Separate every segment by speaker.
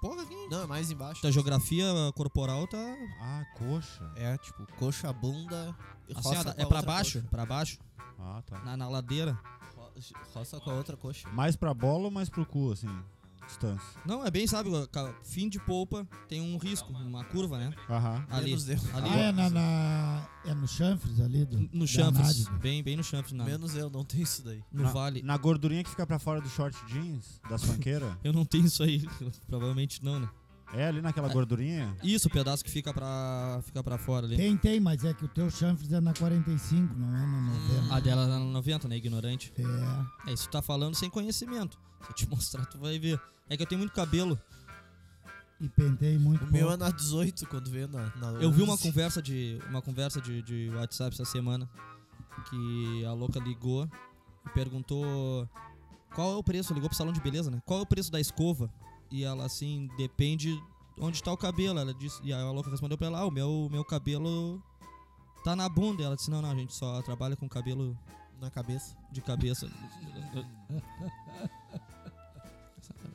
Speaker 1: porra aqui.
Speaker 2: Não, é mais embaixo.
Speaker 3: Tá, A geografia corporal tá.
Speaker 1: Ah, coxa.
Speaker 2: É, tipo, coxa, bunda. e
Speaker 3: Assim,
Speaker 2: roça
Speaker 3: ó,
Speaker 2: com
Speaker 3: é
Speaker 2: a
Speaker 3: pra
Speaker 2: outra
Speaker 3: baixo, pra baixo,
Speaker 1: Ah, tá.
Speaker 3: na, na ladeira.
Speaker 2: coxa. Ro- Roça com a outra coxa.
Speaker 1: Mais pra bola ou mais pro cu, assim? Distância.
Speaker 3: Não, é bem, sabe, ca- fim de polpa tem um risco, uma curva, né?
Speaker 1: Aham.
Speaker 3: Ali.
Speaker 2: Menos eu.
Speaker 3: ali
Speaker 4: Ah, é, na, na- é no chanfres ali? Do,
Speaker 3: No
Speaker 4: da
Speaker 3: chanfres.
Speaker 4: Nádia.
Speaker 3: Bem, bem no chanfres, na,
Speaker 2: Menos eu, não tem isso daí.
Speaker 3: no
Speaker 1: Na-
Speaker 3: vale.
Speaker 1: Na gordurinha que fica pra fora do short jeans, das fanqueiras.
Speaker 3: Eu não tenho isso aí, provavelmente não, né?
Speaker 1: é ali naquela gordurinha?
Speaker 3: Isso, o pedaço que fica pra, fica pra fora ali.
Speaker 4: Tem, tem, mas é que o teu chanfres é na 45, não é na 90.
Speaker 3: A dela era no 90, né? Ignorante.
Speaker 4: É.
Speaker 3: É, isso tu tá falando sem conhecimento. Se eu te mostrar, tu vai ver. É que eu tenho muito cabelo.
Speaker 4: E pentei muito
Speaker 2: O meu
Speaker 4: pouco.
Speaker 2: é na 18, quando vê na, na
Speaker 3: Eu vi uma
Speaker 2: 11.
Speaker 3: conversa de uma conversa de, de WhatsApp essa semana que a louca ligou e perguntou qual é o preço, ligou pro salão de beleza, né? Qual é o preço da escova? E ela assim, depende onde tá o cabelo. Ela disse, e aí a louca respondeu pra ela: "Ah, o meu meu cabelo tá na bunda". Ela disse: "Não, não, a gente só trabalha com cabelo
Speaker 2: Na cabeça.
Speaker 3: de cabeça".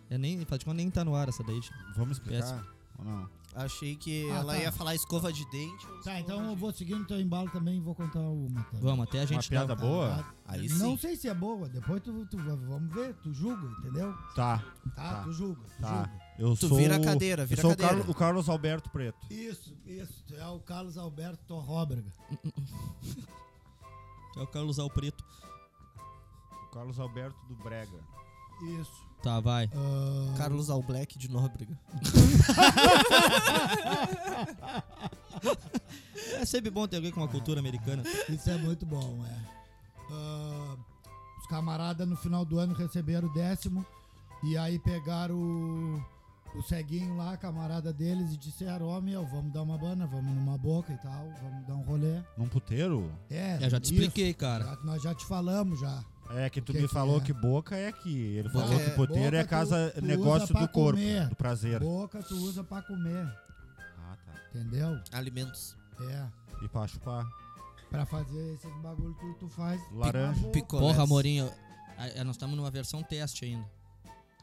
Speaker 3: É nem, faz de conta, nem tá no ar essa daí. gente.
Speaker 1: Vamos explicar? Ou não?
Speaker 2: Achei que
Speaker 4: Ah,
Speaker 2: ela
Speaker 4: tá.
Speaker 2: ia falar escova de dente. ou escova
Speaker 4: Tá, então eu
Speaker 2: de-
Speaker 4: vou seguir no teu embalo também e vou contar uma. Tá?
Speaker 3: Vamos, até a gente um
Speaker 1: Uma
Speaker 3: dá-
Speaker 1: piada boa?
Speaker 2: Aí
Speaker 4: Não
Speaker 2: sim.
Speaker 4: sei se é boa, depois tu, tu- vamos ver, tu julga, entendeu?
Speaker 1: Tá,
Speaker 4: Tá,
Speaker 1: Tá.
Speaker 4: tu julga, tu
Speaker 1: tá.
Speaker 4: julga.
Speaker 1: Eu
Speaker 2: Tu
Speaker 1: sou.
Speaker 2: vira a
Speaker 1: o-
Speaker 2: cadeira,
Speaker 1: Eu
Speaker 2: vira
Speaker 1: sou
Speaker 2: a
Speaker 1: o
Speaker 2: cadeira.
Speaker 1: Carlos, o Carlos Alberto Preto.
Speaker 4: Isso, isso, tu é o Carlos Alberto Torróbrega.
Speaker 3: É o Carlos Al Preto.
Speaker 1: O Carlos Alberto do Brega.
Speaker 4: Isso.
Speaker 3: Tá, vai.
Speaker 4: Ah,
Speaker 2: Carlos Al Black de Nóbrega.
Speaker 3: É sempre bom ter alguém
Speaker 2: Ah.
Speaker 3: com uma cultura americana.
Speaker 4: Isso é muito bom, é. Ah, os camaradas no final do ano receberam o décimo e aí pegaram o, o ceguinho lá, camarada deles, e disseram, ó meu, vamos dar uma bana, vamos numa boca e tal, vamos dar um rolê.
Speaker 1: Num puteiro?
Speaker 4: É,
Speaker 3: Eu já te
Speaker 4: isso,
Speaker 3: expliquei, cara.
Speaker 4: já- nós já te falamos já.
Speaker 1: É, que tu
Speaker 4: Que
Speaker 1: me
Speaker 4: que
Speaker 1: falou
Speaker 4: é?
Speaker 1: que boca é aqui. Ele
Speaker 2: Boca
Speaker 1: falou
Speaker 2: é-
Speaker 1: que puteiro
Speaker 4: boca
Speaker 1: é
Speaker 4: tu-
Speaker 1: casa,
Speaker 4: tu usa
Speaker 1: negócio
Speaker 4: pra
Speaker 1: do corpo,
Speaker 4: comer.
Speaker 1: do prazer.
Speaker 4: Boca tu usa pra comer,
Speaker 1: Ah, tá.
Speaker 4: entendeu?
Speaker 2: Alimentos.
Speaker 4: É.
Speaker 1: E pra chupar.
Speaker 4: Pra fazer esse bagulho tu, tu faz.
Speaker 1: Laranja.
Speaker 4: Pica-
Speaker 2: Picolés.
Speaker 3: Porra, Amorinho, a- a- nós estamos numa versão teste ainda.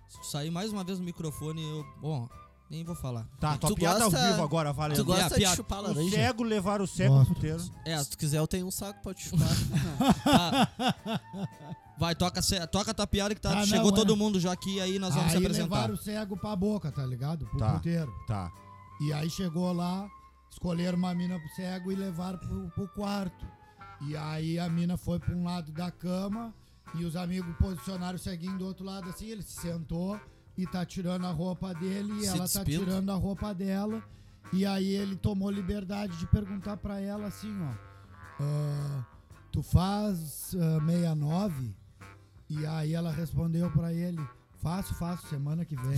Speaker 3: Se tu sair mais uma vez no microfone, eu. Bom, nem vou falar.
Speaker 1: Tá, tua
Speaker 2: Tu
Speaker 1: piada
Speaker 2: gosta-
Speaker 1: ao vivo agora, valeu.
Speaker 2: Tu gosta de
Speaker 3: piada.
Speaker 2: chupar
Speaker 1: O
Speaker 2: laranja?
Speaker 1: cego levar o cego no
Speaker 4: Gosto.
Speaker 1: puteiro.
Speaker 3: É,
Speaker 2: Se tu quiser, eu tenho um saco pra te chupar.
Speaker 3: tá. Vai, toca, a- toca a tua piada que tá,
Speaker 4: Ah, não,
Speaker 3: chegou
Speaker 4: é.
Speaker 3: todo mundo já aqui, aí nós vamos
Speaker 4: aí
Speaker 3: se apresentar.
Speaker 4: levaram o cego pra boca, tá ligado? Pro
Speaker 1: Tá.
Speaker 4: puteiro.
Speaker 1: Tá.
Speaker 4: E aí chegou lá, escolheram uma mina pro cego e levaram pro, pro quarto. E aí a mina foi pra um lado da cama e os amigos posicionaram o ceguinho do outro lado assim, ele se sentou e tá tirando a roupa dele e
Speaker 2: Se
Speaker 4: ela tá
Speaker 2: despindo.
Speaker 4: tirando a roupa dela. E aí ele tomou liberdade de perguntar pra ela assim, ó. "Ah, tu faz ah, 69? E aí ela respondeu pra ele, faço, faço, semana que vem.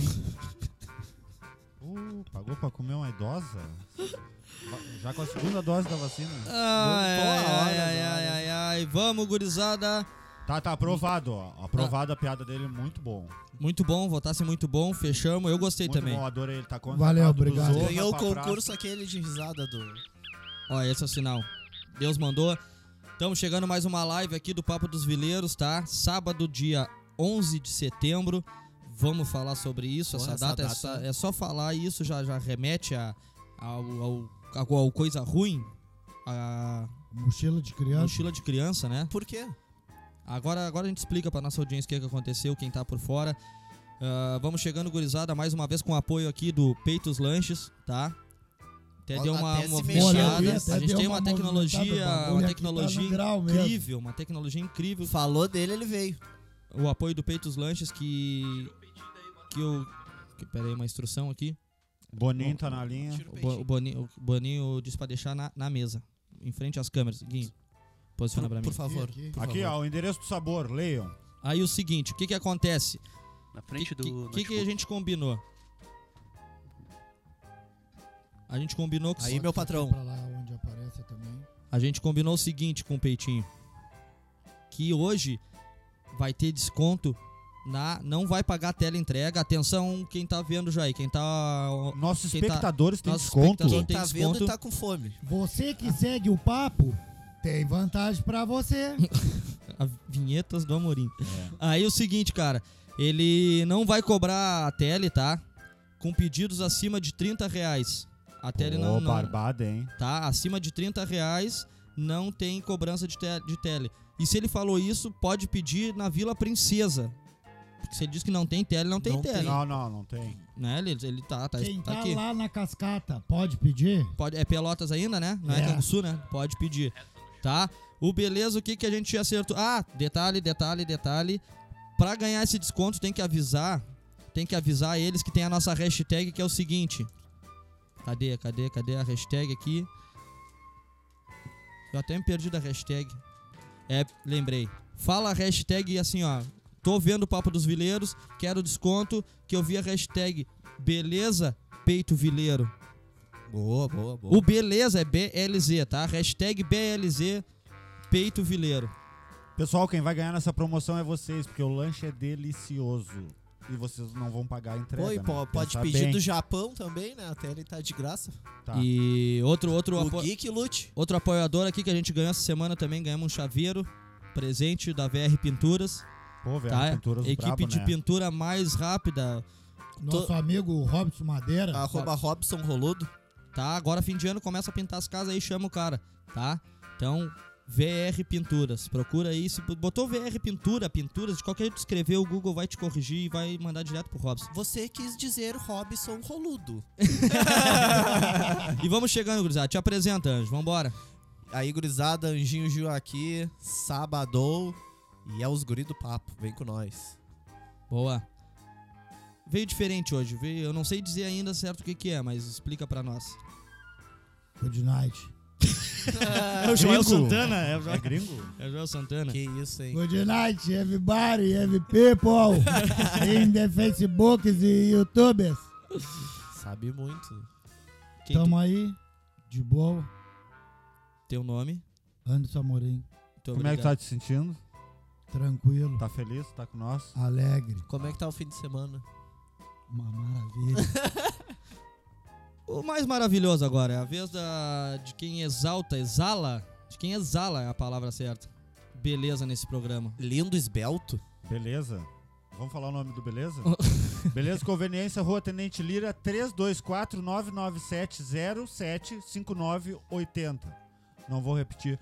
Speaker 1: Uh, pagou pra comer uma idosa? Va- Já com a segunda dose da vacina?
Speaker 3: Ai,
Speaker 1: Não tô a hora,
Speaker 3: ai, ai,
Speaker 1: não.
Speaker 3: ai, ai, ai. Vamos, gurizada.
Speaker 1: Tá, tá aprovado, ó. Aprovado a piada dele, muito bom.
Speaker 3: Muito bom, votasse muito bom. Fechamos. Eu gostei
Speaker 1: muito
Speaker 3: também.
Speaker 1: bom, adorei. Ele tá contratado
Speaker 4: Valeu,
Speaker 1: do
Speaker 4: obrigado.
Speaker 1: Zorra
Speaker 2: Ganhou o
Speaker 1: pra praça.
Speaker 2: concurso aquele de risada do.
Speaker 3: Ó, esse é o sinal. Deus mandou. Estamos chegando mais uma live aqui do Papo dos Vileiros, tá? Sábado, dia 11 de setembro. Vamos falar sobre isso.
Speaker 2: Pô,
Speaker 3: essa,
Speaker 2: essa
Speaker 3: data, é
Speaker 2: data-
Speaker 3: só- É, só falar isso, já, já remete a, ao, ao- ao- ao coisa ruim. A
Speaker 4: Mochila de criança.
Speaker 3: mochila de criança, né?
Speaker 2: Por quê?
Speaker 3: Agora, agora a gente explica pra nossa audiência o que, que aconteceu, quem tá por fora. Ah, vamos chegando, gurizada, mais uma vez com o apoio aqui do Peitos Lanches, tá? Até
Speaker 2: Ó,
Speaker 3: deu uma
Speaker 2: até se mexeu,
Speaker 3: movimentada.
Speaker 2: hein?
Speaker 3: A
Speaker 4: Até
Speaker 3: gente
Speaker 4: deu
Speaker 3: tem
Speaker 4: uma
Speaker 3: uma tecnologia,
Speaker 4: é, movimentada, o
Speaker 3: uma
Speaker 4: bagulho aqui tá
Speaker 3: tecnologia
Speaker 4: no grau mesmo.
Speaker 3: incrível, uma tecnologia incrível.
Speaker 2: Falou dele, ele veio.
Speaker 3: O apoio do Peitos Lanches que. Que eu. Que, peraí, uma instrução aqui.
Speaker 1: Boninho tá na linha.
Speaker 2: Tira o
Speaker 3: O, Bo- o
Speaker 2: peitinho.
Speaker 3: Boninho, o Boninho disse pra deixar na, na mesa, em frente às câmeras. Guinho, posiciona pra
Speaker 2: Por,
Speaker 3: mim.
Speaker 2: por favor.
Speaker 4: Aqui, aqui.
Speaker 2: por
Speaker 1: Aqui,
Speaker 2: favor.
Speaker 1: ó, o endereço do sabor, leiam.
Speaker 3: Aí o seguinte, o que que acontece?
Speaker 5: Na frente
Speaker 3: que,
Speaker 5: do.
Speaker 3: que- que, que
Speaker 5: notebook.
Speaker 3: a gente combinou? A gente combinou que-
Speaker 2: Aí, meu patrão.
Speaker 4: Pra lá onde aparece também.
Speaker 3: a gente combinou o seguinte com o Peitinho, que hoje vai ter desconto na não vai pagar a tela entrega. Atenção quem tá vendo já aí, quem tá
Speaker 1: Nossos
Speaker 3: Quem tá-
Speaker 1: espectadores têm
Speaker 3: nossos
Speaker 1: desconto.
Speaker 3: espectadores-
Speaker 2: Quem
Speaker 3: Tem
Speaker 2: tá vendo
Speaker 3: desconto.
Speaker 2: e tá com fome.
Speaker 4: Você que segue o papo, tem vantagem pra você.
Speaker 3: a vinhetas do
Speaker 5: É.
Speaker 3: Amorim. Aí o seguinte, cara, ele não vai cobrar a tele, tá? com pedidos acima de 30 reais. Até ele
Speaker 1: Ô,
Speaker 3: não, é. não,
Speaker 1: barbada, hein?
Speaker 3: tá? Acima de 30 reais não tem cobrança de, te de tele. E se ele falou isso, pode pedir na Vila Princesa. Porque se ele diz que não tem tele, não tem
Speaker 2: Não
Speaker 3: tele.
Speaker 2: tem.
Speaker 1: Não, não, não tem.
Speaker 3: Né? Ele, ele tá, tá,
Speaker 4: Quem
Speaker 3: tá
Speaker 4: tá
Speaker 3: aqui.
Speaker 4: lá na cascata pode pedir?
Speaker 3: Pode, é Pelotas ainda, né? Não é,
Speaker 4: É.
Speaker 3: Canguçu, né? Pode pedir. Tá? O beleza, o que, que a gente acertou? Ah, detalhe, detalhe, detalhe. Pra ganhar esse desconto, tem que avisar. Tem que avisar eles que tem a nossa hashtag que é o seguinte. Cadê, cadê, cadê a hashtag aqui? Eu até me perdi da hashtag. É, lembrei. Fala a hashtag assim, ó. Tô vendo o Papo dos Vileiros, quero desconto, que eu vi a hashtag Beleza Peito Vileiro.
Speaker 2: Boa, boa, boa.
Speaker 3: O beleza é BLZ, tá? Hashtag BLZ peito vileiro.
Speaker 1: Pessoal, quem vai ganhar nessa promoção é vocês, porque o lanche é delicioso. E vocês não vão pagar a entrega.
Speaker 2: Oi,
Speaker 1: né?
Speaker 2: pô, pode
Speaker 1: Pensar
Speaker 2: pedir
Speaker 1: bem.
Speaker 2: do Japão também, né? Até ele tá de graça.
Speaker 1: Tá.
Speaker 3: E outro, outro,
Speaker 2: O
Speaker 3: apo-
Speaker 2: Geek Lute.
Speaker 3: outro apoiador aqui que a gente ganhou essa semana também, ganhamos um chaveiro. Presente da VR Pinturas,
Speaker 1: Pô, velho,
Speaker 3: tá?
Speaker 1: pinturas do
Speaker 3: Equipe
Speaker 1: brabo,
Speaker 3: de
Speaker 1: né?
Speaker 3: pintura mais rápida,
Speaker 4: Nosso amigo Robson Madeira.
Speaker 3: Ah,
Speaker 2: Arroba Robson Roludo.
Speaker 3: tá? Agora fim de ano começa a pintar as casas aí, chama o cara, tá? Então, VR Pinturas, procura aí. Se botou VR Pintura, pinturas, de qualquer jeito escrever, o Google vai te corrigir e vai mandar direto pro Robson.
Speaker 2: Você quis dizer Robson Roludo.
Speaker 3: e vamos chegando, gurizada. Te apresenta, Anjo. Vambora.
Speaker 2: Aí, gurizada, Anjinho Gil aqui, Sabadou. E é os guri do papo, vem com nós.
Speaker 3: Boa. Veio diferente hoje, veio, eu não sei dizer ainda certo o que, que é, mas explica pra nós.
Speaker 4: Good night.
Speaker 1: É o
Speaker 3: Joel Santana,
Speaker 1: é, gringo?
Speaker 3: É o Joel Santana.
Speaker 2: Que isso, hein?
Speaker 4: Good night, everybody, every people. In the Facebooks e YouTubers.
Speaker 2: Sabe muito.
Speaker 3: Quem
Speaker 4: Tamo aí, de boa.
Speaker 3: tu- teu nome?
Speaker 4: Anderson Amorim,
Speaker 3: Muito
Speaker 1: Como é que
Speaker 3: obrigado.
Speaker 1: tá te sentindo?
Speaker 4: tranquilo,
Speaker 1: Tá feliz? Tá com nós?
Speaker 4: alegre,
Speaker 2: Como é que tá o fim de semana?
Speaker 4: uma maravilha.
Speaker 1: tá?
Speaker 3: O mais maravilhoso agora é a vez da, de quem exalta, exala, de quem exala é a palavra certa. Beleza nesse programa.
Speaker 2: Lindo esbelto?
Speaker 1: Beleza? Vamos falar o nome do Beleza? beleza Conveniência, Rua Tenente Lira, 324 997 075980. Não vou repetir.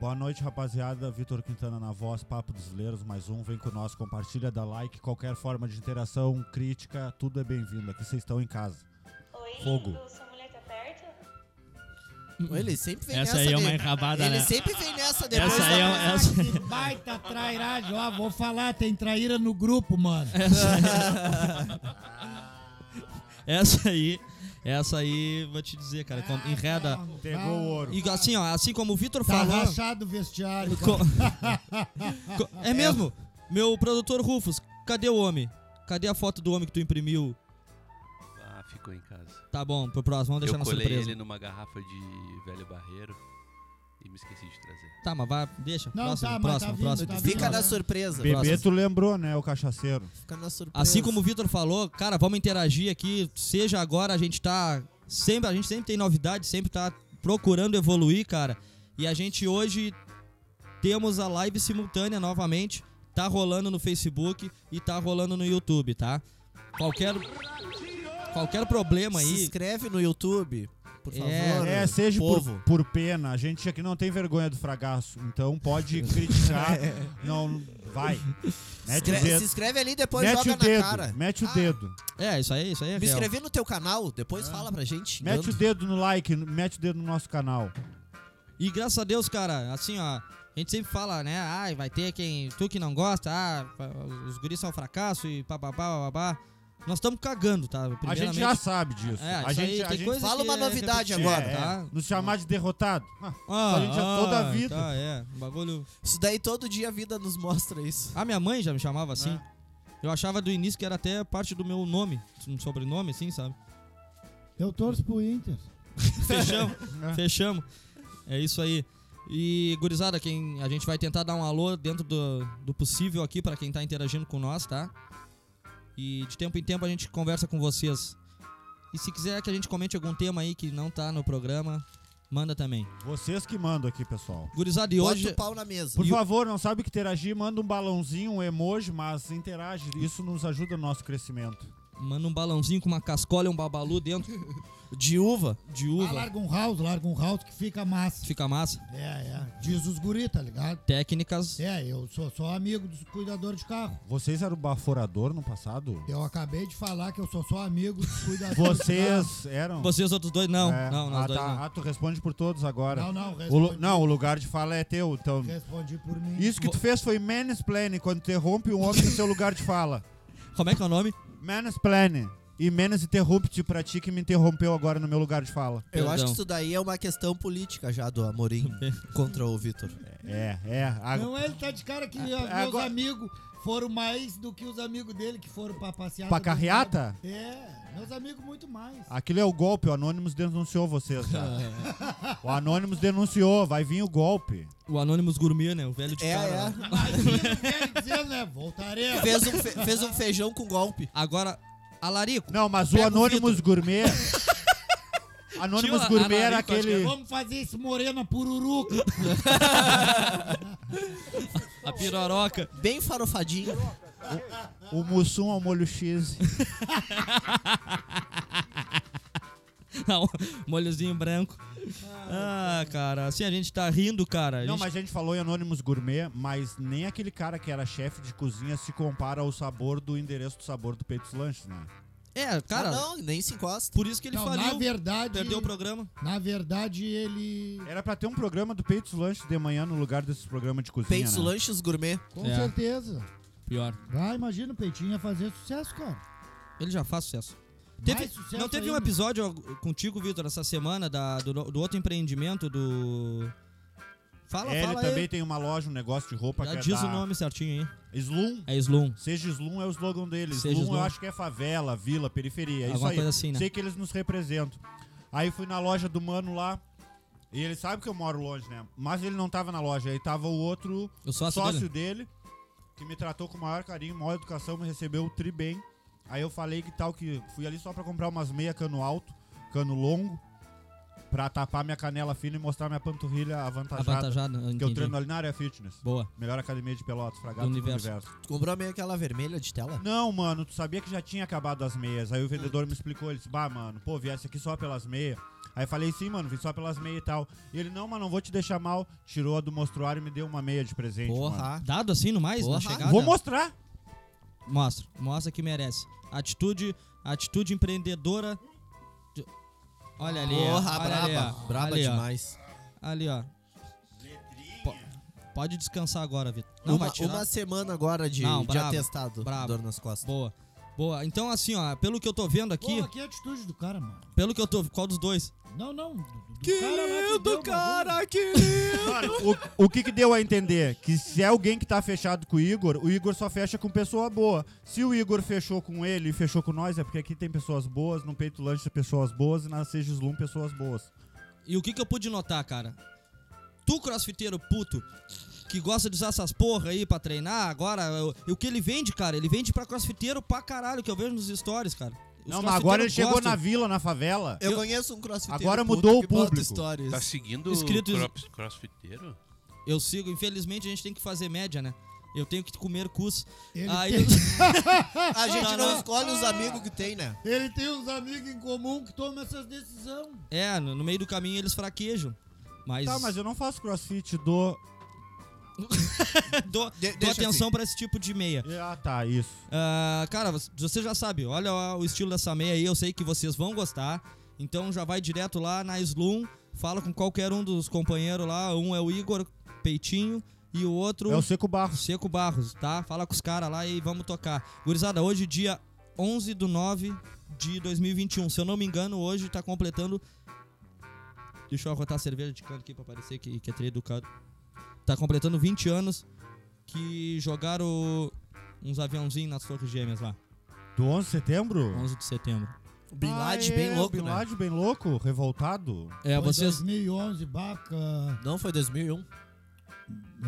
Speaker 1: Boa noite, rapaziada. Vitor Quintana na voz, Papo dos Leiros, mais um. Vem com nós, compartilha, dá like. Qualquer forma de interação, crítica, tudo é bem-vindo. Aqui vocês estão em casa.
Speaker 5: Oi,
Speaker 1: Fogo.
Speaker 5: lindo, sua mulher tá perto?
Speaker 2: Ele sempre vem
Speaker 3: Hum. Essa
Speaker 2: nessa.
Speaker 3: aí é
Speaker 2: de-
Speaker 3: uma enrabada,
Speaker 2: Ele
Speaker 3: né?
Speaker 2: sempre vem nessa depois.
Speaker 3: Essa aí é uma- essa-
Speaker 4: Que baita trairagem, ó, vou falar, tem traíra no grupo, mano.
Speaker 3: Essa aí, essa aí, vou te dizer, cara, como enreda.
Speaker 1: Pegou o ouro.
Speaker 3: E assim, ó, assim como o Vitor
Speaker 4: Tá
Speaker 3: falou.
Speaker 4: rachado o vestiário.
Speaker 3: Co- Co- é mesmo? Meu produtor Rufus, cadê o homem? Cadê a foto do homem que tu imprimiu?
Speaker 6: Ah, ficou em casa.
Speaker 3: Tá bom, pro próximo, vamos deixar
Speaker 6: eu
Speaker 3: na
Speaker 6: colei
Speaker 3: surpresa.
Speaker 6: ele numa garrafa de velho barreiro e me esqueci de trazer.
Speaker 3: Tá, mas vai, deixa.
Speaker 4: Não,
Speaker 3: próximo,
Speaker 4: tá, mas
Speaker 3: próximo,
Speaker 4: tá vindo,
Speaker 3: próximo.
Speaker 4: tá vindo.
Speaker 2: Fica na
Speaker 4: Próximo.
Speaker 2: surpresa.
Speaker 1: Bebê,
Speaker 3: Próximo.
Speaker 1: tu lembrou, né? O cachaceiro.
Speaker 2: Fica na surpresa.
Speaker 3: Assim como o Vitor falou, cara, vamos interagir aqui. Seja agora, a gente tá. Sempre, a gente sempre tem novidade, sempre tá procurando evoluir, cara. E a gente hoje temos a live simultânea novamente. Tá rolando no Facebook e tá rolando no YouTube, tá? Qualquer. Qualquer problema
Speaker 2: Se
Speaker 3: aí.
Speaker 2: inscreve no YouTube, por favor.
Speaker 3: É,
Speaker 1: É, seja por,
Speaker 2: povo.
Speaker 1: por pena. A gente aqui não tem vergonha do fragaço. Então pode criticar.
Speaker 3: É.
Speaker 1: não, vai. Mete o
Speaker 2: Escre- Se
Speaker 1: dedo.
Speaker 2: inscreve ali depois
Speaker 1: Mete
Speaker 2: joga
Speaker 1: o
Speaker 2: na
Speaker 1: dedo.
Speaker 2: cara.
Speaker 1: Mete o
Speaker 2: Ah,
Speaker 1: dedo.
Speaker 3: É, isso aí, isso aí é
Speaker 2: Me
Speaker 3: real.
Speaker 2: inscrevi no teu canal,
Speaker 3: Ah.
Speaker 2: depois fala pra gente.
Speaker 1: Mete o dedo no like. Mete o dedo no nosso canal.
Speaker 3: E graças a Deus, cara, assim, ó, a gente sempre fala, né? Ai, vai ter quem. Tu que não gosta, ah, os guris são fracasso e papabá, babá. Nós estamos cagando, tá?
Speaker 1: A gente
Speaker 3: Primeiramente,
Speaker 1: já sabe disso.
Speaker 3: É,
Speaker 1: a
Speaker 3: isso
Speaker 1: gente,
Speaker 3: aí,
Speaker 1: a
Speaker 3: tem
Speaker 1: gente-
Speaker 3: coisa
Speaker 2: Fala
Speaker 3: que
Speaker 2: uma
Speaker 3: é
Speaker 2: novidade
Speaker 3: repetida,
Speaker 2: agora,
Speaker 1: é,
Speaker 3: tá?
Speaker 1: Nos chamar de derrotado. Ah,
Speaker 3: Ah,
Speaker 1: a gente já toda a vida.
Speaker 3: Tá, é. Um bagulho.
Speaker 2: Isso daí todo dia a vida nos mostra isso.
Speaker 3: A minha mãe já me chamava assim.
Speaker 1: É. né?
Speaker 3: Eu achava do início que era até parte do meu nome, um sobrenome, assim, sabe?
Speaker 4: Eu torço pro Inter.
Speaker 3: Fechamos,
Speaker 2: Né?
Speaker 3: fechamos. É isso aí. E, gurizada, quem, a gente vai tentar dar um alô dentro do, do possível aqui pra quem tá interagindo com nós, tá? E de tempo em tempo a gente conversa com vocês. E se quiser que a gente comente algum tema aí que não tá no programa, manda também.
Speaker 1: Vocês que mandam aqui, pessoal.
Speaker 3: Gurizada, e
Speaker 2: Bota
Speaker 3: hoje.
Speaker 2: o pau na mesa.
Speaker 1: Por
Speaker 3: E o-
Speaker 1: favor, não sabe que interagir, manda um balãozinho, um emoji, mas interage. Isso nos ajuda no nosso crescimento.
Speaker 3: Manda um balãozinho com uma cascola e um babalu dentro
Speaker 2: De uva.
Speaker 3: de
Speaker 4: Ah,
Speaker 3: uva.
Speaker 4: larga um house, larga um house que fica massa.
Speaker 3: Fica massa.
Speaker 4: É, é. Diz os guri, tá ligado?
Speaker 3: Técnicas.
Speaker 4: É, eu sou só amigo dos cuidadores de carro.
Speaker 1: Vocês eram baforador no passado?
Speaker 4: Eu acabei de falar que eu sou só amigo dos cuidadores de
Speaker 1: Vocês eram?
Speaker 3: Vocês outros dois, não.
Speaker 1: É.
Speaker 3: Não, nós
Speaker 1: ah,
Speaker 3: dois
Speaker 1: tá.
Speaker 3: não.
Speaker 1: Ah, tu responde por todos agora.
Speaker 4: carro. Não, não,
Speaker 1: O lu-
Speaker 4: respondi,
Speaker 1: não, o lugar de fala é teu, então.
Speaker 4: respondi por mim.
Speaker 1: Isso que tu fez foi mansplaining, quando tu interrompe um homem no seu lugar de fala.
Speaker 3: Como é que é o nome?
Speaker 1: Mansplaining. E menos interrupt pra ti que me interrompeu agora no meu lugar de fala.
Speaker 2: Eu acho
Speaker 3: Perdão.
Speaker 2: que isso daí é uma questão política já do Amorim contra o Vitor.
Speaker 1: É, é. A,
Speaker 4: Não, ele tá de cara que ah, meus
Speaker 1: É, agora-
Speaker 4: amigos foram mais do que os amigos dele que foram pra passear.
Speaker 1: pra carreata?
Speaker 4: É, meus amigos muito mais.
Speaker 3: Ah,
Speaker 1: Aquilo é o golpe, o Anonymous denunciou vocês já. o Anonymous denunciou, vai vir o golpe.
Speaker 3: O Anonymous Gourmet, né? O velho de
Speaker 2: É,
Speaker 3: cara.
Speaker 2: é.
Speaker 3: lá.
Speaker 4: Imagina o que ele dizendo, né? Voltaremos.
Speaker 2: Fez um, fe- fez um feijão com golpe.
Speaker 3: Agora, Alarico.
Speaker 1: Não, mas o
Speaker 3: Pega o
Speaker 1: Anonymous Gourmet. Anonymous
Speaker 3: Tio
Speaker 1: Gourmet era
Speaker 3: Anarico, acho que é
Speaker 1: aquele.
Speaker 4: Vamos fazer esse morena pururuca.
Speaker 3: A piroroca.
Speaker 2: Bem farofadinho.
Speaker 1: O Mussum ao molho X.
Speaker 3: Não, molhozinho branco. Ah, cara. Assim a gente tá rindo, cara. A
Speaker 1: Não,
Speaker 3: gente-
Speaker 1: mas a gente falou em Anonymous Gourmet, mas nem aquele cara que era chefe de cozinha se compara ao sabor do endereço do sabor do Peitos Lanches, né?
Speaker 3: É, cara.
Speaker 2: Ah, não, nem se encosta.
Speaker 3: Por isso que ele
Speaker 4: Não,
Speaker 3: faliu.
Speaker 4: na
Speaker 1: é
Speaker 4: verdade,
Speaker 3: um- Perdeu o programa.
Speaker 4: na verdade ele
Speaker 1: Era pra ter um programa do Peitos Lanches de manhã no lugar desses programas de cozinha.
Speaker 2: Peitos,
Speaker 1: né?
Speaker 2: lanches, gourmet.
Speaker 4: com
Speaker 3: É.
Speaker 4: certeza.
Speaker 3: Pior.
Speaker 4: Vai, imagina o Peitinho ia fazer sucesso, cara.
Speaker 3: Ele já faz sucesso.
Speaker 4: Mais
Speaker 3: Teve-
Speaker 4: sucesso
Speaker 3: não teve um
Speaker 4: ainda.
Speaker 3: episódio ó, contigo, Vitor, essa semana da- do, do outro empreendimento do. Fala,
Speaker 1: É, Ele
Speaker 3: fala
Speaker 1: também
Speaker 3: aí.
Speaker 1: tem uma loja, um negócio de roupa
Speaker 3: Já
Speaker 1: que é
Speaker 3: diz
Speaker 1: da
Speaker 3: o nome certinho aí.
Speaker 1: Slum.
Speaker 3: É Slum.
Speaker 1: Seja Slum é o slogan deles.
Speaker 3: Seja
Speaker 1: Slum, eu
Speaker 3: Slum.
Speaker 1: acho que é favela, vila, periferia. É isso
Speaker 3: Alguma
Speaker 1: aí.
Speaker 3: coisa assim, né?
Speaker 1: Sei que eles nos representam. Aí fui na loja do mano lá. E ele sabe que eu moro longe, né? Mas ele não tava na loja. Aí tava o outro
Speaker 3: O sócio,
Speaker 1: sócio
Speaker 3: dele.
Speaker 1: dele. que me tratou com o maior carinho, maior educação, me recebeu tri bem. Aí eu falei que tal, que fui ali só pra comprar umas meia cano alto, cano longo, pra tapar minha canela fina e mostrar minha panturrilha avantajada.
Speaker 3: Avantajado.
Speaker 1: Que eu treino ali na área fitness.
Speaker 3: Boa.
Speaker 1: Melhor academia de pelotas, fragata
Speaker 3: Do
Speaker 1: do
Speaker 3: universo.
Speaker 1: universo.
Speaker 2: Tu comprou meio aquela vermelha de tela?
Speaker 1: Não, mano, tu sabia que já tinha acabado as meias. Aí o vendedor me explicou, ele disse, bah, mano, pô, viesse aqui só pelas meias. Aí eu falei, sim, mano, vim só pelas meias e tal. E ele, não, mano, não vou te deixar mal. Tirou a do mostruário e me deu uma meia de presente, mano.
Speaker 2: Porra.
Speaker 3: Dado assim no mais,
Speaker 2: Porra.
Speaker 3: na chegada.
Speaker 1: Vou mostrar.
Speaker 3: Mostra. Mostra que merece. Atitude, atitude empreendedora. de- Olha ali. ó.
Speaker 2: Porra,
Speaker 3: olha ali,
Speaker 2: braba.
Speaker 3: ó.
Speaker 2: braba
Speaker 3: ali, ó.
Speaker 2: demais.
Speaker 3: Ali, ó. Po- Pode descansar agora, Vitor. Não,
Speaker 2: uma,
Speaker 3: vai tirar.
Speaker 2: uma semana agora de,
Speaker 3: Não,
Speaker 2: de
Speaker 3: brabo,
Speaker 2: atestado.
Speaker 3: brabo.
Speaker 2: Dor nas costas.
Speaker 3: Boa. Boa. Então, assim, ó, pelo que eu tô vendo aqui,
Speaker 4: Pô, aqui é a atitude do cara, mano.
Speaker 3: pelo que eu tô. Qual dos dois?
Speaker 4: Não, não. Do, do cara lá que deu uma bomba.
Speaker 2: querido.
Speaker 1: Mano, o, o que que deu a entender? Que se é alguém que tá fechado com o Igor, o Igor só fecha com pessoa boa. Se o Igor fechou com ele e fechou com nós, é porque aqui tem pessoas boas, no Peito Lanche pessoas boas e na Seja Slum pessoas boas.
Speaker 3: E o que que eu pude notar, cara? Tu, crossfiteiro puto, que gosta de usar essas porra aí pra treinar, agora, eu- e o que ele vende, cara? Ele vende pra crossfiteiro pra caralho, que eu vejo nos stories, cara. Os
Speaker 1: não, mas agora ele
Speaker 3: crossfiteiros
Speaker 1: chegou
Speaker 3: gostam.
Speaker 1: na vila, na favela.
Speaker 2: Eu conheço um crossfiteiro.
Speaker 1: Agora
Speaker 2: puto
Speaker 1: mudou
Speaker 2: que
Speaker 1: o
Speaker 2: bota
Speaker 1: público.
Speaker 2: stories.
Speaker 6: Tá seguindo
Speaker 3: Escrito-
Speaker 6: o cross, crossfiteiro?
Speaker 3: Eu sigo, infelizmente a gente tem que fazer média, né? Eu tenho que comer cus.
Speaker 4: Ele
Speaker 3: Aí
Speaker 4: tem-
Speaker 2: A gente
Speaker 3: Não,
Speaker 2: não
Speaker 3: não.
Speaker 2: escolhe os amigos que tem, né?
Speaker 4: Ele tem uns amigos em comum que tomam essas decisões.
Speaker 3: É, no, no meio do caminho eles fraquejam. Mas,
Speaker 1: Tá, mas eu não faço crossfit do.
Speaker 2: De-
Speaker 3: dou, dou
Speaker 2: deixa
Speaker 1: assim.
Speaker 3: atenção pra esse tipo de meia.
Speaker 1: Ah, tá, isso.
Speaker 3: Ah, cara, vo- você já sabe, olha o estilo dessa meia aí, eu sei que vocês vão gostar. Então já vai direto lá na Slum, fala com qualquer um dos companheiros lá. Um é o Igor Peitinho e o outro
Speaker 1: É o Seco Barro.
Speaker 3: Seco Barros, tá? Fala com os caras lá e vamos tocar. Gurizada, hoje dia 11 do 9 de 2021. Se eu não me engano, hoje tá completando... Deixa eu arrotar a cerveja de canto aqui pra parecer que, que é tri educado. Tá completando 20 anos que jogaram uns aviãozinhos nas Torres Gêmeas lá.
Speaker 1: Do 11 de setembro?
Speaker 3: 11 de setembro.
Speaker 2: O Hum, Bin Laden
Speaker 1: Ah, é,
Speaker 2: bem
Speaker 1: o
Speaker 2: louco,
Speaker 1: Bin
Speaker 2: né?
Speaker 1: Laden bem louco, revoltado.
Speaker 3: É,
Speaker 4: Foi
Speaker 3: vocês...
Speaker 4: 2011, baca.
Speaker 2: Não, foi 2001.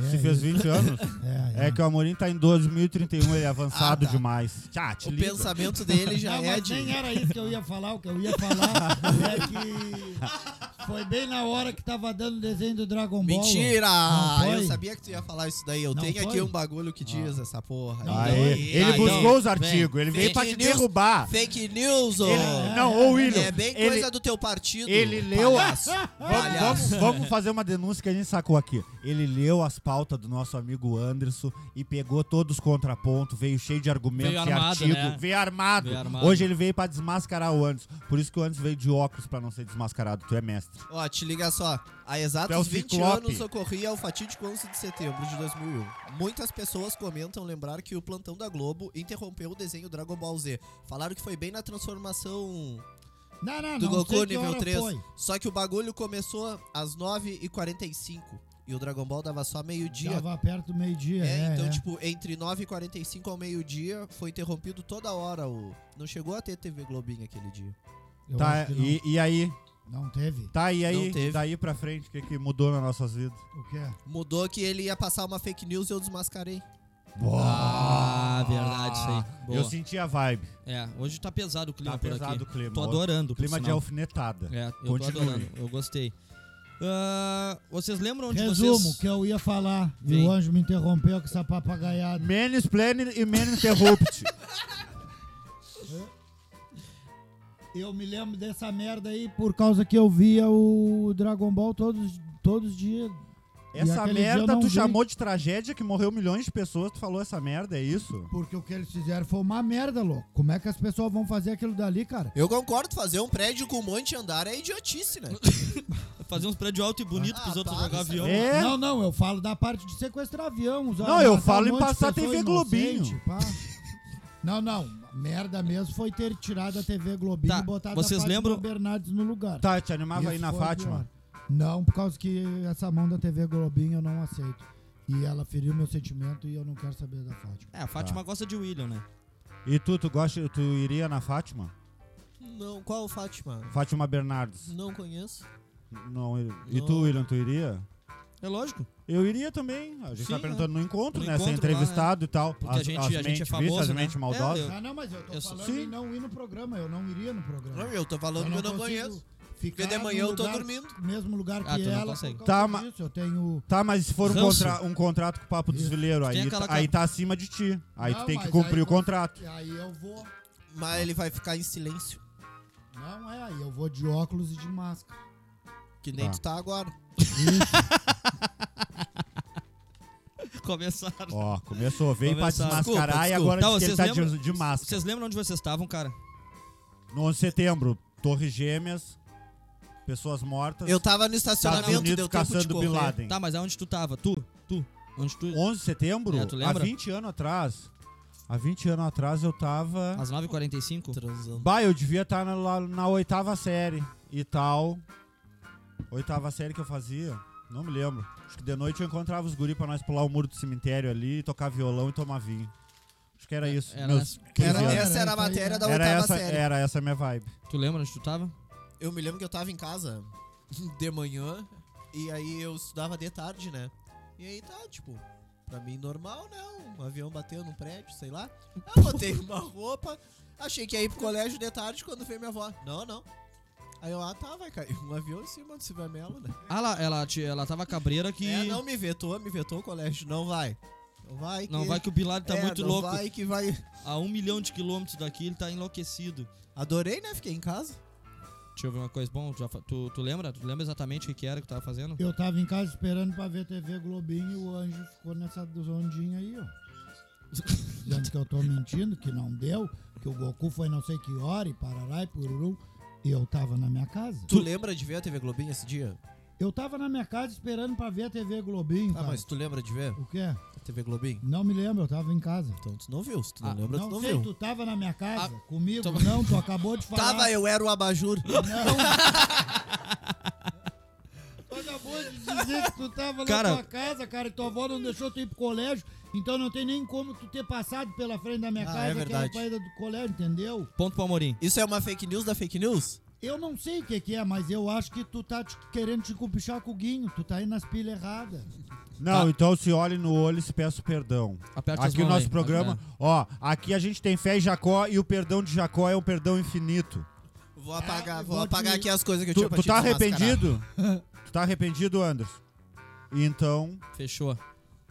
Speaker 4: É,
Speaker 1: se fez
Speaker 4: isso.
Speaker 1: 20 anos.
Speaker 4: É, é.
Speaker 1: é que o Amorim tá em 2031, ele é avançado
Speaker 2: Ah, tá.
Speaker 1: demais. Tchá, te
Speaker 2: O
Speaker 1: liga.
Speaker 2: pensamento dele já
Speaker 4: não,
Speaker 2: é
Speaker 4: mas
Speaker 2: de...
Speaker 4: nem era isso que eu ia falar. O que eu ia falar é que Foi bem na hora que tava dando o desenho do Dragon Ball.
Speaker 2: Mentira!
Speaker 4: Não foi?
Speaker 2: Eu sabia que tu ia falar isso daí. Eu
Speaker 4: Não
Speaker 2: tenho
Speaker 4: foi?
Speaker 2: aqui um bagulho que diz essa porra.
Speaker 4: Não,
Speaker 2: Então,
Speaker 1: Aê,
Speaker 2: aí-
Speaker 1: ele
Speaker 2: Ah,
Speaker 1: buscou
Speaker 2: então,
Speaker 1: os artigos, ele veio
Speaker 2: Fake
Speaker 1: pra te
Speaker 2: news.
Speaker 1: derrubar.
Speaker 2: Fake news, ô!
Speaker 1: Ele- não, ô William.
Speaker 2: É bem
Speaker 1: ele-
Speaker 2: coisa do teu partido.
Speaker 1: ele leu-
Speaker 2: Palhaço.
Speaker 1: Vamos,
Speaker 2: Palhaço.
Speaker 1: vamos- vamos fazer uma denúncia que a gente sacou aqui. Ele leu as pautas do nosso amigo Anderson e pegou todos os contrapontos, veio cheio de argumentos
Speaker 3: Veio
Speaker 1: e
Speaker 3: armado,
Speaker 1: artigo.
Speaker 3: né?
Speaker 1: Veio, armado.
Speaker 3: Veio armado.
Speaker 1: Hoje ele veio pra desmascarar o Anderson. Por isso que o Anderson veio de óculos pra não ser desmascarado. Tu é mestre.
Speaker 2: Ó, te liga só. Há exatos
Speaker 1: Tu é o
Speaker 2: 20
Speaker 1: Ciclope.
Speaker 2: anos ocorria o fatídico 11 de setembro de 2001. Muitas pessoas comentam lembrar que o plantão da Globo interrompeu o desenho Dragon Ball Z. Falaram que foi bem na transformação
Speaker 4: Não, não,
Speaker 2: do
Speaker 4: não.
Speaker 2: Goku
Speaker 4: sei que
Speaker 2: nível
Speaker 4: hora
Speaker 2: 3.
Speaker 4: Foi.
Speaker 2: Só que o bagulho começou às 9h45 e o Dragon Ball dava só meio-dia.
Speaker 4: Tava perto do meio-dia.
Speaker 2: É,
Speaker 4: É,
Speaker 2: então,
Speaker 4: é.
Speaker 2: tipo, entre 9h45 ao meio-dia foi interrompido toda hora o. Não chegou a ter TV Globinho aquele dia.
Speaker 4: Eu
Speaker 1: tá,
Speaker 4: acho que
Speaker 1: e, e aí?
Speaker 4: não, não teve.
Speaker 1: Tá, e
Speaker 2: Não
Speaker 1: aí?
Speaker 2: teve.
Speaker 1: Daí pra frente, o que, que mudou nas nossas vidas?
Speaker 4: O quê?
Speaker 2: Mudou que ele ia passar uma fake news e eu desmascarei.
Speaker 3: Ah, verdade, isso aí. Boa.
Speaker 1: Eu senti a vibe.
Speaker 3: É, hoje tá pesado o clima
Speaker 1: Tá
Speaker 3: por
Speaker 1: pesado
Speaker 3: aqui.
Speaker 1: o clima.
Speaker 3: Tô adorando.
Speaker 1: O
Speaker 3: por
Speaker 1: clima de
Speaker 3: sinal.
Speaker 1: alfinetada.
Speaker 3: É, eu
Speaker 1: Continue.
Speaker 3: tô adorando. Eu gostei. Ah, vocês lembram onde
Speaker 4: Resumo,
Speaker 3: vocês...
Speaker 4: que eu ia falar. E
Speaker 3: Vem.
Speaker 4: o anjo me interrompeu com essa papagaiada.
Speaker 1: Menos Planner e Menos Interrupt.
Speaker 4: Eu me lembro dessa merda aí por causa que eu via o Dragon Ball todos, todos os dias.
Speaker 1: Essa
Speaker 4: aquele dia eu
Speaker 1: merda
Speaker 4: não
Speaker 1: tu
Speaker 4: vi.
Speaker 1: chamou de tragédia que morreu milhões de pessoas, tu falou essa merda, é isso?
Speaker 4: Porque o que eles fizeram foi uma merda, louco. Como é que as pessoas vão fazer aquilo dali, cara?
Speaker 2: Eu concordo, fazer um prédio com um monte de andar é idiotice, né?
Speaker 3: Fazer uns prédios altos e bonitos
Speaker 2: Ah,
Speaker 3: pros outros
Speaker 2: para,
Speaker 3: jogar
Speaker 2: isso
Speaker 3: avião.
Speaker 1: É?
Speaker 4: Não, não, eu falo da parte de sequestrar avião. usar-
Speaker 1: Não, eu
Speaker 4: matar um
Speaker 1: falo em
Speaker 4: monte de
Speaker 1: passar
Speaker 4: pessoa
Speaker 1: TV
Speaker 4: inocente,
Speaker 1: Globinho.
Speaker 4: pá. Não, não. Merda mesmo foi ter tirado a TV Globinho
Speaker 3: Tá,
Speaker 4: e botado
Speaker 3: vocês
Speaker 4: a Fátima
Speaker 3: lembram-
Speaker 4: Bernardes no lugar.
Speaker 1: Tá, te animava
Speaker 4: Isso
Speaker 1: aí na
Speaker 4: foi
Speaker 1: Fátima.
Speaker 4: pior. Não, por causa que essa mão da TV Globinho eu não aceito. E ela feriu meu sentimento e eu não quero saber da Fátima.
Speaker 3: É, a
Speaker 1: Ah.
Speaker 3: Fátima gosta de William, né?
Speaker 1: E tu, tu gosta, tu iria na Fátima?
Speaker 2: Não, qual Fátima?
Speaker 1: Fátima Bernardes.
Speaker 2: Não conheço.
Speaker 1: Não, e- e
Speaker 2: Não.
Speaker 1: tu, William, tu iria?
Speaker 3: É lógico.
Speaker 1: Eu iria também. A gente
Speaker 3: Sim,
Speaker 1: tá perguntando no encontro,
Speaker 3: No
Speaker 1: né? Ser
Speaker 3: encontro lá,
Speaker 1: entrevistado e tal.
Speaker 3: Porque a gente- a gente é
Speaker 1: mentes
Speaker 3: famoso,
Speaker 1: vícias, as
Speaker 3: né?
Speaker 1: mentes
Speaker 3: É,
Speaker 1: maldosas.
Speaker 3: eu-
Speaker 4: Ah, não, mas eu tô
Speaker 3: Eu sou-
Speaker 4: falando
Speaker 1: Sim.
Speaker 4: em não ir no programa, eu não iria no programa.
Speaker 2: Não, eu tô falando que eu não
Speaker 4: consigo
Speaker 2: conheço.
Speaker 4: Ficar
Speaker 2: Porque de
Speaker 4: no
Speaker 2: manhã eu tô
Speaker 4: lugar-
Speaker 2: dormindo.
Speaker 4: Mesmo lugar que
Speaker 3: Ah, tu não
Speaker 4: ela. por
Speaker 3: consegue.
Speaker 1: Tá,
Speaker 4: causa
Speaker 1: ma-
Speaker 4: disso, eu tenho.
Speaker 1: Tá, mas se for um,
Speaker 3: Ranço.
Speaker 1: contra- um contrato com o Papo dos
Speaker 4: Isso.
Speaker 1: Vileiros, aí,
Speaker 3: aquela
Speaker 1: aí
Speaker 3: ca-
Speaker 1: tá acima de ti. Aí tu
Speaker 4: Não,
Speaker 1: tem que
Speaker 4: mas
Speaker 1: cumprir
Speaker 4: aí
Speaker 1: o
Speaker 4: quando-
Speaker 1: contrato.
Speaker 4: Aí eu vou.
Speaker 2: Mas ele vai ficar em silêncio.
Speaker 4: Não é, aí eu vou de óculos e de máscara.
Speaker 2: Que nem
Speaker 1: Tá.
Speaker 2: tu tá agora.
Speaker 3: Começaram.
Speaker 1: Ó, começou. Veio pra
Speaker 3: Começaram.
Speaker 1: desmascarar
Speaker 2: Desculpa,
Speaker 1: e
Speaker 2: desculpa.
Speaker 1: agora diz que ele tá de, de máscara.
Speaker 3: Vocês lembram onde vocês estavam, cara?
Speaker 1: No 11 de setembro, Torres Gêmeas, pessoas mortas,
Speaker 2: Eu tava no
Speaker 1: Estados
Speaker 2: estacionamento,
Speaker 1: Unidos
Speaker 2: deu tempo de
Speaker 1: caçando Bin
Speaker 2: correr.
Speaker 1: Laden.
Speaker 3: Tá, mas aonde tu tava? Tu? Tu? Onde tu...
Speaker 1: 11 de setembro,
Speaker 3: É, tu
Speaker 1: há
Speaker 3: lembra?
Speaker 1: 20 anos atrás, há 20 anos atrás eu tava...
Speaker 3: Às 9h45?
Speaker 2: Transando.
Speaker 1: Bah, eu devia estar na, lá na oitava série e tal. Oitava série que eu fazia, não me lembro. Acho que de noite eu encontrava os guri pra nós pular o muro do cemitério ali, tocar violão e tomar vinho. Acho que era isso.
Speaker 3: era
Speaker 1: meus
Speaker 3: essa-
Speaker 1: 15
Speaker 2: Era-
Speaker 1: anos.
Speaker 2: essa era
Speaker 4: Era
Speaker 2: a
Speaker 4: isso aí,
Speaker 2: matéria
Speaker 4: né?
Speaker 2: da
Speaker 1: Era
Speaker 2: oitava
Speaker 1: essa,
Speaker 2: série.
Speaker 1: era essa a minha vibe.
Speaker 3: Tu lembra onde tu tava?
Speaker 2: Eu me lembro que eu tava em casa de manhã e aí eu estudava de tarde, né? E aí tá, tipo, pra mim normal, né? Um avião bateu num prédio, sei lá. Eu botei uma roupa, achei que ia ir pro colégio de tarde quando veio minha avó. Não, não. Aí eu, ah, tá, vai cair um avião em cima do Silvia Mello, né?
Speaker 3: Ah, ela, ela, te- ela tava cabreira que...
Speaker 2: É, não
Speaker 3: não,
Speaker 2: me vetou, me vetou o colégio. Não vai. Não vai que...
Speaker 3: vai que o Bilal tá
Speaker 2: É,
Speaker 3: muito
Speaker 2: não
Speaker 3: louco.
Speaker 2: vai que vai...
Speaker 3: A um milhão de quilômetros daqui, ele tá enlouquecido.
Speaker 2: Adorei, né? Fiquei em casa.
Speaker 3: Deixa eu ver uma coisa. Bom, tu já fa- tu, tu lembra? Tu lembra exatamente o que, que era que tu tava fazendo?
Speaker 4: Eu tava em casa esperando pra ver TV Globinho e o anjo ficou nessa ondinha aí, ó. Dizendo que eu tô mentindo, que não deu, que o Goku foi não sei que hora e parará e pururu. E eu tava na minha casa.
Speaker 2: Tu lembra de ver a TV Globinho esse dia?
Speaker 4: Eu tava na minha casa esperando pra ver a TV Globinho,
Speaker 2: Ah,
Speaker 4: cara.
Speaker 2: mas tu lembra de ver
Speaker 4: O quê?
Speaker 2: a TV Globinho?
Speaker 4: Não me lembro, eu tava em casa.
Speaker 2: Então tu não viu, se tu não
Speaker 3: Ah,
Speaker 2: lembra,
Speaker 4: não
Speaker 2: tu não
Speaker 4: sei,
Speaker 2: viu.
Speaker 4: tu tá tava na minha casa,
Speaker 3: Ah,
Speaker 4: comigo,
Speaker 3: tava-
Speaker 4: não, tu acabou de falar.
Speaker 2: Tava, eu era o abajur.
Speaker 4: Não. tu acabou de dizer que tu tava
Speaker 3: Cara-
Speaker 4: na tua casa, cara, e tua avó não deixou tu ir pro colégio, então não tem nem como tu ter passado pela frente da minha
Speaker 2: Ah, é
Speaker 4: casa, que era a
Speaker 2: verdade.
Speaker 4: saída do colégio, entendeu?
Speaker 3: Ponto pro Amorim.
Speaker 2: Isso é uma fake news da fake news?
Speaker 4: Eu não sei o que que é, mas eu acho que tu tá te- querendo te cupichar com o Guinho, tu tá indo nas pilhas erradas.
Speaker 1: Não,
Speaker 3: Tá.
Speaker 1: então se olhe no olho e se peço perdão.
Speaker 3: Aperta as
Speaker 1: aqui o
Speaker 3: mãos
Speaker 1: nosso
Speaker 3: aí, tá
Speaker 1: programa,
Speaker 3: ajuda.
Speaker 1: ó, aqui a gente tem fé em Jacó e o perdão de Jacó é um perdão infinito.
Speaker 2: Vou apagar,
Speaker 4: eu
Speaker 2: vou
Speaker 4: vou
Speaker 2: apagar
Speaker 4: te-
Speaker 2: aqui as coisas que eu
Speaker 1: Tu,
Speaker 2: tinha
Speaker 1: tu
Speaker 2: pra te
Speaker 1: tá
Speaker 2: desmascarar.
Speaker 1: arrependido? tu tá arrependido, Anderson? Então,
Speaker 3: É, Fechou.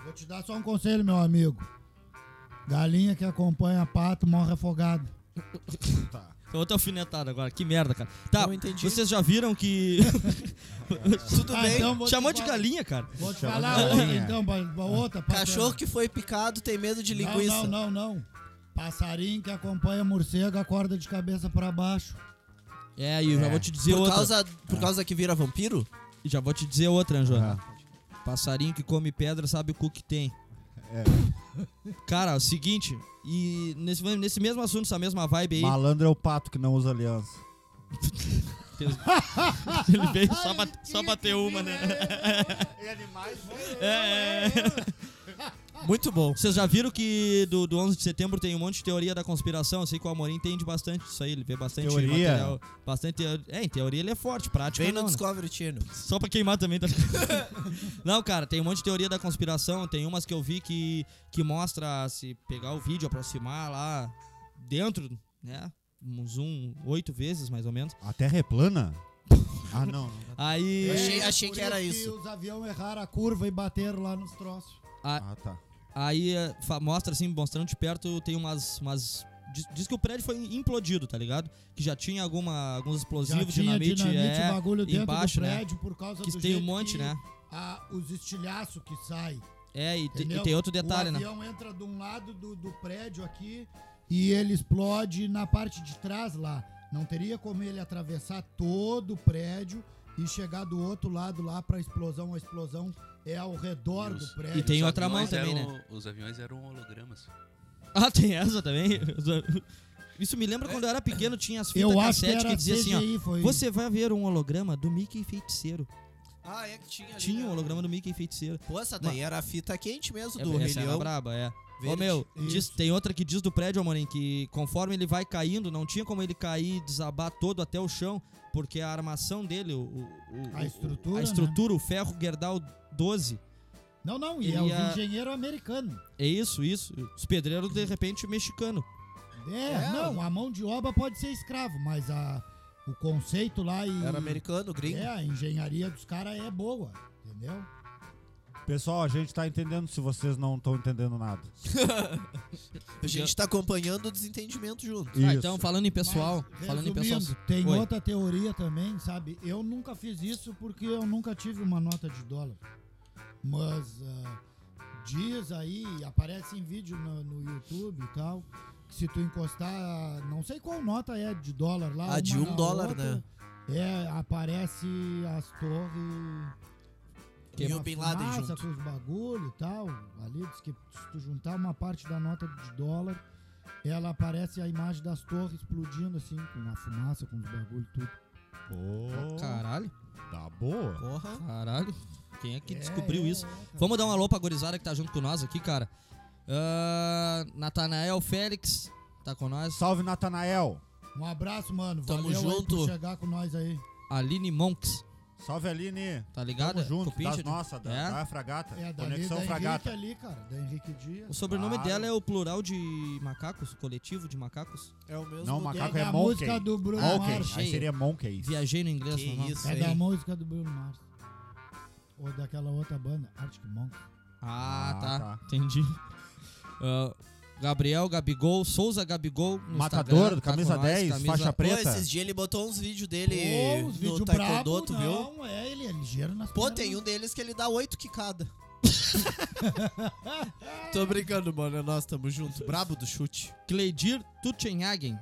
Speaker 4: Vou te dar só um conselho, meu amigo. Galinha que acompanha pato morre afogada.
Speaker 1: tá.
Speaker 3: Então, Eu vou ter alfinetado agora. Que merda, cara. Tá,
Speaker 2: Não entendi.
Speaker 3: vocês já viram que.
Speaker 2: Tudo
Speaker 4: Ah,
Speaker 2: bem.
Speaker 4: então vou te
Speaker 3: Chamou um de
Speaker 4: falar-
Speaker 3: galinha, cara.
Speaker 4: Vou te
Speaker 1: Chama
Speaker 4: falar
Speaker 1: de
Speaker 4: outra,
Speaker 1: galinha.
Speaker 4: então, pra- pra outra. pra-
Speaker 2: Cachorro que foi picado tem medo de linguiça.
Speaker 4: Não, não, não, não. Passarinho que acompanha morcego acorda de cabeça pra baixo.
Speaker 3: É, e eu já
Speaker 1: É.
Speaker 3: vou te dizer
Speaker 2: por
Speaker 3: outra. É.
Speaker 2: causa, por causa que vira vampiro?
Speaker 3: Já vou te dizer outra, Anjo.
Speaker 1: Aham.
Speaker 3: Passarinho que come pedra sabe o cu que tem.
Speaker 1: É.
Speaker 3: Cara, é o seguinte, e nesse, nesse mesmo assunto, essa mesma vibe aí,
Speaker 1: Malandro é o pato que não usa aliança.
Speaker 3: ele veio só, bat, só bater uma, né? É, é.
Speaker 2: Muito bom.
Speaker 3: Vocês já viram que do, do 11 de setembro tem um monte de teoria da conspiração? Eu sei que o Amorim entende bastante disso aí, ele vê bastante
Speaker 1: Teoria?
Speaker 3: material. Bastante teo- É, em teoria ele é forte, prática
Speaker 2: Vem
Speaker 3: não,
Speaker 2: no
Speaker 3: né?
Speaker 2: Discovery Channel.
Speaker 3: Só pra queimar também, tá? não, cara, tem um monte de teoria da conspiração. Tem umas que eu vi que, que mostra se pegar o vídeo, aproximar lá dentro, né? Um zoom oito vezes, mais ou menos.
Speaker 1: A terra é plana? Ah, não. não.
Speaker 3: Aí.
Speaker 2: Eu achei- achei
Speaker 4: É, por
Speaker 2: que era
Speaker 4: Que
Speaker 2: isso.
Speaker 4: os aviões erraram a curva e bateram lá nos troços.
Speaker 1: Ah, tá.
Speaker 3: Aí eh, fa- mostra assim, mostrando de perto, tem umas. umas diz, diz que o prédio foi implodido, tá ligado? Que já tinha alguma, alguns
Speaker 4: Já
Speaker 3: explosivos,
Speaker 4: tinha
Speaker 3: dinamite,
Speaker 4: dinamite,
Speaker 3: é,
Speaker 4: bagulho dentro
Speaker 3: embaixo,
Speaker 4: do
Speaker 3: né?
Speaker 4: prédio por causa
Speaker 3: Que
Speaker 4: do
Speaker 3: tem um
Speaker 4: jeito
Speaker 3: monte,
Speaker 4: que
Speaker 3: né?
Speaker 4: a- os estilhaços que saem.
Speaker 3: É, e, te- e
Speaker 4: Entendeu?
Speaker 3: tem outro detalhe,
Speaker 4: o
Speaker 3: né?
Speaker 4: avião entra de um lado do, do prédio aqui e ele explode na parte de trás lá. Não teria como ele atravessar todo o prédio e chegar do outro lado lá pra explosão. A explosão é ao redor
Speaker 6: E
Speaker 4: do
Speaker 6: os-
Speaker 4: prédio.
Speaker 3: E tem
Speaker 6: os
Speaker 3: outra mão
Speaker 6: aviões
Speaker 3: também, né?
Speaker 6: eram- Os aviões eram hologramas.
Speaker 3: Ah, tem essa também? Isso me lembra quando eu era pequeno, tinha as fitas
Speaker 4: Eu acho que
Speaker 3: cassete
Speaker 4: era
Speaker 3: que dizia assim, ó.
Speaker 4: CGI, foi.
Speaker 3: Você vai ver um holograma do Mickey Feiticeiro.
Speaker 2: Ah, é que tinha. ali,
Speaker 3: Tinha
Speaker 2: né?
Speaker 3: um holograma do Mickey Feiticeiro.
Speaker 2: Pô, essa daí era a fita quente mesmo
Speaker 3: É,
Speaker 2: do Rei
Speaker 3: essa era
Speaker 2: Leão.
Speaker 3: braba, é. Ô,
Speaker 2: Verde.
Speaker 3: meu, diz-
Speaker 4: Isso.
Speaker 3: tem outra que diz do prédio, Amorim, que conforme ele vai caindo, não tinha como ele cair e desabar todo até o chão, porque a armação dele, o, o- o-
Speaker 4: A estrutura,
Speaker 3: a
Speaker 4: né?
Speaker 3: estrutura, o ferro Gerdau 12,
Speaker 4: Não, não, e
Speaker 3: Ele
Speaker 4: é os
Speaker 3: ia-
Speaker 4: engenheiros americanos.
Speaker 3: é isso, isso. Os pedreiros, de repente, mexicano.
Speaker 4: É,
Speaker 2: É,
Speaker 4: não,
Speaker 2: o-
Speaker 4: a mão de obra pode ser escravo, mas a, o conceito lá e.
Speaker 2: Era americano, gringo.
Speaker 4: É, a engenharia dos caras é boa, entendeu?
Speaker 1: Pessoal, a gente tá entendendo se vocês não estão entendendo nada.
Speaker 2: A gente tá acompanhando o desentendimento junto.
Speaker 1: Isso.
Speaker 3: Ah, então, falando em pessoal,
Speaker 4: Mas, é,
Speaker 3: falando em pessoal...
Speaker 4: resumindo, Tem
Speaker 3: Oi.
Speaker 4: outra teoria também, sabe? Eu nunca fiz isso porque eu nunca tive uma nota de dólar. Mas ah, diz aí, aparece em vídeo no, no YouTube e tal, que se tu encostar, não sei qual nota é de dólar lá.
Speaker 3: Ah,
Speaker 2: A de
Speaker 4: uma
Speaker 2: um
Speaker 4: na
Speaker 2: dólar,
Speaker 4: outra,
Speaker 2: né?
Speaker 4: É, aparece as torres.
Speaker 2: E
Speaker 4: uma
Speaker 2: o Bin Laden
Speaker 4: fumaça
Speaker 2: junto.
Speaker 4: com os bagulho e tal. Ali diz que se tu juntar uma parte da nota de dólar, ela aparece a imagem das torres explodindo assim, com a fumaça, com os bagulho e tudo.
Speaker 1: Ô,
Speaker 3: Caralho,
Speaker 1: tá boa.
Speaker 2: Porra.
Speaker 3: caralho. Quem é que
Speaker 4: É,
Speaker 3: descobriu
Speaker 4: é,
Speaker 3: isso?
Speaker 4: é, cara.
Speaker 3: Vamos dar um alô pra gurizada que tá junto com nós aqui, cara. Ah, Natanael Félix tá com nós.
Speaker 1: Salve, Natanael.
Speaker 4: Um abraço, mano.
Speaker 2: Tamo
Speaker 4: Valeu aí
Speaker 2: junto.
Speaker 4: por chegar com nós aí.
Speaker 3: Aline Monks,
Speaker 1: Salve, Aline.
Speaker 3: tá ligado?
Speaker 1: Tamo junto,
Speaker 3: Copincha
Speaker 1: das
Speaker 3: de-
Speaker 1: nossas, da,
Speaker 3: É.
Speaker 1: da Fragata.
Speaker 4: É, da, ali, da
Speaker 1: Conexão
Speaker 4: Henrique
Speaker 1: Fragata.
Speaker 4: ali, cara. Da Henrique
Speaker 3: O
Speaker 4: Dias.
Speaker 3: sobrenome
Speaker 1: Claro.
Speaker 3: dela é o plural de macacos, coletivo de macacos.
Speaker 2: É o mesmo.
Speaker 1: Não,
Speaker 2: do-
Speaker 1: macaco
Speaker 4: é
Speaker 1: é,
Speaker 4: da
Speaker 1: Monkey.
Speaker 4: música do Bruno
Speaker 1: Monkey.
Speaker 4: Mars.
Speaker 1: Aí seria Monkey.
Speaker 3: Viajei no inglês,
Speaker 2: Que
Speaker 3: normal.
Speaker 2: isso,
Speaker 4: É
Speaker 2: hein?
Speaker 4: da música do Bruno Mars. Ou daquela outra banda, Arctic Monk.
Speaker 3: Ah,
Speaker 1: Ah,
Speaker 3: tá.
Speaker 1: tá.
Speaker 3: Entendi. Ah, Gabriel Gabigol, Souza Gabigol. no
Speaker 1: Matador,
Speaker 3: Instagram, tá
Speaker 1: camisa
Speaker 3: com nós,
Speaker 1: 10,
Speaker 3: camisa-
Speaker 1: faixa
Speaker 2: Pô,
Speaker 1: preta.
Speaker 2: esses dias ele botou uns vídeos dele
Speaker 4: Ô, os
Speaker 2: no
Speaker 4: vídeos
Speaker 2: Taekwondo,
Speaker 4: brabo,
Speaker 2: tu viu?
Speaker 4: não, é, ele é ligeiro nas
Speaker 2: Pô,
Speaker 4: pernas.
Speaker 2: tem um deles que ele dá oito quicadas. Tô brincando, mano. É Nós tamo junto. Brabo do chute.
Speaker 3: Cleidir Tuchenhagen.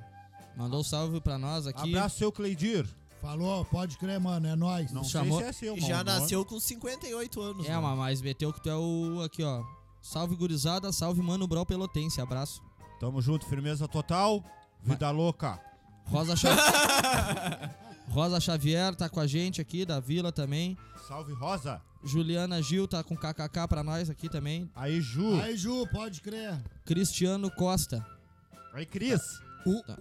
Speaker 3: Mandou um salve pra nós aqui.
Speaker 1: Abraço, seu Cleidir.
Speaker 2: um-
Speaker 4: Falou, pode crer, mano, é nóis.
Speaker 1: Não
Speaker 3: Chamou-
Speaker 1: sei se é seu,
Speaker 2: E
Speaker 1: mano.
Speaker 2: já nasceu com 58 anos.
Speaker 3: É,
Speaker 2: mano.
Speaker 3: mas mais meteu que tu é o. Aqui, ó. Salve gurizada, salve mano Brau Pelotense. Abraço.
Speaker 1: Tamo junto, firmeza total. Vida louca.
Speaker 3: Rosa Xavier. Rosa Xavier tá com a gente aqui, da Vila também.
Speaker 1: Salve, Rosa.
Speaker 3: Juliana Gil tá com KKK pra nós aqui também.
Speaker 1: Aí, Ju.
Speaker 4: Aí, Ju, pode crer.
Speaker 3: Cristiano Costa.
Speaker 1: Aí, Cris.
Speaker 4: O,
Speaker 3: Tá.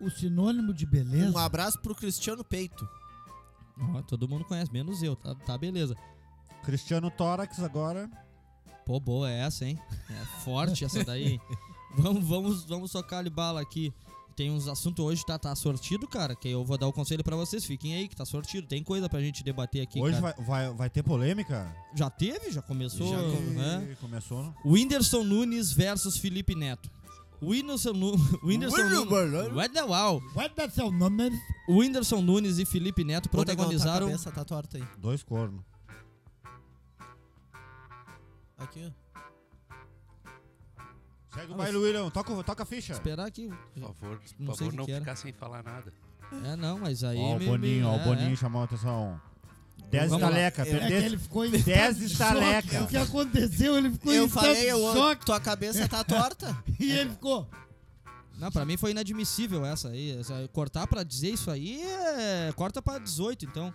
Speaker 4: o sinônimo de beleza.
Speaker 2: Um abraço pro Cristiano Peito.
Speaker 3: Ó, todo mundo conhece, menos eu. Tá, tá beleza.
Speaker 1: Cristiano Tórax agora.
Speaker 3: Pô, boa é essa, hein? É forte essa daí, hein? Vamos, vamos, vamos socar ali bala aqui. Tem uns assuntos hoje, tá, tá sortido, cara, que eu vou dar o conselho pra vocês. Fiquem aí, que tá sortido. Tem coisa pra gente debater aqui,
Speaker 1: Hoje
Speaker 3: cara.
Speaker 1: vai, vai, vai ter polêmica?
Speaker 3: Já teve, já começou,
Speaker 1: Já
Speaker 3: né?
Speaker 1: que começou.
Speaker 3: Whindersson Nunes versus Felipe Neto. Whindersson, Nu... Whindersson Nunes... Ué, não, uau.
Speaker 4: What that's your number?
Speaker 3: Whindersson Nunes e Felipe Neto protagonizaram...
Speaker 2: Essa tá torta aí.
Speaker 1: Dois cornos.
Speaker 2: Aqui, ó.
Speaker 1: Segue
Speaker 3: Ah,
Speaker 1: o baile, William. Toca, o- toca a ficha.
Speaker 3: Esperar aqui...
Speaker 6: Por favor,
Speaker 3: Não
Speaker 6: por
Speaker 3: sei o
Speaker 6: favor,
Speaker 3: que
Speaker 6: não
Speaker 3: que era.
Speaker 6: ficar sem falar nada.
Speaker 3: É, não, mas aí...
Speaker 1: Ó, o
Speaker 3: me- me-
Speaker 1: Boninho, ó, o
Speaker 3: é,
Speaker 1: Boninho
Speaker 3: é.
Speaker 1: chamou a atenção. 10
Speaker 3: Vamos lá.
Speaker 1: estaleca,
Speaker 4: É que ele
Speaker 1: perdesse.
Speaker 4: ficou em
Speaker 1: Dez
Speaker 4: estado de
Speaker 1: estaleca.
Speaker 4: choque. O que aconteceu? Ele ficou em
Speaker 2: Eu
Speaker 4: estado
Speaker 2: falei,
Speaker 4: de
Speaker 2: eu,
Speaker 4: choque
Speaker 2: tua cabeça tá torta.
Speaker 3: Então-
Speaker 4: e ele ficou.
Speaker 3: é. Não, pra mim foi inadmissível essa aí. Essa- Cortar pra dizer isso aí é. Corta pra 18, então.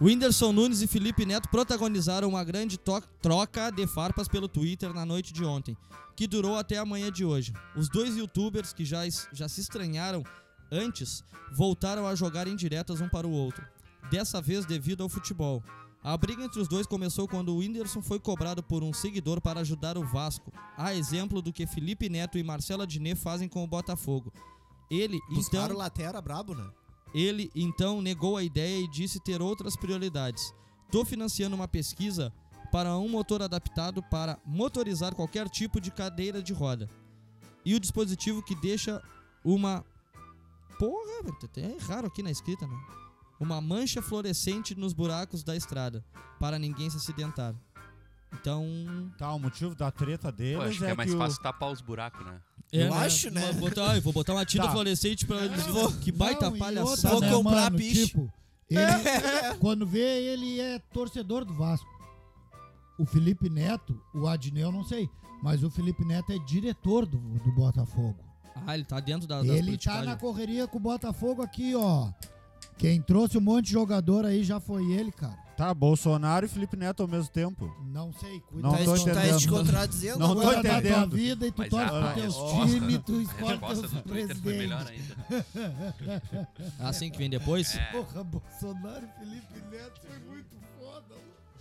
Speaker 3: Whindersson Nunes e Felipe Neto protagonizaram uma grande to- troca de farpas pelo Twitter na noite de ontem, que durou até a manhã de hoje. Os dois youtubers que já, es- já se estranharam antes voltaram a jogar indiretas um para o outro, dessa vez devido ao futebol. A briga entre os dois começou quando o Whindersson foi cobrado por um seguidor para ajudar o Vasco, a exemplo do que Felipe Neto e Marcela Diné fazem com o Botafogo. Ele,
Speaker 2: Buscaram
Speaker 3: então,
Speaker 2: o Latera brabo, né?
Speaker 3: ele então negou a ideia e disse ter outras prioridades. Tô financiando uma pesquisa para um motor adaptado para motorizar qualquer tipo de cadeira de roda. E o dispositivo que deixa uma. Porra, velho, tá- é raro aqui na escrita, né? Uma mancha fluorescente nos buracos da estrada, para ninguém se acidentar. Então.
Speaker 1: Tá, o motivo da treta
Speaker 6: Pô,
Speaker 1: deles
Speaker 6: acho que é
Speaker 1: é
Speaker 6: mais
Speaker 1: que o...
Speaker 6: fácil tapar os buracos, né?
Speaker 2: Eu acho, né?
Speaker 3: Uma- botar- eu vou botar uma tinta
Speaker 1: Tá.
Speaker 3: fluorescente pra. Vou, que baita
Speaker 4: Não, e
Speaker 3: palhaçada.
Speaker 4: outra,
Speaker 2: Oh, Vou comprar
Speaker 4: mano?
Speaker 2: bicho.
Speaker 4: Tipo, ele- quando vê, ele é torcedor do Vasco. O Felipe Neto, o Adnei, eu não sei, mas o Felipe Neto é diretor do, do Botafogo.
Speaker 3: Ah, ele tá dentro da, das
Speaker 4: Ele tá
Speaker 3: politicagens.
Speaker 4: na correria com o Botafogo aqui, ó. Quem trouxe um monte de jogador aí já foi ele, cara.
Speaker 1: Tá, Bolsonaro e Felipe Neto ao mesmo tempo.
Speaker 4: Não sei, cuida
Speaker 1: Não
Speaker 2: tá
Speaker 1: tô
Speaker 2: es- tá
Speaker 1: entendendo.
Speaker 2: te contradizendo.
Speaker 1: Não
Speaker 4: Tu
Speaker 1: tô
Speaker 4: cuida da tua
Speaker 1: entendendo.
Speaker 4: vida e tu
Speaker 6: Mas
Speaker 4: torce
Speaker 6: a-
Speaker 4: pros
Speaker 6: a
Speaker 4: teus
Speaker 6: resposta-
Speaker 4: times, tu
Speaker 6: A
Speaker 4: escolhe
Speaker 6: resposta
Speaker 4: teus
Speaker 6: do Twitter foi melhor
Speaker 4: presidentes.
Speaker 6: ainda.
Speaker 3: Assim que vem depois?
Speaker 4: Porra, Bolsonaro e Felipe Neto é muito foda.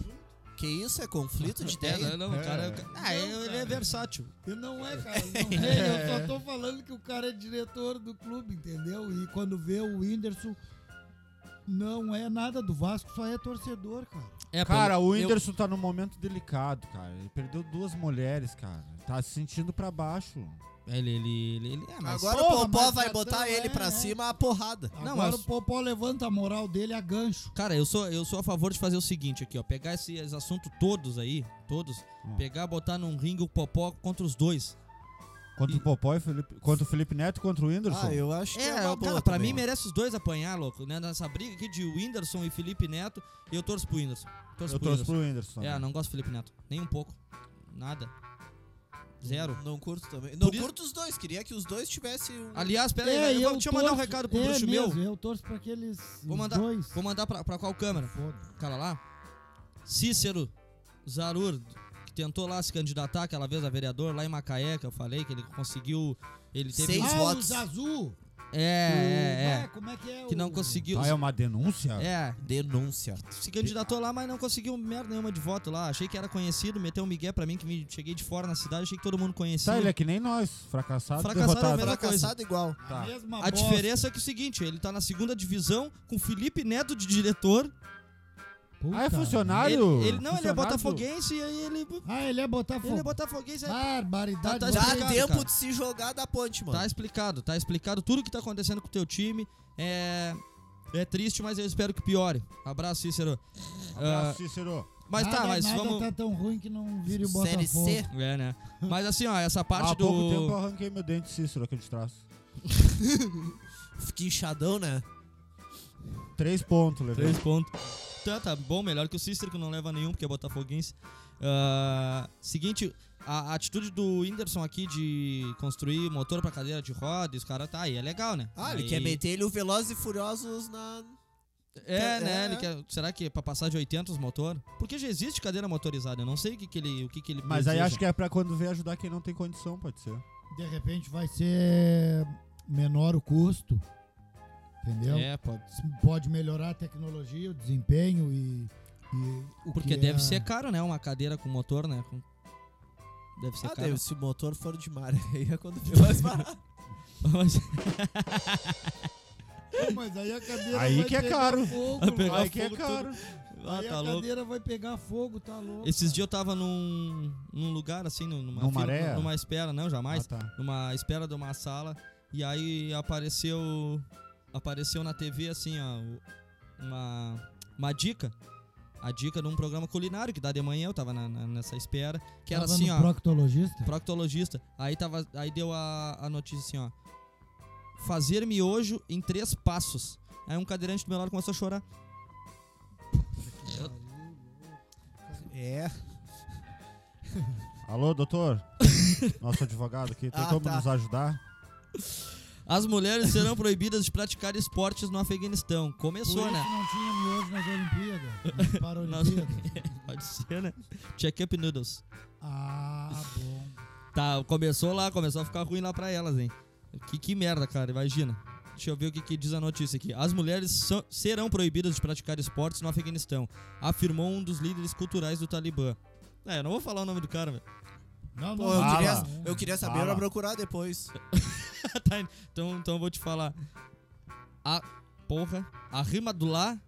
Speaker 4: né?
Speaker 2: Que isso? É conflito de
Speaker 3: É,
Speaker 2: ideia?
Speaker 3: não, não, o cara. Ah, é, ele é versátil.
Speaker 4: E não é, cara. Não é, eu só tô falando que o cara é diretor do clube, entendeu? E quando vê o Whindersson, não é nada do Vasco, só é torcedor, cara.
Speaker 3: É,
Speaker 1: Cara,
Speaker 3: pelo-
Speaker 1: o
Speaker 3: eu-
Speaker 1: Whindersson tá num momento delicado, cara. Ele perdeu duas mulheres, cara. Tá se sentindo pra baixo.
Speaker 3: Ele, ele, ele, ele- é, mas-
Speaker 2: Agora
Speaker 4: porra,
Speaker 2: o Popó
Speaker 4: mas
Speaker 2: vai
Speaker 4: Catão
Speaker 2: botar ele
Speaker 4: é,
Speaker 2: pra
Speaker 4: é.
Speaker 2: cima a porrada.
Speaker 4: Agora
Speaker 3: Não, mas-
Speaker 4: o Popó levanta a moral dele a gancho.
Speaker 3: Cara, eu sou, eu sou a favor de fazer o seguinte aqui, ó. Pegar esses assuntos todos aí, todos.
Speaker 1: Hum.
Speaker 3: Pegar, botar num ringue o popó contra os dois.
Speaker 1: Contra
Speaker 3: E-
Speaker 1: o Popó e Felipe... Contra o Felipe Neto e contra o Whindersson.
Speaker 2: Ah, eu acho que é,
Speaker 3: É,
Speaker 2: uma
Speaker 3: cara,
Speaker 2: boa
Speaker 3: pra
Speaker 2: também.
Speaker 3: mim merece os dois apanhar, louco. Né? Nessa briga aqui de Whindersson e Felipe Neto, eu torço pro Whindersson. Torço
Speaker 1: Eu
Speaker 3: pro
Speaker 1: trouxe
Speaker 3: Whindersson.
Speaker 1: pro Whindersson.
Speaker 3: É,
Speaker 1: né?
Speaker 3: não gosto do Felipe Neto. Nem um pouco. Nada. Zero.
Speaker 2: Não curto também. Não
Speaker 3: Por isso-
Speaker 2: curto os dois. Queria que os dois tivessem um...
Speaker 3: Aliás, pera aí, eu, vou- deixa eu mandar um recado pro
Speaker 4: é
Speaker 3: bruxo meu.
Speaker 4: mesmo, Eu torço pra aqueles
Speaker 3: Vou mandar-
Speaker 4: dois.
Speaker 3: Vou mandar pra, pra qual câmera?
Speaker 4: Foda.
Speaker 3: cara lá, Cícero Zarur, que tentou lá se candidatar aquela vez a vereador lá em Macaé, que eu falei que ele conseguiu. Ele teve.
Speaker 2: Seis
Speaker 3: um-
Speaker 4: Ah,
Speaker 2: votos.
Speaker 4: os azul.
Speaker 3: É,
Speaker 4: O-
Speaker 3: é,
Speaker 4: Como é que é?
Speaker 3: é. Que não
Speaker 4: o-
Speaker 3: conseguiu.
Speaker 1: Tá, é uma denúncia?
Speaker 3: É,
Speaker 2: Denúncia.
Speaker 3: se candidatou lá, mas não conseguiu merda nenhuma de voto lá. Achei que era conhecido, meteu um migué pra mim, que me- cheguei de fora na cidade, achei que todo mundo conhecia.
Speaker 1: Tá, ele é que nem nós. Fracassado,
Speaker 3: Fracassado é
Speaker 1: derrotado.
Speaker 3: mesmo. Mesma coisa.
Speaker 2: Fracassado igual.
Speaker 4: A
Speaker 1: Tá.
Speaker 4: mesma
Speaker 3: A
Speaker 4: bosta.
Speaker 3: diferença é que é o seguinte, ele tá na segunda divisão com Felipe Neto de diretor.
Speaker 4: Puta
Speaker 1: Ah, é
Speaker 3: Ele, ele- não,
Speaker 1: funcionário?
Speaker 3: ele é
Speaker 1: Funcionário do-
Speaker 3: botafoguense e aí ele,
Speaker 4: Ah, ele é
Speaker 3: ele é
Speaker 4: Botafogo.
Speaker 3: botafoguense. aí-
Speaker 4: Barbaridade.
Speaker 3: Tá- tá
Speaker 2: Dá
Speaker 3: explicado,
Speaker 2: tempo
Speaker 3: cara.
Speaker 2: de se jogar da ponte, mano.
Speaker 3: Tá explicado, tá explicado tudo que tá acontecendo com o teu time. É. É triste, mas eu espero que piore. Abraço, Cícero.
Speaker 1: Tá,
Speaker 3: Ah,
Speaker 1: Abraço, Ah, Cícero.
Speaker 3: mas
Speaker 4: nada,
Speaker 3: tá, mas
Speaker 4: nada
Speaker 3: vamos.
Speaker 4: tá tão ruim que não vire o Botafogo.
Speaker 2: Série C.
Speaker 3: É, né? Mas assim, ó, essa parte
Speaker 1: Ah, Há
Speaker 3: do.
Speaker 1: pouco tempo eu arranquei meu dente, Cícero, aqui de trás.
Speaker 2: Fica inchadão, né?
Speaker 1: Três pontos, levei.
Speaker 3: Três pontos. Tá, tá bom, melhor que o Cícero, que não leva nenhum, porque é botafoguense. Ah, seguinte, a, a atitude do Whindersson aqui de construir motor pra cadeira de roda, e os caras tá aí, é legal, né?
Speaker 2: Ah,
Speaker 3: Aí-
Speaker 2: ele quer meter ele o Velozes e Furiosos na...
Speaker 3: É,
Speaker 2: É,
Speaker 3: né?
Speaker 2: é.
Speaker 3: Ele quer, será que é pra passar de 80 os motor? Porque já existe cadeira motorizada, eu não sei o que, que ele. O que, que ele
Speaker 1: Mas aí
Speaker 3: deseja.
Speaker 1: acho que é pra quando vier ajudar quem não tem condição, pode ser.
Speaker 4: De repente vai ser menor o custo. Entendeu?
Speaker 3: É, pode.
Speaker 4: Se Pode melhorar a tecnologia, o desempenho e. e o
Speaker 3: Porque
Speaker 4: que
Speaker 3: deve
Speaker 4: é-
Speaker 3: ser caro, né? Uma cadeira com motor, né? Com- Deve ser
Speaker 2: Ah,
Speaker 3: caro.
Speaker 2: Deus, se o motor for de mar, aí é quando fica mais barato.
Speaker 3: Mas- ah,
Speaker 4: Mas aí a cadeira
Speaker 1: Aí
Speaker 4: vai
Speaker 1: que é
Speaker 4: pegar
Speaker 1: caro.
Speaker 4: fogo,
Speaker 3: Vai pegar
Speaker 1: Aí que é
Speaker 3: fogo
Speaker 1: caro.
Speaker 3: ah,
Speaker 4: aí
Speaker 3: tá
Speaker 4: a
Speaker 3: louco.
Speaker 4: cadeira vai pegar fogo, tá louco.
Speaker 3: Esses
Speaker 4: cara.
Speaker 3: dias eu tava num, num lugar assim, numa,
Speaker 1: Numa areia?
Speaker 3: numa espera, não, jamais.
Speaker 1: Ah, tá.
Speaker 3: numa espera de uma sala e aí apareceu apareceu na TV assim ó, o- uma uma dica a dica de um programa culinário que dá de manhã eu tava na- na- nessa espera que era
Speaker 4: Tava
Speaker 3: assim
Speaker 4: no
Speaker 3: ó
Speaker 4: proctologista?
Speaker 3: proctologista aí tava aí deu a, a notícia assim ó fazer miojo em três passos aí um cadeirante do meu lado começou a chorar
Speaker 2: É.
Speaker 1: Alô, doutor? Nosso advogado aqui, tem
Speaker 2: Ah,
Speaker 1: como
Speaker 2: tá.
Speaker 1: nos ajudar?
Speaker 3: as mulheres serão proibidas de praticar esportes no Afeganistão
Speaker 4: Por
Speaker 3: começou
Speaker 4: isso
Speaker 3: né
Speaker 4: não tinha miojo nas Olimpíadas, nas Paralimpíadas.
Speaker 3: pode ser né check up noodles
Speaker 4: ah, bom.
Speaker 3: Tá, começou lá, começou a ficar ruim lá pra elas, hein? Que, que merda, cara, imagina. Deixa eu ver o que, que diz a notícia aqui. As mulheres são- serão proibidas de praticar esportes no Afeganistão, afirmou um dos líderes culturais do Talibã. É, eu não vou falar o nome do cara, velho.
Speaker 4: Não,
Speaker 2: Pô, eu
Speaker 1: Fala.
Speaker 2: queria, eu queria saber,
Speaker 1: Fala.
Speaker 2: eu ia procurar depois.
Speaker 3: Tá, então, então eu vou te falar. A. Porra. A rima do lá.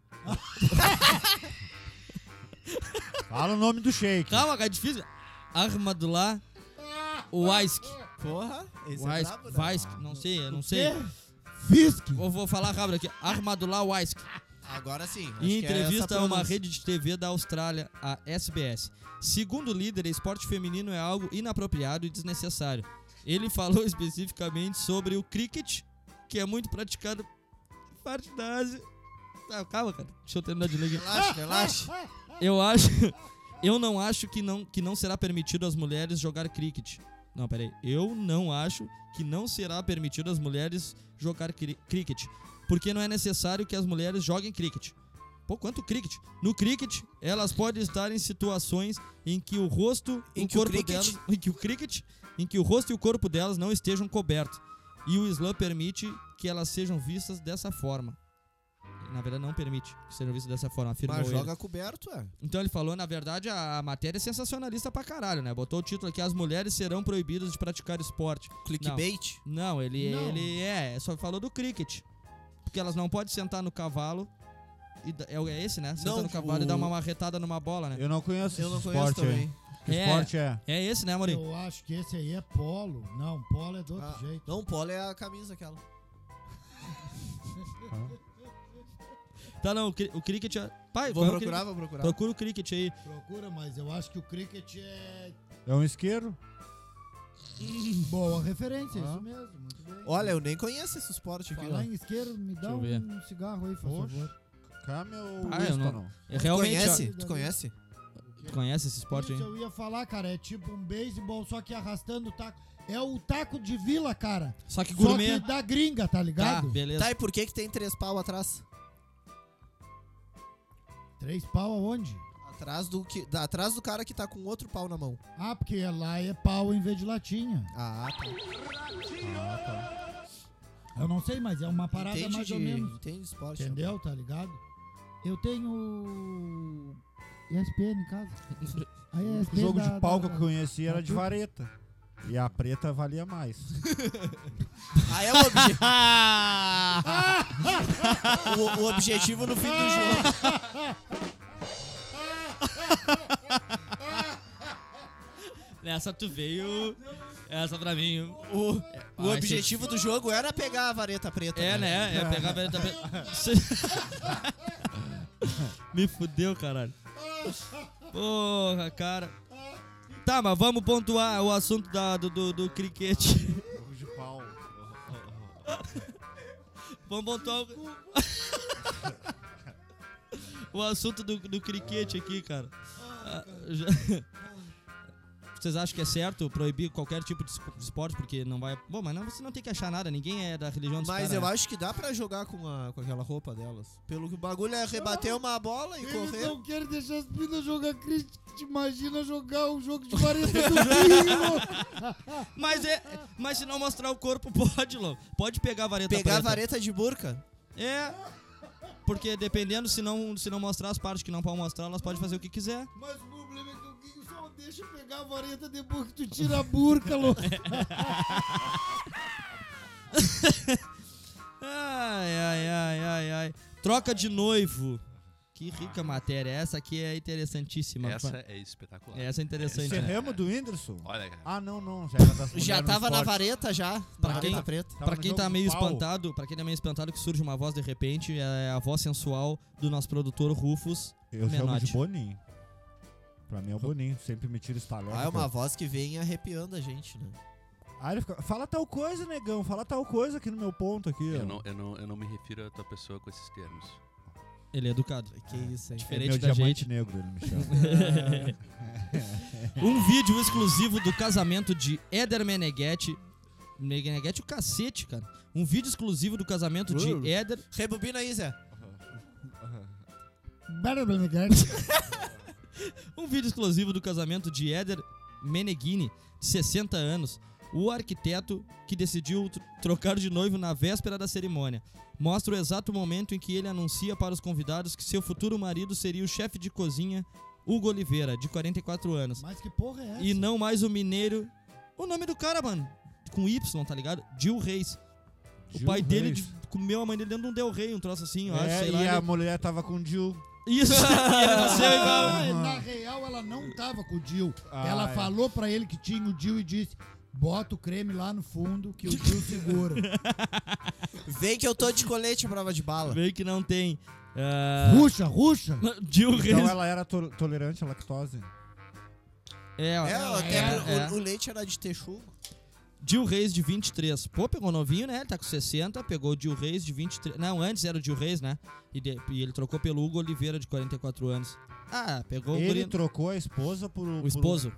Speaker 1: Fala o nome do shake.
Speaker 3: Calma, cara, é difícil. Armadulá Waisk.
Speaker 2: Porra, esse é
Speaker 3: Waisk.
Speaker 2: brabo, né?
Speaker 3: Waisk. Não sei, eu não sei.
Speaker 4: Fisk.
Speaker 3: Eu vou falar rápido aqui. Armadulá Waisk.
Speaker 2: Agora sim. acho
Speaker 3: Em
Speaker 2: que é essa
Speaker 3: entrevista a uma
Speaker 2: pronúncia.
Speaker 3: rede de TV da Austrália, a SBS. Segundo o líder, esporte feminino é algo inapropriado e desnecessário. Ele falou especificamente sobre o cricket, que é muito praticado em parte da Ásia. Ah, calma, cara. Deixa eu terminar de ler aqui.
Speaker 2: Relaxa, relaxa.
Speaker 3: Eu acho. Eu não acho que não, que não será permitido às mulheres jogar cricket. Não, peraí. Eu não acho que não será permitido às mulheres jogar cri- cricket. Porque não é necessário que as mulheres joguem cricket. Pô, quanto cricket? No cricket, elas podem estar em situações em que o rosto e
Speaker 2: Em
Speaker 3: o
Speaker 2: que o
Speaker 3: corpo
Speaker 2: cricket-
Speaker 3: delas. Em que o cricket. Em que o rosto e o corpo delas não estejam cobertos. E o Islã permite que elas sejam vistas dessa forma. Na verdade, não permite que sejam vistas dessa forma, afirmou
Speaker 2: Mas
Speaker 3: ele.
Speaker 2: joga coberto, é.
Speaker 3: Então ele falou, na verdade, a a matéria é sensacionalista pra caralho, né? Botou o título aqui, as mulheres serão proibidas de praticar esporte.
Speaker 2: Clickbait.
Speaker 3: Não, ele,
Speaker 4: Não.
Speaker 3: ele é, só falou do cricket. Porque elas não podem sentar no cavalo. E, da- é o- é esse, né? Senta
Speaker 2: Não,
Speaker 3: no cavalo e
Speaker 2: o-
Speaker 3: dar uma marretada numa bola, né?
Speaker 1: Eu não conheço
Speaker 2: Eu não
Speaker 1: esse
Speaker 2: conheço
Speaker 1: esporte aí.
Speaker 2: também.
Speaker 1: Que
Speaker 3: É.
Speaker 1: esporte é?
Speaker 3: É esse, né, Amorim?
Speaker 4: Eu acho que esse aí é polo. Não, polo é do outro
Speaker 2: Ah,
Speaker 4: jeito.
Speaker 2: Não, polo é a camisa aquela.
Speaker 3: Tá, não, o, cri- o cricket é... Pai,
Speaker 2: Vou
Speaker 3: qual é o
Speaker 2: procurar,
Speaker 3: cricket?
Speaker 2: vou procurar.
Speaker 3: Procura o cricket aí.
Speaker 4: Procura, mas eu acho que o cricket é
Speaker 1: É um isqueiro?
Speaker 4: boa referência, é
Speaker 1: Ah.
Speaker 4: isso mesmo. Muito bem.
Speaker 2: Olha, eu nem conheço esse esporte aqui.
Speaker 4: Falar
Speaker 2: ó.
Speaker 4: em isqueiro, me dá
Speaker 3: eu
Speaker 4: um
Speaker 3: ver.
Speaker 4: cigarro aí, por
Speaker 1: Poxa.
Speaker 4: favor.
Speaker 1: Camel ou
Speaker 3: Ah, eu
Speaker 1: Winston,
Speaker 3: não-
Speaker 1: não?
Speaker 3: É Realmente,
Speaker 2: conhece?
Speaker 4: ó.
Speaker 2: Tu conhece?
Speaker 3: ó, tu conhece esse esporte aí?
Speaker 4: Isso eu ia falar, cara. É tipo um beisebol, só que arrastando o taco. É o taco de vila, cara.
Speaker 3: Só que
Speaker 4: Só
Speaker 3: gourmet...
Speaker 4: que da gringa, tá
Speaker 3: Tá,
Speaker 4: ligado?
Speaker 3: beleza.
Speaker 2: Tá, e por que que tem três pau atrás?
Speaker 4: Três pau aonde?
Speaker 2: Atrás do, que, da- atrás do cara que tá com outro pau na mão.
Speaker 4: Ah, porque lá é pau em vez de latinha.
Speaker 2: Ah, tá.
Speaker 4: Eu não sei, mas é uma parada
Speaker 2: Entende
Speaker 4: mais
Speaker 2: de,
Speaker 4: ou menos.
Speaker 2: entende de esporte.
Speaker 4: Entendeu? Tá ligado? Eu tenho. ESPN em casa. Aí é
Speaker 1: O
Speaker 4: ESPN
Speaker 1: jogo
Speaker 4: da-
Speaker 1: de pau que
Speaker 4: da-
Speaker 1: eu conheci era
Speaker 4: da-
Speaker 1: de vareta. E a preta valia mais.
Speaker 2: Aí é o, obje... o, o objetivo no fim do
Speaker 3: Ah.
Speaker 2: jogo.
Speaker 3: Essa tu veio... Essa pra mim...
Speaker 2: O, o
Speaker 3: Vai ser
Speaker 2: objetivo do jogo era pegar a vareta preta.
Speaker 3: É, né? É pegar a vareta preta. Me fudeu, caralho. Porra, cara. Tá, mas vamos pontuar o assunto da- do, do, do cricket.
Speaker 1: Jogo de pau.
Speaker 3: Vamos pontuar o... o assunto do, do cricket aqui, cara. Ah, já- Vocês acham que é certo proibir qualquer tipo de espo- de esporte? Porque não vai. Bom, mas não, você não tem que achar nada, ninguém é da religião dos
Speaker 2: Mas
Speaker 3: caras,
Speaker 2: eu
Speaker 3: né?
Speaker 2: acho que dá pra jogar com, a, com aquela roupa delas. Pelo que o bagulho é rebater uma bola e
Speaker 4: Eles
Speaker 2: correr.
Speaker 4: não querem deixar as meninas jogar crítica. Imagina jogar um jogo de vareta do Rio.
Speaker 3: Mas é. Mas se não mostrar o corpo, pode, louco. Pode pegar a vareta
Speaker 2: Pegar a
Speaker 3: Tá preta.
Speaker 2: vareta de burca.
Speaker 3: É. Porque dependendo, se não, se não mostrar as partes que não podem mostrar, elas podem fazer o que quiser.
Speaker 4: Mas o problema é que o Guinho só deixa pegar a vareta depois que tu tira a burca, louco.
Speaker 3: Ai, ai, ai, ai, ai. Troca de noivo. Que rica matéria. Essa aqui é interessantíssima.
Speaker 6: Essa é espetacular.
Speaker 3: Essa é interessante.
Speaker 6: Essa
Speaker 3: né?
Speaker 6: é-
Speaker 1: Serremo do Whindersson?
Speaker 6: Olha, cara.
Speaker 1: Ah, não, não. Já era das
Speaker 2: Já
Speaker 1: mulheres no
Speaker 2: tava na
Speaker 1: esporte.
Speaker 2: vareta já,
Speaker 3: Pra
Speaker 2: na
Speaker 3: quem-
Speaker 2: vareta preta.
Speaker 1: Tava
Speaker 3: Pra
Speaker 1: no
Speaker 3: quem
Speaker 1: jogo
Speaker 3: tá
Speaker 1: do
Speaker 3: meio
Speaker 1: pau.
Speaker 3: espantado, para quem tá meio espantado que surge uma voz de repente, é a voz sensual do nosso produtor Rufus.
Speaker 1: Eu chamo de
Speaker 3: Menotti.
Speaker 1: Boninho. Pra mim é o Boninho. Sempre me tira estalão.
Speaker 2: Ah, é uma voz que vem arrepiando a gente, né?
Speaker 1: Aí ele fica, fala tal coisa, negão. Fala tal coisa aqui no meu ponto aqui. ó." É
Speaker 6: Eu não, eu, não, eu não me refiro a tua pessoa com esses termos.
Speaker 3: Ele é educado.
Speaker 2: Que isso, hein?
Speaker 1: É
Speaker 3: Diferente
Speaker 1: meu
Speaker 3: da
Speaker 1: diamante
Speaker 3: gente.
Speaker 1: negro, ele me chama.
Speaker 3: Um vídeo exclusivo do casamento de Éder Meneghetti. Meneghetti o cacete, cara. Um vídeo exclusivo do casamento
Speaker 6: Uh.
Speaker 3: de Éder.
Speaker 2: Rebobina aí, Zé.
Speaker 4: Better than
Speaker 3: Um vídeo exclusivo do casamento de Éder Meneghini, de 60 anos, o arquiteto que decidiu tr- trocar de noivo na véspera da cerimônia. Mostra o exato momento em que ele anuncia para os convidados que seu futuro marido seria o chefe de cozinha Hugo Oliveira, de 44 anos.
Speaker 4: Mas que porra é essa?
Speaker 3: E não mais o mineiro. O nome do cara, mano, com Y, tá ligado? Gil Reis. O
Speaker 1: Gil
Speaker 3: pai dele
Speaker 1: Reis.
Speaker 3: de- comeu a mãe dele dentro de um Del Rey, um troço assim, eu acho,
Speaker 1: É,
Speaker 3: sei
Speaker 1: e
Speaker 3: lá.
Speaker 1: a
Speaker 3: ele-
Speaker 1: mulher tava com o Jill.
Speaker 3: Isso, ele assim, nasceu igual.
Speaker 4: Ah, na real, ela não tava com o Dil.
Speaker 1: Ah,
Speaker 4: ela
Speaker 1: é.
Speaker 4: falou pra ele que tinha o Dil e disse: bota o creme lá no fundo que o Dil segura.
Speaker 2: Vem que eu tô de colete à prova de bala.
Speaker 3: Meio que não tem. Ah,
Speaker 4: ruxa, ruxa.
Speaker 3: Gil Reis.
Speaker 1: Então ela era to- tolerante à lactose.
Speaker 3: É,
Speaker 2: É, até pro-
Speaker 3: é,
Speaker 2: O, o leite era de texugo.
Speaker 3: Gil Reis de 23. Pô, pegou novinho, né? Ele tá com 60, pegou o Gil Reis de 23. Não, antes era o Gil Reis, né? E, de- e ele trocou pelo Hugo Oliveira, de 44 anos. Ah, pegou o
Speaker 1: Ele
Speaker 3: guri-
Speaker 1: trocou a esposa por. um
Speaker 3: o esposo.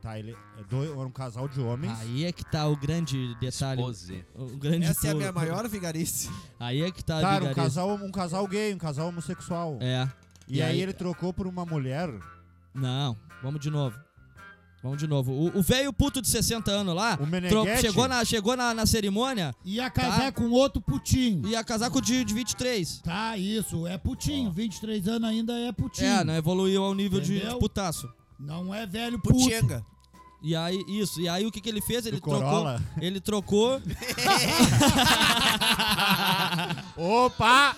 Speaker 1: Tá, ele é dois, era um casal de homens.
Speaker 3: Aí é que tá o grande detalhe.
Speaker 6: Esposé.
Speaker 3: O grande
Speaker 2: Essa é a
Speaker 3: pulo.
Speaker 2: minha maior vigarice.
Speaker 3: Aí é que tá a
Speaker 1: Tá, era um
Speaker 3: vigarista.
Speaker 1: casal, um casal gay, um casal homossexual.
Speaker 3: É.
Speaker 1: E,
Speaker 3: E
Speaker 1: aí,
Speaker 3: aí-
Speaker 1: ele trocou por uma mulher.
Speaker 3: Não, vamos de novo. Vamos de novo. O o velho puto de 60 anos lá.
Speaker 1: O
Speaker 3: tro-
Speaker 1: Meneghetti.
Speaker 3: Chegou, na, chegou na, na cerimônia
Speaker 4: Ia casar
Speaker 3: Tá.
Speaker 4: com outro putinho.
Speaker 3: e ia casar com o de, de 23.
Speaker 4: Tá, isso, é putinho. 23 anos ainda é putinho.
Speaker 3: É, não evoluiu ao nível de, de
Speaker 4: Entendeu?
Speaker 3: putaço.
Speaker 4: Não é velho puto.
Speaker 2: Putinga.
Speaker 3: E aí, isso. E aí, o que, que ele fez? Ele
Speaker 1: Do
Speaker 3: trocou.
Speaker 1: Corolla?
Speaker 3: Ele trocou.
Speaker 2: É.
Speaker 1: Opa!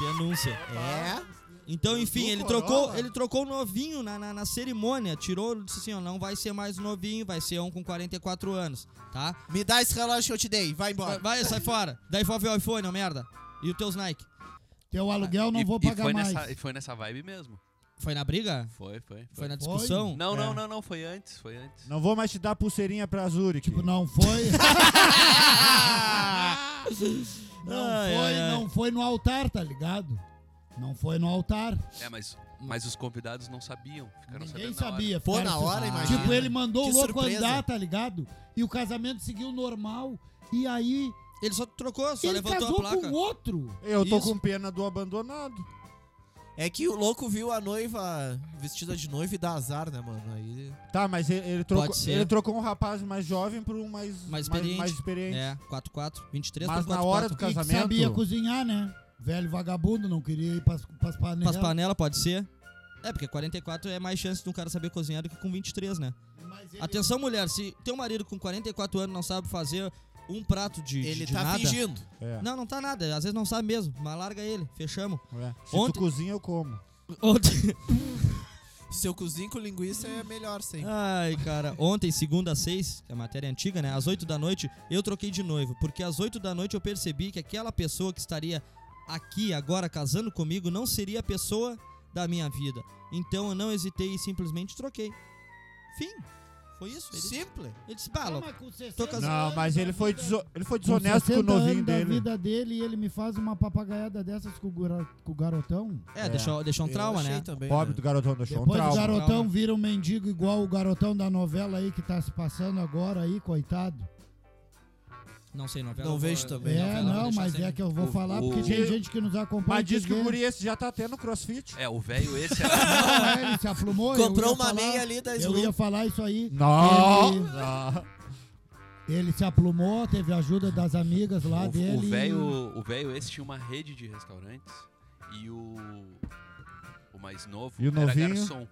Speaker 3: Denúncia.
Speaker 2: É.
Speaker 3: Então, enfim,
Speaker 1: Do
Speaker 3: ele
Speaker 1: Corolla?
Speaker 3: trocou, ele trocou o novinho na, na, na cerimônia. Tirou, disse assim: ó, não vai ser mais novinho, vai ser um com 44 anos, tá?
Speaker 2: Me dá esse relógio que eu te dei. Vai
Speaker 3: Vai,
Speaker 2: embora.
Speaker 3: vai, sai fora. Daí envolve o iPhone, ó, merda. E os teus Nike?
Speaker 4: Teu aluguel não
Speaker 6: e,
Speaker 4: vou
Speaker 6: e
Speaker 4: pagar
Speaker 6: foi
Speaker 4: mais.
Speaker 6: Nessa, e foi nessa vibe mesmo.
Speaker 3: Foi na briga?
Speaker 6: Foi, foi. foi.
Speaker 3: Foi na
Speaker 4: Foi?
Speaker 3: discussão?
Speaker 6: Não,
Speaker 1: É.
Speaker 6: não, não, não. Foi antes, foi antes.
Speaker 1: Não vou mais te dar pulseirinha pra Zurich.
Speaker 4: Tipo, não foi.
Speaker 2: Ah!
Speaker 4: não
Speaker 3: Ai,
Speaker 4: foi,
Speaker 3: ai, ai.
Speaker 4: não foi no altar, tá ligado? Não foi no altar.
Speaker 6: É, mas, mas os convidados não sabiam. Ficaram
Speaker 4: Ninguém
Speaker 6: sabendo na hora.
Speaker 4: sabia.
Speaker 2: Pô,
Speaker 4: ficaram
Speaker 2: na hora, imagina.
Speaker 4: Tipo, ele mandou
Speaker 2: Que
Speaker 4: o louco
Speaker 2: surpresa.
Speaker 4: andar, tá ligado? E o casamento seguiu normal. E aí,
Speaker 3: Ele só trocou, só
Speaker 4: ele
Speaker 3: levantou a
Speaker 4: casou
Speaker 3: placa.
Speaker 4: com outro.
Speaker 1: Eu tô
Speaker 3: Isso.
Speaker 1: com pena do abandonado.
Speaker 2: É que o louco viu a noiva vestida de noiva e dá azar, né, mano? Aí.
Speaker 1: Tá, mas ele, ele trocou,
Speaker 3: Pode ser.
Speaker 1: ele trocou um rapaz mais jovem por um mais,
Speaker 3: Mais
Speaker 1: mais,
Speaker 3: experiente.
Speaker 1: mais experiente.
Speaker 3: É, 4-4, 23
Speaker 1: Mas
Speaker 3: pra
Speaker 1: na hora
Speaker 3: 4-4.
Speaker 1: do
Speaker 4: E que
Speaker 1: casamento.
Speaker 4: sabia cozinhar, né? Velho vagabundo, não queria ir pras, pras panelas.
Speaker 3: Pras panela, pode ser. É, porque 44 é mais chance de um cara saber cozinhar do que com 23, né?
Speaker 4: Mas ele-
Speaker 3: Atenção, mulher, se teu marido com 44 anos não sabe fazer um prato de, de-
Speaker 2: Ele
Speaker 3: de
Speaker 2: tá
Speaker 3: nada.
Speaker 2: fingindo.
Speaker 1: É,
Speaker 3: Não, não tá nada. Às vezes não sabe mesmo. Mas larga ele, fechamos.
Speaker 1: é. Se tu
Speaker 3: Ontem-
Speaker 1: cozinha, eu como.
Speaker 3: Ontem-
Speaker 2: Se eu cozinho com linguiça é melhor, sim.
Speaker 3: Ai, cara. Ontem, segunda às seis, que a matéria é antiga, né? Às 8 da noite, eu troquei de noivo. Porque às 8 da noite eu percebi que aquela pessoa que estaria aqui agora casando comigo não seria a pessoa da minha vida. Então eu não hesitei e simplesmente troquei. Fim. Foi isso? Ele,
Speaker 2: Simples.
Speaker 3: ele disse, "Bah, louco,
Speaker 4: Mas com 60
Speaker 3: Tô casado.
Speaker 4: anos
Speaker 1: Não, mas
Speaker 4: da
Speaker 1: ele foi,
Speaker 4: vida-
Speaker 1: deso- ele foi desonesto com o
Speaker 4: 60
Speaker 1: novinho
Speaker 4: anos da
Speaker 1: dele.
Speaker 4: vida dele e ele me faz uma papagaiada dessas com o, gura- com o garotão.
Speaker 3: É,
Speaker 1: É.
Speaker 3: Deixou, deixou um
Speaker 2: Eu
Speaker 3: trauma,
Speaker 2: achei
Speaker 3: né?
Speaker 2: Também,
Speaker 1: Pobre
Speaker 2: né?
Speaker 1: do garotão deixou um
Speaker 4: Depois o
Speaker 1: trauma.
Speaker 4: garotão
Speaker 3: Trauma.
Speaker 4: vira um mendigo igual o garotão da novela aí que tá se passando agora aí, coitado.
Speaker 3: Não sei, novela.
Speaker 2: Não
Speaker 3: eu
Speaker 2: vejo
Speaker 3: eu-
Speaker 2: também,
Speaker 3: novela
Speaker 4: É,
Speaker 3: eu
Speaker 2: novela assim.
Speaker 3: vou
Speaker 4: não,
Speaker 3: deixar
Speaker 4: mas
Speaker 3: sem-
Speaker 4: é que eu vou
Speaker 6: O-
Speaker 4: falar
Speaker 6: o-
Speaker 4: porque tem gente que é? nos acompanha.
Speaker 1: Mas diz que o
Speaker 4: dizendo-
Speaker 1: guri esse já tá tendo crossfit.
Speaker 6: É, o velho esse era.
Speaker 4: Não, é, ele se aplumou. eu
Speaker 2: Comprou
Speaker 4: ia
Speaker 2: uma
Speaker 4: falar-
Speaker 2: meia ali da
Speaker 4: Eu
Speaker 2: Sloop.
Speaker 4: ia falar isso aí.
Speaker 1: Não!
Speaker 4: Ele- Ele se aplumou, teve a ajuda das amigas lá dele.
Speaker 6: o, o
Speaker 4: e-
Speaker 6: velho, o velho esse tinha uma rede de restaurantes e o o mais novo
Speaker 1: E o
Speaker 6: era
Speaker 1: novinho?
Speaker 6: garçom.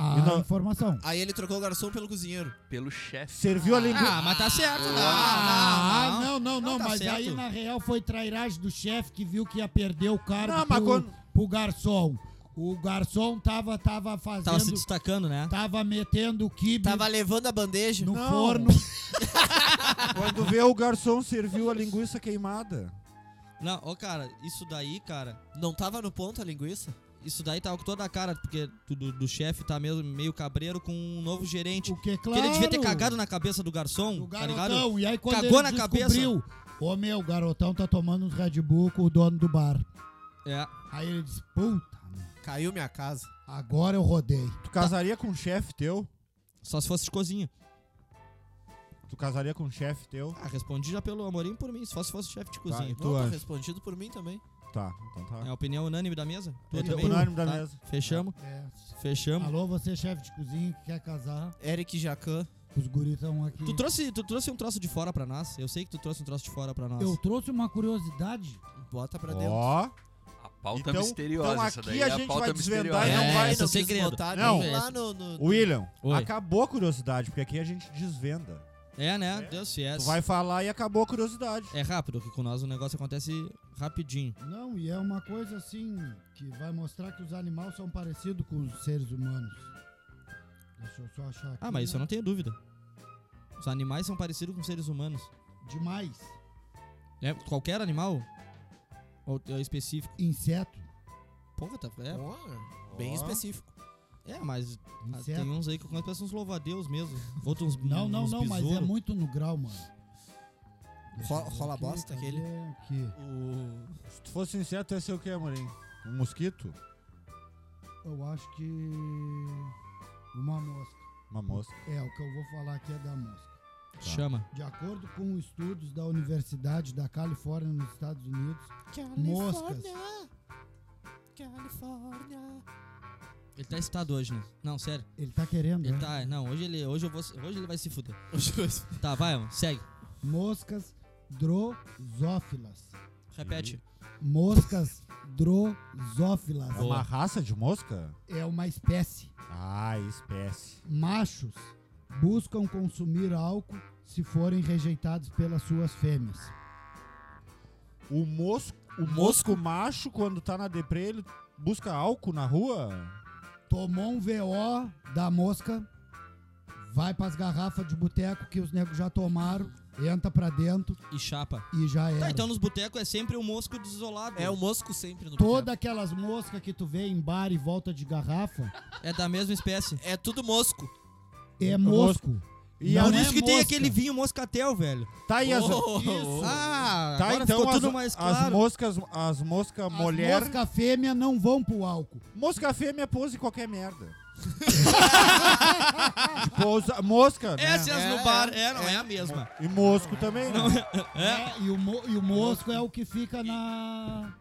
Speaker 4: a
Speaker 1: E não-
Speaker 4: informação.
Speaker 2: Aí ele trocou o garçom pelo cozinheiro.
Speaker 6: Pelo chefe.
Speaker 1: Serviu a linguiça.
Speaker 3: Ah, mas tá certo, não.
Speaker 4: Ah,
Speaker 3: não, não.
Speaker 4: não, não, não,
Speaker 3: tá
Speaker 4: mas
Speaker 3: certo.
Speaker 4: aí na real foi trairagem do chefe que viu que ia perder o cargo
Speaker 1: Não, mas
Speaker 4: pro,
Speaker 1: quando-
Speaker 4: pro garçom. O garçom tava, tava fazendo.
Speaker 3: Tava
Speaker 4: Tava,
Speaker 3: se destacando, né?
Speaker 4: metendo o kibe
Speaker 2: Tava levando a bandeja.
Speaker 4: no
Speaker 1: Não.
Speaker 4: forno.
Speaker 1: Quando vê o garçom serviu a linguiça queimada.
Speaker 3: Não, ô cara, isso daí, cara,
Speaker 2: Não tava no ponto a linguiça?
Speaker 3: isso daí tá com toda a cara, porque do, do- do chefe tá mesmo meio cabreiro com um novo gerente.
Speaker 4: O que,
Speaker 3: Porque
Speaker 4: claro.
Speaker 3: ele devia ter cagado na cabeça do garçom,
Speaker 4: O
Speaker 3: tá ligado?
Speaker 4: garotão. e aí quando
Speaker 3: Cagou
Speaker 4: ele
Speaker 3: na
Speaker 4: descobriu, ô meu, o garotão tá tomando uns Red Bull com o dono do bar.
Speaker 3: É.
Speaker 4: Aí ele disse, puta,
Speaker 2: Caiu minha casa.
Speaker 4: agora eu rodei.
Speaker 1: Tu casaria com um chefe teu?
Speaker 3: Só se fosse de cozinha.
Speaker 1: Tu casaria com um chefe teu?
Speaker 3: Ah, respondi já pelo Amorim por mim, só se fosse chefe de cozinha.
Speaker 1: Tu
Speaker 2: Não, tá
Speaker 1: acha?
Speaker 2: respondido por mim também.
Speaker 1: Tá, então tá.
Speaker 3: É a opinião unânime da mesa? Tua
Speaker 1: É
Speaker 3: também?
Speaker 1: unânime da
Speaker 3: Tá.
Speaker 1: mesa.
Speaker 3: Fechamos,
Speaker 4: É.
Speaker 3: fechamos.
Speaker 4: Alô, você é chefe de cozinha que quer casar,
Speaker 2: Eric Jacan.
Speaker 4: os guris estão aqui.
Speaker 3: Tu trouxe, tu trouxe um troço de fora pra nós? Eu sei que tu trouxe um troço de fora pra nós.
Speaker 4: Eu trouxe uma curiosidade.
Speaker 2: Bota pra dentro.
Speaker 1: Ó,
Speaker 6: A pauta
Speaker 1: Então-
Speaker 6: misteriosa.
Speaker 1: então
Speaker 6: essa
Speaker 1: aqui
Speaker 6: daí
Speaker 1: a
Speaker 6: é
Speaker 1: gente
Speaker 6: a pauta
Speaker 1: vai desvendar um
Speaker 6: misteriosa.
Speaker 1: e não
Speaker 3: É,
Speaker 1: vai-
Speaker 3: esse é o
Speaker 2: quis
Speaker 3: segredo.
Speaker 2: botar
Speaker 1: Não.
Speaker 2: nem lá no... no-
Speaker 1: William,
Speaker 3: Oi.
Speaker 1: acabou a curiosidade, porque aqui a gente desvenda.
Speaker 3: É, né?
Speaker 1: É.
Speaker 3: Deus yes.
Speaker 1: Tu vai falar e acabou a curiosidade.
Speaker 3: É rápido, que com nós o negócio acontece rapidinho.
Speaker 4: Não, e é uma coisa assim que vai mostrar que os animais são parecidos com os seres humanos. Deixa eu só achar aqui.
Speaker 3: Ah, mas isso eu não tenho dúvida. Os animais são parecidos com seres humanos.
Speaker 4: Demais.
Speaker 3: É, qualquer animal? Ou é específico?
Speaker 4: Inseto.
Speaker 3: Ah, Porra, tá. É,
Speaker 2: Ó, Bem
Speaker 1: Ó.
Speaker 2: específico.
Speaker 3: é, mas ah,
Speaker 4: Inseto.
Speaker 3: tem uns aí que eu conheço parecem uns louvadeus mesmo. Outros uns
Speaker 4: Não, não,
Speaker 3: uns
Speaker 4: não, mas é
Speaker 3: besouro.
Speaker 4: muito no grau, mano. é Deixa
Speaker 2: Rola-
Speaker 4: eu ver
Speaker 2: rola
Speaker 4: aqui,
Speaker 2: bosta
Speaker 4: cadê
Speaker 2: aquele?
Speaker 4: Aqui.
Speaker 2: O...
Speaker 1: Se tu fosse inseto, ia ser o quê, Amorim? Um mosquito?
Speaker 4: Eu acho que. Uma mosca.
Speaker 1: Uma mosca.
Speaker 4: É, o que eu vou falar aqui é da mosca.
Speaker 3: Tá. Chama.
Speaker 4: De acordo com estudos da Universidade da Califórnia nos Estados Unidos, Moscas.
Speaker 2: Califórnia.
Speaker 3: Ele tá excitado hoje, né? Não, sério.
Speaker 4: ele tá querendo,
Speaker 3: Ele
Speaker 4: né?
Speaker 3: tá. Não, hoje ele, hoje eu vou, hoje ele vai se fuder.
Speaker 2: Os dois.
Speaker 3: Tá, vai, mano, segue.
Speaker 4: Moscas drosófilas.
Speaker 3: Repete.
Speaker 4: Moscas drosófilas.
Speaker 1: É uma raça de mosca?
Speaker 4: É uma espécie.
Speaker 1: Ah, espécie.
Speaker 4: Machos buscam consumir álcool se forem rejeitados pelas suas fêmeas.
Speaker 1: O mosco, o mosco macho, quando tá na deprê, ele busca álcool na rua?
Speaker 4: Tomou um VO da mosca, vai pras garrafas de boteco que os negros já tomaram, entra pra dentro
Speaker 3: E chapa.
Speaker 4: e já era.
Speaker 3: Tá, então nos botecos é sempre o mosco desolado.
Speaker 2: É o mosco sempre no
Speaker 4: Todas aquelas moscas que tu vê em bar e volta de garrafa
Speaker 3: É da mesma espécie.
Speaker 2: É tudo mosco.
Speaker 4: é mosco.
Speaker 1: E
Speaker 4: Não
Speaker 1: a-
Speaker 3: Por
Speaker 4: é
Speaker 3: isso que tem
Speaker 4: mosca.
Speaker 3: aquele vinho moscatel, velho.
Speaker 1: Tá aí as.
Speaker 2: Oh,
Speaker 4: Isso.
Speaker 3: Ah,
Speaker 1: Tá,
Speaker 3: agora
Speaker 1: então
Speaker 3: ficou
Speaker 1: as,
Speaker 3: tudo mais
Speaker 1: as
Speaker 3: claro.
Speaker 1: moscas, as mosca mulher,
Speaker 4: As mosca fêmea não vão pro álcool.
Speaker 1: mosca fêmea pousa em qualquer merda. pousa, mosca, né?
Speaker 3: Essas
Speaker 2: É,
Speaker 3: no bar, é, não é, a mesma.
Speaker 1: E mosco também, né?
Speaker 4: É, e, o mo- e o mosco é o que fica na,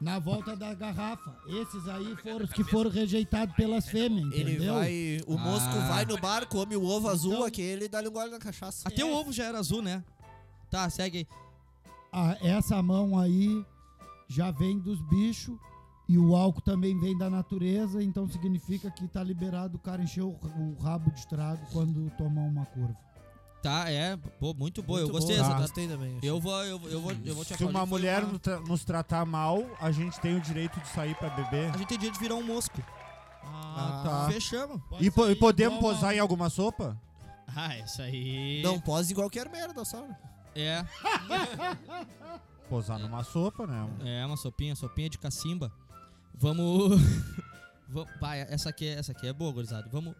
Speaker 4: na volta da garrafa. Esses aí foram os que foram rejeitados pelas fêmeas,
Speaker 2: Ele
Speaker 4: entendeu?
Speaker 2: vai... O mosco
Speaker 3: Ah.
Speaker 2: vai no bar, come o ovo azul
Speaker 4: Então-
Speaker 2: aquele e dá-lhe um gole na cachaça.
Speaker 3: Até o ovo já era azul, né? Tá, segue aí.
Speaker 4: Ah, essa mão aí já vem dos bichos e o álcool também vem da natureza, então significa que tá liberado o cara encher o, o rabo de trago quando tomar uma curva.
Speaker 3: Tá, é. Pô, muito boa. eu
Speaker 2: Muito
Speaker 3: gostei
Speaker 2: bom.
Speaker 3: dessa. tá?
Speaker 2: Gostei também. achei.
Speaker 3: Eu vou, eu, vou- eu vou, eu vou te
Speaker 1: Se uma
Speaker 3: aplaudir,
Speaker 1: mulher
Speaker 3: foi uma-
Speaker 1: no tra- nos tratar mal, a gente tem o direito de sair pra beber.
Speaker 3: A gente tem dia de virar um mosco.
Speaker 1: Ah, tá.
Speaker 3: Fechamos.
Speaker 1: E, po- e podemos posar em alguma sopa?
Speaker 3: Ah, isso aí.
Speaker 2: Não pose em qualquer merda, só.
Speaker 3: É.
Speaker 1: Posar numa sopa, né? Um-
Speaker 3: É, uma sopinha, sopinha de cacimba. Vamos. Va- Vai, essa aqui, é- essa aqui é boa, gurizada. Vamos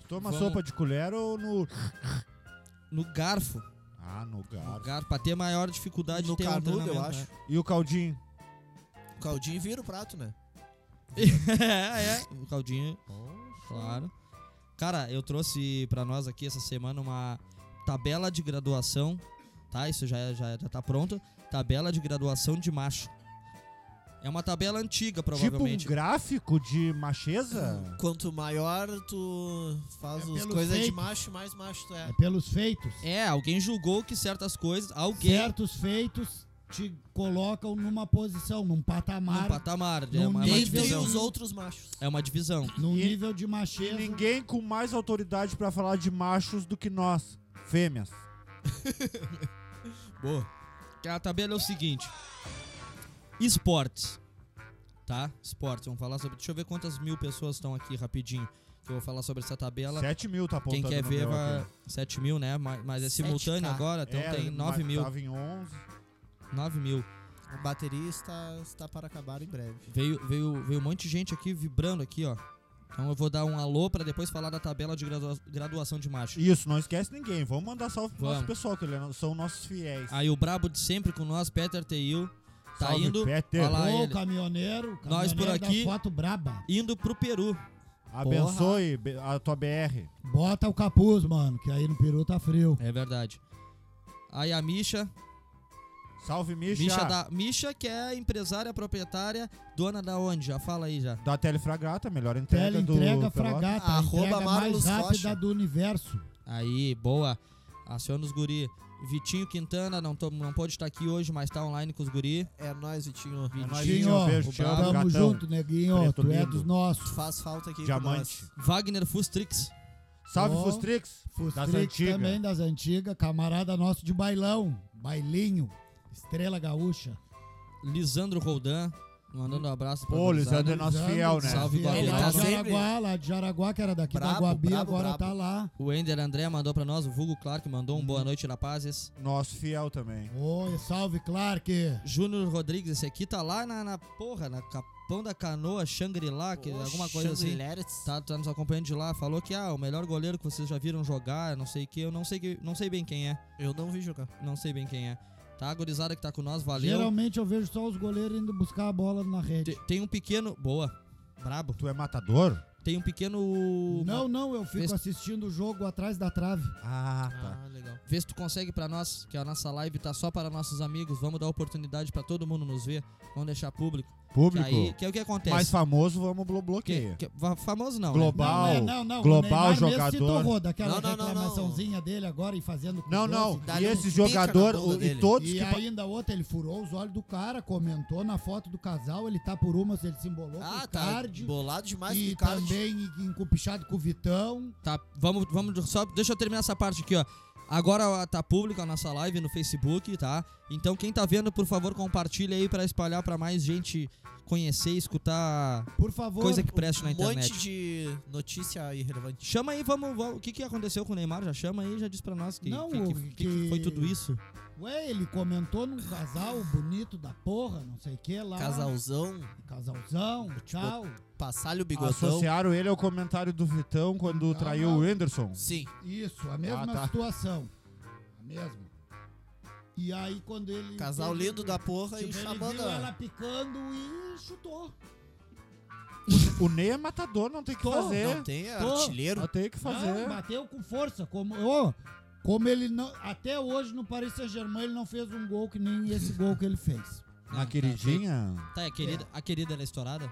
Speaker 1: Tu Toma
Speaker 3: É. Vamos.
Speaker 1: sopa de colher ou no.
Speaker 3: no garfo.
Speaker 1: Ah, no
Speaker 3: No
Speaker 1: garfo.
Speaker 3: garfo, pra ter maior dificuldade
Speaker 2: No
Speaker 3: de ter um
Speaker 2: canudo, eu
Speaker 3: treinamento,
Speaker 2: acho.
Speaker 3: né?
Speaker 1: E o caldinho? Tipo
Speaker 2: O caldinho vira o prato, né?
Speaker 3: é, é. O caldinho, claro. Cara, eu trouxe pra nós aqui essa semana uma tabela de graduação, tá? Isso já, já, já tá pronto. Tabela de graduação de macho. É uma tabela antiga,
Speaker 1: Tipo um
Speaker 3: provavelmente.
Speaker 1: gráfico de macheza?
Speaker 2: Quanto maior tu faz
Speaker 4: É
Speaker 2: as
Speaker 4: pelo
Speaker 2: coisas de
Speaker 4: feito.
Speaker 2: macho, mais macho tu é.
Speaker 4: É pelos feitos.
Speaker 3: É, alguém julgou que certas coisas. Alguém.
Speaker 4: Certos feitos te colocam numa posição, num patamar,
Speaker 3: Num patamar, é
Speaker 4: Num
Speaker 3: uma, é uma
Speaker 4: nível-
Speaker 2: Dentre
Speaker 3: divisão.
Speaker 2: os outros machos.
Speaker 3: É uma divisão.
Speaker 4: num
Speaker 1: E-
Speaker 4: nível de
Speaker 1: E
Speaker 4: machismo.
Speaker 1: ninguém com mais autoridade pra falar de machos do que nós, fêmeas.
Speaker 3: Boa. Que A tabela é o seguinte: esportes. Tá? Esportes. Vamos falar sobre. Deixa eu ver quantas mil pessoas estão aqui rapidinho. Que eu vou falar sobre essa tabela.
Speaker 1: 7 mil tá
Speaker 3: Quem
Speaker 1: apontando
Speaker 3: quer
Speaker 1: no
Speaker 3: ver,
Speaker 1: meu
Speaker 3: vai.
Speaker 1: aqui.
Speaker 3: 7 mil, né? Mas, mas é
Speaker 2: 7K.
Speaker 3: simultâneo agora, então
Speaker 1: É,
Speaker 3: tem 9
Speaker 1: mas
Speaker 3: mil.
Speaker 1: Tava em 11.
Speaker 3: 9 mil.
Speaker 2: A bateria está, está para acabar em breve.
Speaker 3: Veio, veio, veio um monte de gente aqui vibrando aqui, ó. Então eu vou dar um alô pra depois falar da tabela de gradua- graduação de macho.
Speaker 1: Isso, não esquece ninguém. Vamos mandar salve pro nosso
Speaker 3: Vamos. Ah,
Speaker 1: pessoal, que eles são nossos fiéis.
Speaker 3: Aí o brabo de sempre com nós, Peter Teil, tá
Speaker 1: Salve,
Speaker 3: indo,
Speaker 1: Peter.
Speaker 3: Olha lá.
Speaker 4: Ô,
Speaker 3: ele.
Speaker 4: caminhoneiro, caminhoneiro é
Speaker 3: Nós por aqui.
Speaker 4: da foto braba.
Speaker 3: indo pro Peru.
Speaker 1: Abençoe be- a tua BR.
Speaker 4: Bota o capuz, mano, que aí no peru tá frio.
Speaker 3: É verdade. Aí a Misha,
Speaker 1: Salve, Misha.
Speaker 3: Misha, da, Misha que é empresária, proprietária, dona da onde? Já fala aí já.
Speaker 1: Da Telefragata, melhor entrega
Speaker 4: Tele
Speaker 1: do
Speaker 4: entrega
Speaker 1: Pelotas.
Speaker 4: fragata, a
Speaker 2: Arroba
Speaker 4: entrega mais
Speaker 2: Marlos
Speaker 4: rápida
Speaker 2: Rocha.
Speaker 4: do universo.
Speaker 3: Aí, boa. Aciona os guri. Vitinho Quintana, não, tô- não pôde estar aqui hoje, mas tá online com os guri.
Speaker 2: É nóis, Vitinho.
Speaker 1: É nóis,
Speaker 4: Vitinho,
Speaker 1: Vitinho,
Speaker 4: ó,
Speaker 1: beijo, te amo,
Speaker 4: Tamo
Speaker 1: gatão.
Speaker 4: junto, neguinho,
Speaker 1: Preto
Speaker 4: tu é
Speaker 1: lindo.
Speaker 4: dos nossos.
Speaker 2: Faz falta aqui
Speaker 1: Diamante.
Speaker 2: com
Speaker 3: Wagner Fustrix.
Speaker 1: Salve,
Speaker 4: Ó.
Speaker 1: Fustrix. Das
Speaker 4: Fustrix
Speaker 1: antigas.
Speaker 4: também das antigas, camarada nosso de bailão, bailinho, estrela gaúcha.
Speaker 3: Lisandro Roldan, mandando um abraço pra
Speaker 1: Pô,
Speaker 3: gurizada.
Speaker 1: Lisandro é nosso fiel, né?
Speaker 3: Salve,
Speaker 4: Ele
Speaker 2: Guabiá. Ele
Speaker 4: tá
Speaker 2: tá
Speaker 4: de
Speaker 2: sempre-
Speaker 4: Jaraguá, lá de Jaraguá, que era daqui da
Speaker 2: Brabo,
Speaker 4: Guabi,
Speaker 2: brabo,
Speaker 4: agora
Speaker 2: brabo.
Speaker 4: tá lá.
Speaker 3: O Ender André mandou pra nós, o Vulgo Clark mandou um
Speaker 1: Uhum.
Speaker 3: boa noite, rapazes.
Speaker 1: Nosso fiel também.
Speaker 4: Oi, salve, Clark.
Speaker 3: Júnior Rodrigues, esse aqui tá lá na, na porra, na Capão da Canoa, Shangri-La, que- alguma coisa assim. Tá, tá nos acompanhando de lá, falou que ah, o melhor goleiro que vocês já viram jogar, não sei o que, eu não sei, que, não sei bem quem é,
Speaker 2: Eu não vi jogar.
Speaker 3: não sei bem quem é. Tá, a gurizada que tá com nós, valeu.
Speaker 4: Geralmente eu vejo só os goleiros indo buscar a bola na rede.
Speaker 3: Te- tem um pequeno. Boa, brabo.
Speaker 1: Tu é matador?
Speaker 3: Tem um pequeno.
Speaker 4: Não, não, eu fico
Speaker 3: Fez-
Speaker 4: assistindo o jogo atrás da trave.
Speaker 1: Ah, tá.
Speaker 2: Ah, legal.
Speaker 3: Vê se tu consegue pra nós, que a nossa live tá só para nossos amigos. Vamos dar oportunidade pra todo mundo nos ver. Vamos deixar público.
Speaker 1: Público.
Speaker 3: Que aí, que é o que acontece.
Speaker 1: Mais famoso, vamos blo
Speaker 3: que,
Speaker 1: bloqueia.
Speaker 3: que- va- famoso não. né?
Speaker 1: é? Global.
Speaker 4: não, é, não, não,
Speaker 1: global
Speaker 4: o Neymar mesmo se
Speaker 1: jogador.
Speaker 4: torrou daquela
Speaker 2: Não, não, não, não.
Speaker 4: reclamaçãozinha dele agora e fazendo com
Speaker 1: Não,
Speaker 4: doze.
Speaker 1: não. E
Speaker 2: Dá-lhe um
Speaker 1: esse
Speaker 2: pica na
Speaker 1: jogador,
Speaker 2: bunda
Speaker 1: o- e
Speaker 2: dele.
Speaker 1: todos
Speaker 4: E
Speaker 1: que. pa-
Speaker 4: ainda outra, ele furou os olhos do cara, comentou na foto do casal, ele tá por uma, ele se embolou com
Speaker 2: Ah,
Speaker 4: o
Speaker 2: tá.
Speaker 4: card.
Speaker 2: Bolado demais
Speaker 4: e
Speaker 2: o card.
Speaker 4: também encupichado com o Vitão.
Speaker 3: Tá, vamos, vamos só. Deixa eu terminar essa parte aqui, ó. Agora ó, tá pública a nossa live no Facebook, tá? Então quem tá vendo, por favor, compartilha aí pra espalhar pra mais gente conhecer e escutar
Speaker 4: Por favor,
Speaker 3: coisa que preste na
Speaker 2: um
Speaker 3: internet.
Speaker 2: monte de notícia irrelevante.
Speaker 3: Chama aí, vamos, vamos- O que, que aconteceu com o Neymar? Já chama aí, já diz pra nós que,
Speaker 4: Não,
Speaker 3: que, que-
Speaker 4: o
Speaker 3: que que foi
Speaker 4: que-
Speaker 3: tudo isso.
Speaker 4: Ué, ele comentou num casal bonito da porra, não sei o que lá.
Speaker 2: Casalzão,
Speaker 4: Casalzão, tchau.
Speaker 2: passalho bigodão.
Speaker 1: Associaram ele ao comentário do Vitão quando
Speaker 4: Não,
Speaker 1: traiu
Speaker 4: não.
Speaker 1: o Whindersson.
Speaker 2: Sim.
Speaker 4: Isso, a mesma
Speaker 1: Ah, tá.
Speaker 4: situação. A mesma. E aí quando ele.
Speaker 2: Casal
Speaker 4: ele-
Speaker 2: lindo da porra
Speaker 4: tipo,
Speaker 2: e
Speaker 4: ele
Speaker 2: chamando.
Speaker 4: viu
Speaker 2: a-
Speaker 4: ela picando e chutou.
Speaker 1: O Ney é matador, não tem o que
Speaker 4: Tô,
Speaker 1: fazer.
Speaker 2: Não tem
Speaker 4: Pô.
Speaker 2: artilheiro.
Speaker 1: Não tem o que
Speaker 4: Não,
Speaker 1: fazer.
Speaker 4: bateu com força. Como, ô, como ele não. Até hoje no Paris Saint-Germain ele não fez um gol que nem esse gol que ele fez.
Speaker 1: Na queridinha.
Speaker 3: Tá, a querida, a querida era estourada?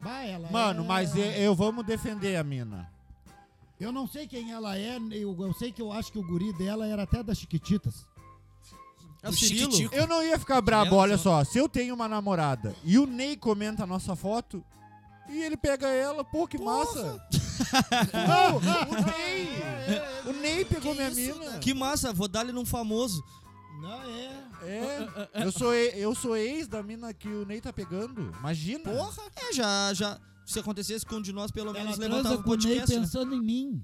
Speaker 4: Bah, ela
Speaker 1: Mano,
Speaker 4: é-
Speaker 1: mas eu, eu vamos defender a mina.
Speaker 4: Eu não sei quem ela é, eu, eu sei que eu acho que o guri dela era até das Chiquititas.
Speaker 3: É
Speaker 2: o Cirilo? Chiquitico.
Speaker 1: Eu não ia ficar brabo, olha só. Se eu tenho uma namorada e o Ney comenta a nossa foto e ele pega ela, pô, que massa. não, o Ney. O Ney pegou
Speaker 2: é, Que
Speaker 1: minha
Speaker 2: isso, né?
Speaker 1: mina.
Speaker 3: Que massa, vou dar-lhe num famoso.
Speaker 4: Não é.
Speaker 1: É, eu sou, e- eu sou ex da mina que o Ney tá pegando. Imagina.
Speaker 2: Porra!
Speaker 3: É, já, já. Se acontecesse com um de nós, pelo
Speaker 4: Ela
Speaker 3: menos levantava
Speaker 4: transa
Speaker 2: um
Speaker 3: o
Speaker 4: com o Ney
Speaker 3: podcast. né?
Speaker 4: pensando em mim.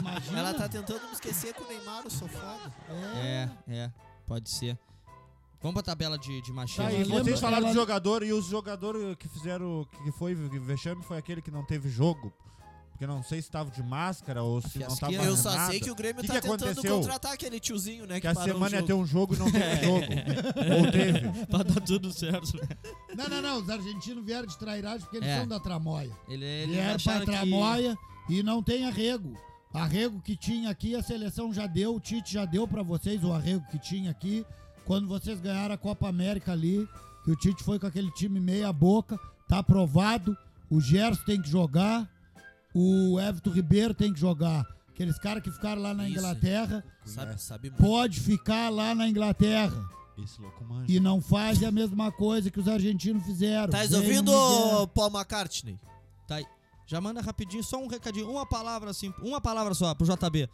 Speaker 4: Imagina.
Speaker 2: Ela tá tentando me esquecer com o Neymar, eu sou foda.
Speaker 3: É, é, pode ser. Vamos pra tabela de, de machismo.
Speaker 1: Tá aí,
Speaker 4: Ela
Speaker 1: vocês
Speaker 4: lembra-
Speaker 1: falaram de
Speaker 4: ela-
Speaker 1: jogador e os jogadores que fizeram, que foi que vexame, foi aquele que não teve jogo. Porque não sei se tava de máscara ou se
Speaker 3: Acho
Speaker 1: não
Speaker 3: que
Speaker 1: tava
Speaker 2: Eu só
Speaker 1: nada.
Speaker 2: sei que o Grêmio
Speaker 1: Que
Speaker 2: tá
Speaker 1: que
Speaker 2: tentando
Speaker 1: aconteceu?
Speaker 2: contratar aquele tiozinho, né?
Speaker 1: Que
Speaker 2: Que,
Speaker 1: a
Speaker 2: parou o
Speaker 3: é
Speaker 1: semana ia
Speaker 2: jogo.
Speaker 1: ter um jogo e não teve jogo. Ou teve.
Speaker 3: pra dar tudo certo. né?
Speaker 4: Não, não, não. Os argentinos vieram de trairagem porque eles
Speaker 3: É.
Speaker 4: são da tramóia.
Speaker 3: Ele, ele
Speaker 4: vieram é pra
Speaker 3: acharam que-
Speaker 4: tramóia e não tem arrego. Arrego que tinha aqui, a seleção já deu, o Tite já deu pra vocês o arrego que tinha aqui. Quando vocês ganharam a Copa América ali, que o Tite foi com aquele time meia boca, tá aprovado. O Gerson tem que jogar, o Everton Ribeiro tem que jogar. Aqueles caras que ficaram lá na
Speaker 2: Isso.
Speaker 4: Inglaterra,
Speaker 3: né?
Speaker 2: Sabe, sabe muito.
Speaker 4: pode ficar lá na Inglaterra
Speaker 1: Esse louco manja.
Speaker 4: e não fazem a mesma coisa que os argentinos fizeram.
Speaker 2: Tá
Speaker 4: Vem
Speaker 2: ouvindo,
Speaker 4: Miguel.
Speaker 2: Paul McCartney?
Speaker 3: Tá aí. Já manda rapidinho, só um recadinho, uma palavra assim, uma palavra só pro JB.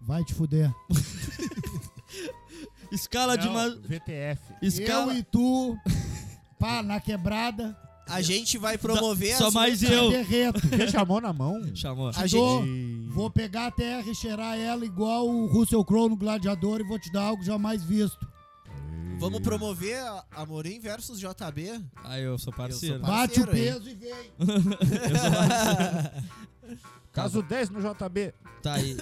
Speaker 4: Vai te fuder.
Speaker 3: Escala de ma...
Speaker 1: VTF.
Speaker 3: Escala.
Speaker 4: Eu e tu, pá, na quebrada,
Speaker 2: A gente vai promover
Speaker 3: Só
Speaker 2: as-
Speaker 3: mais
Speaker 4: eu.
Speaker 3: eu.
Speaker 4: derreto.
Speaker 1: Quem chamou na mão?
Speaker 3: Chamou.
Speaker 2: A
Speaker 4: Te
Speaker 2: gente-
Speaker 4: dou-
Speaker 1: E-
Speaker 4: Vou pegar a terra e cheirar ela igual o Russell Crowe no Gladiador e vou te dar algo jamais visto.
Speaker 2: Vamos promover a- Amorim versus JB.
Speaker 3: Aí eu sou parceiro.
Speaker 2: Eu sou
Speaker 4: Bate o
Speaker 2: Parceiro, hein?
Speaker 4: peso e vem.
Speaker 1: Caso 10 no JB.
Speaker 3: Tá aí.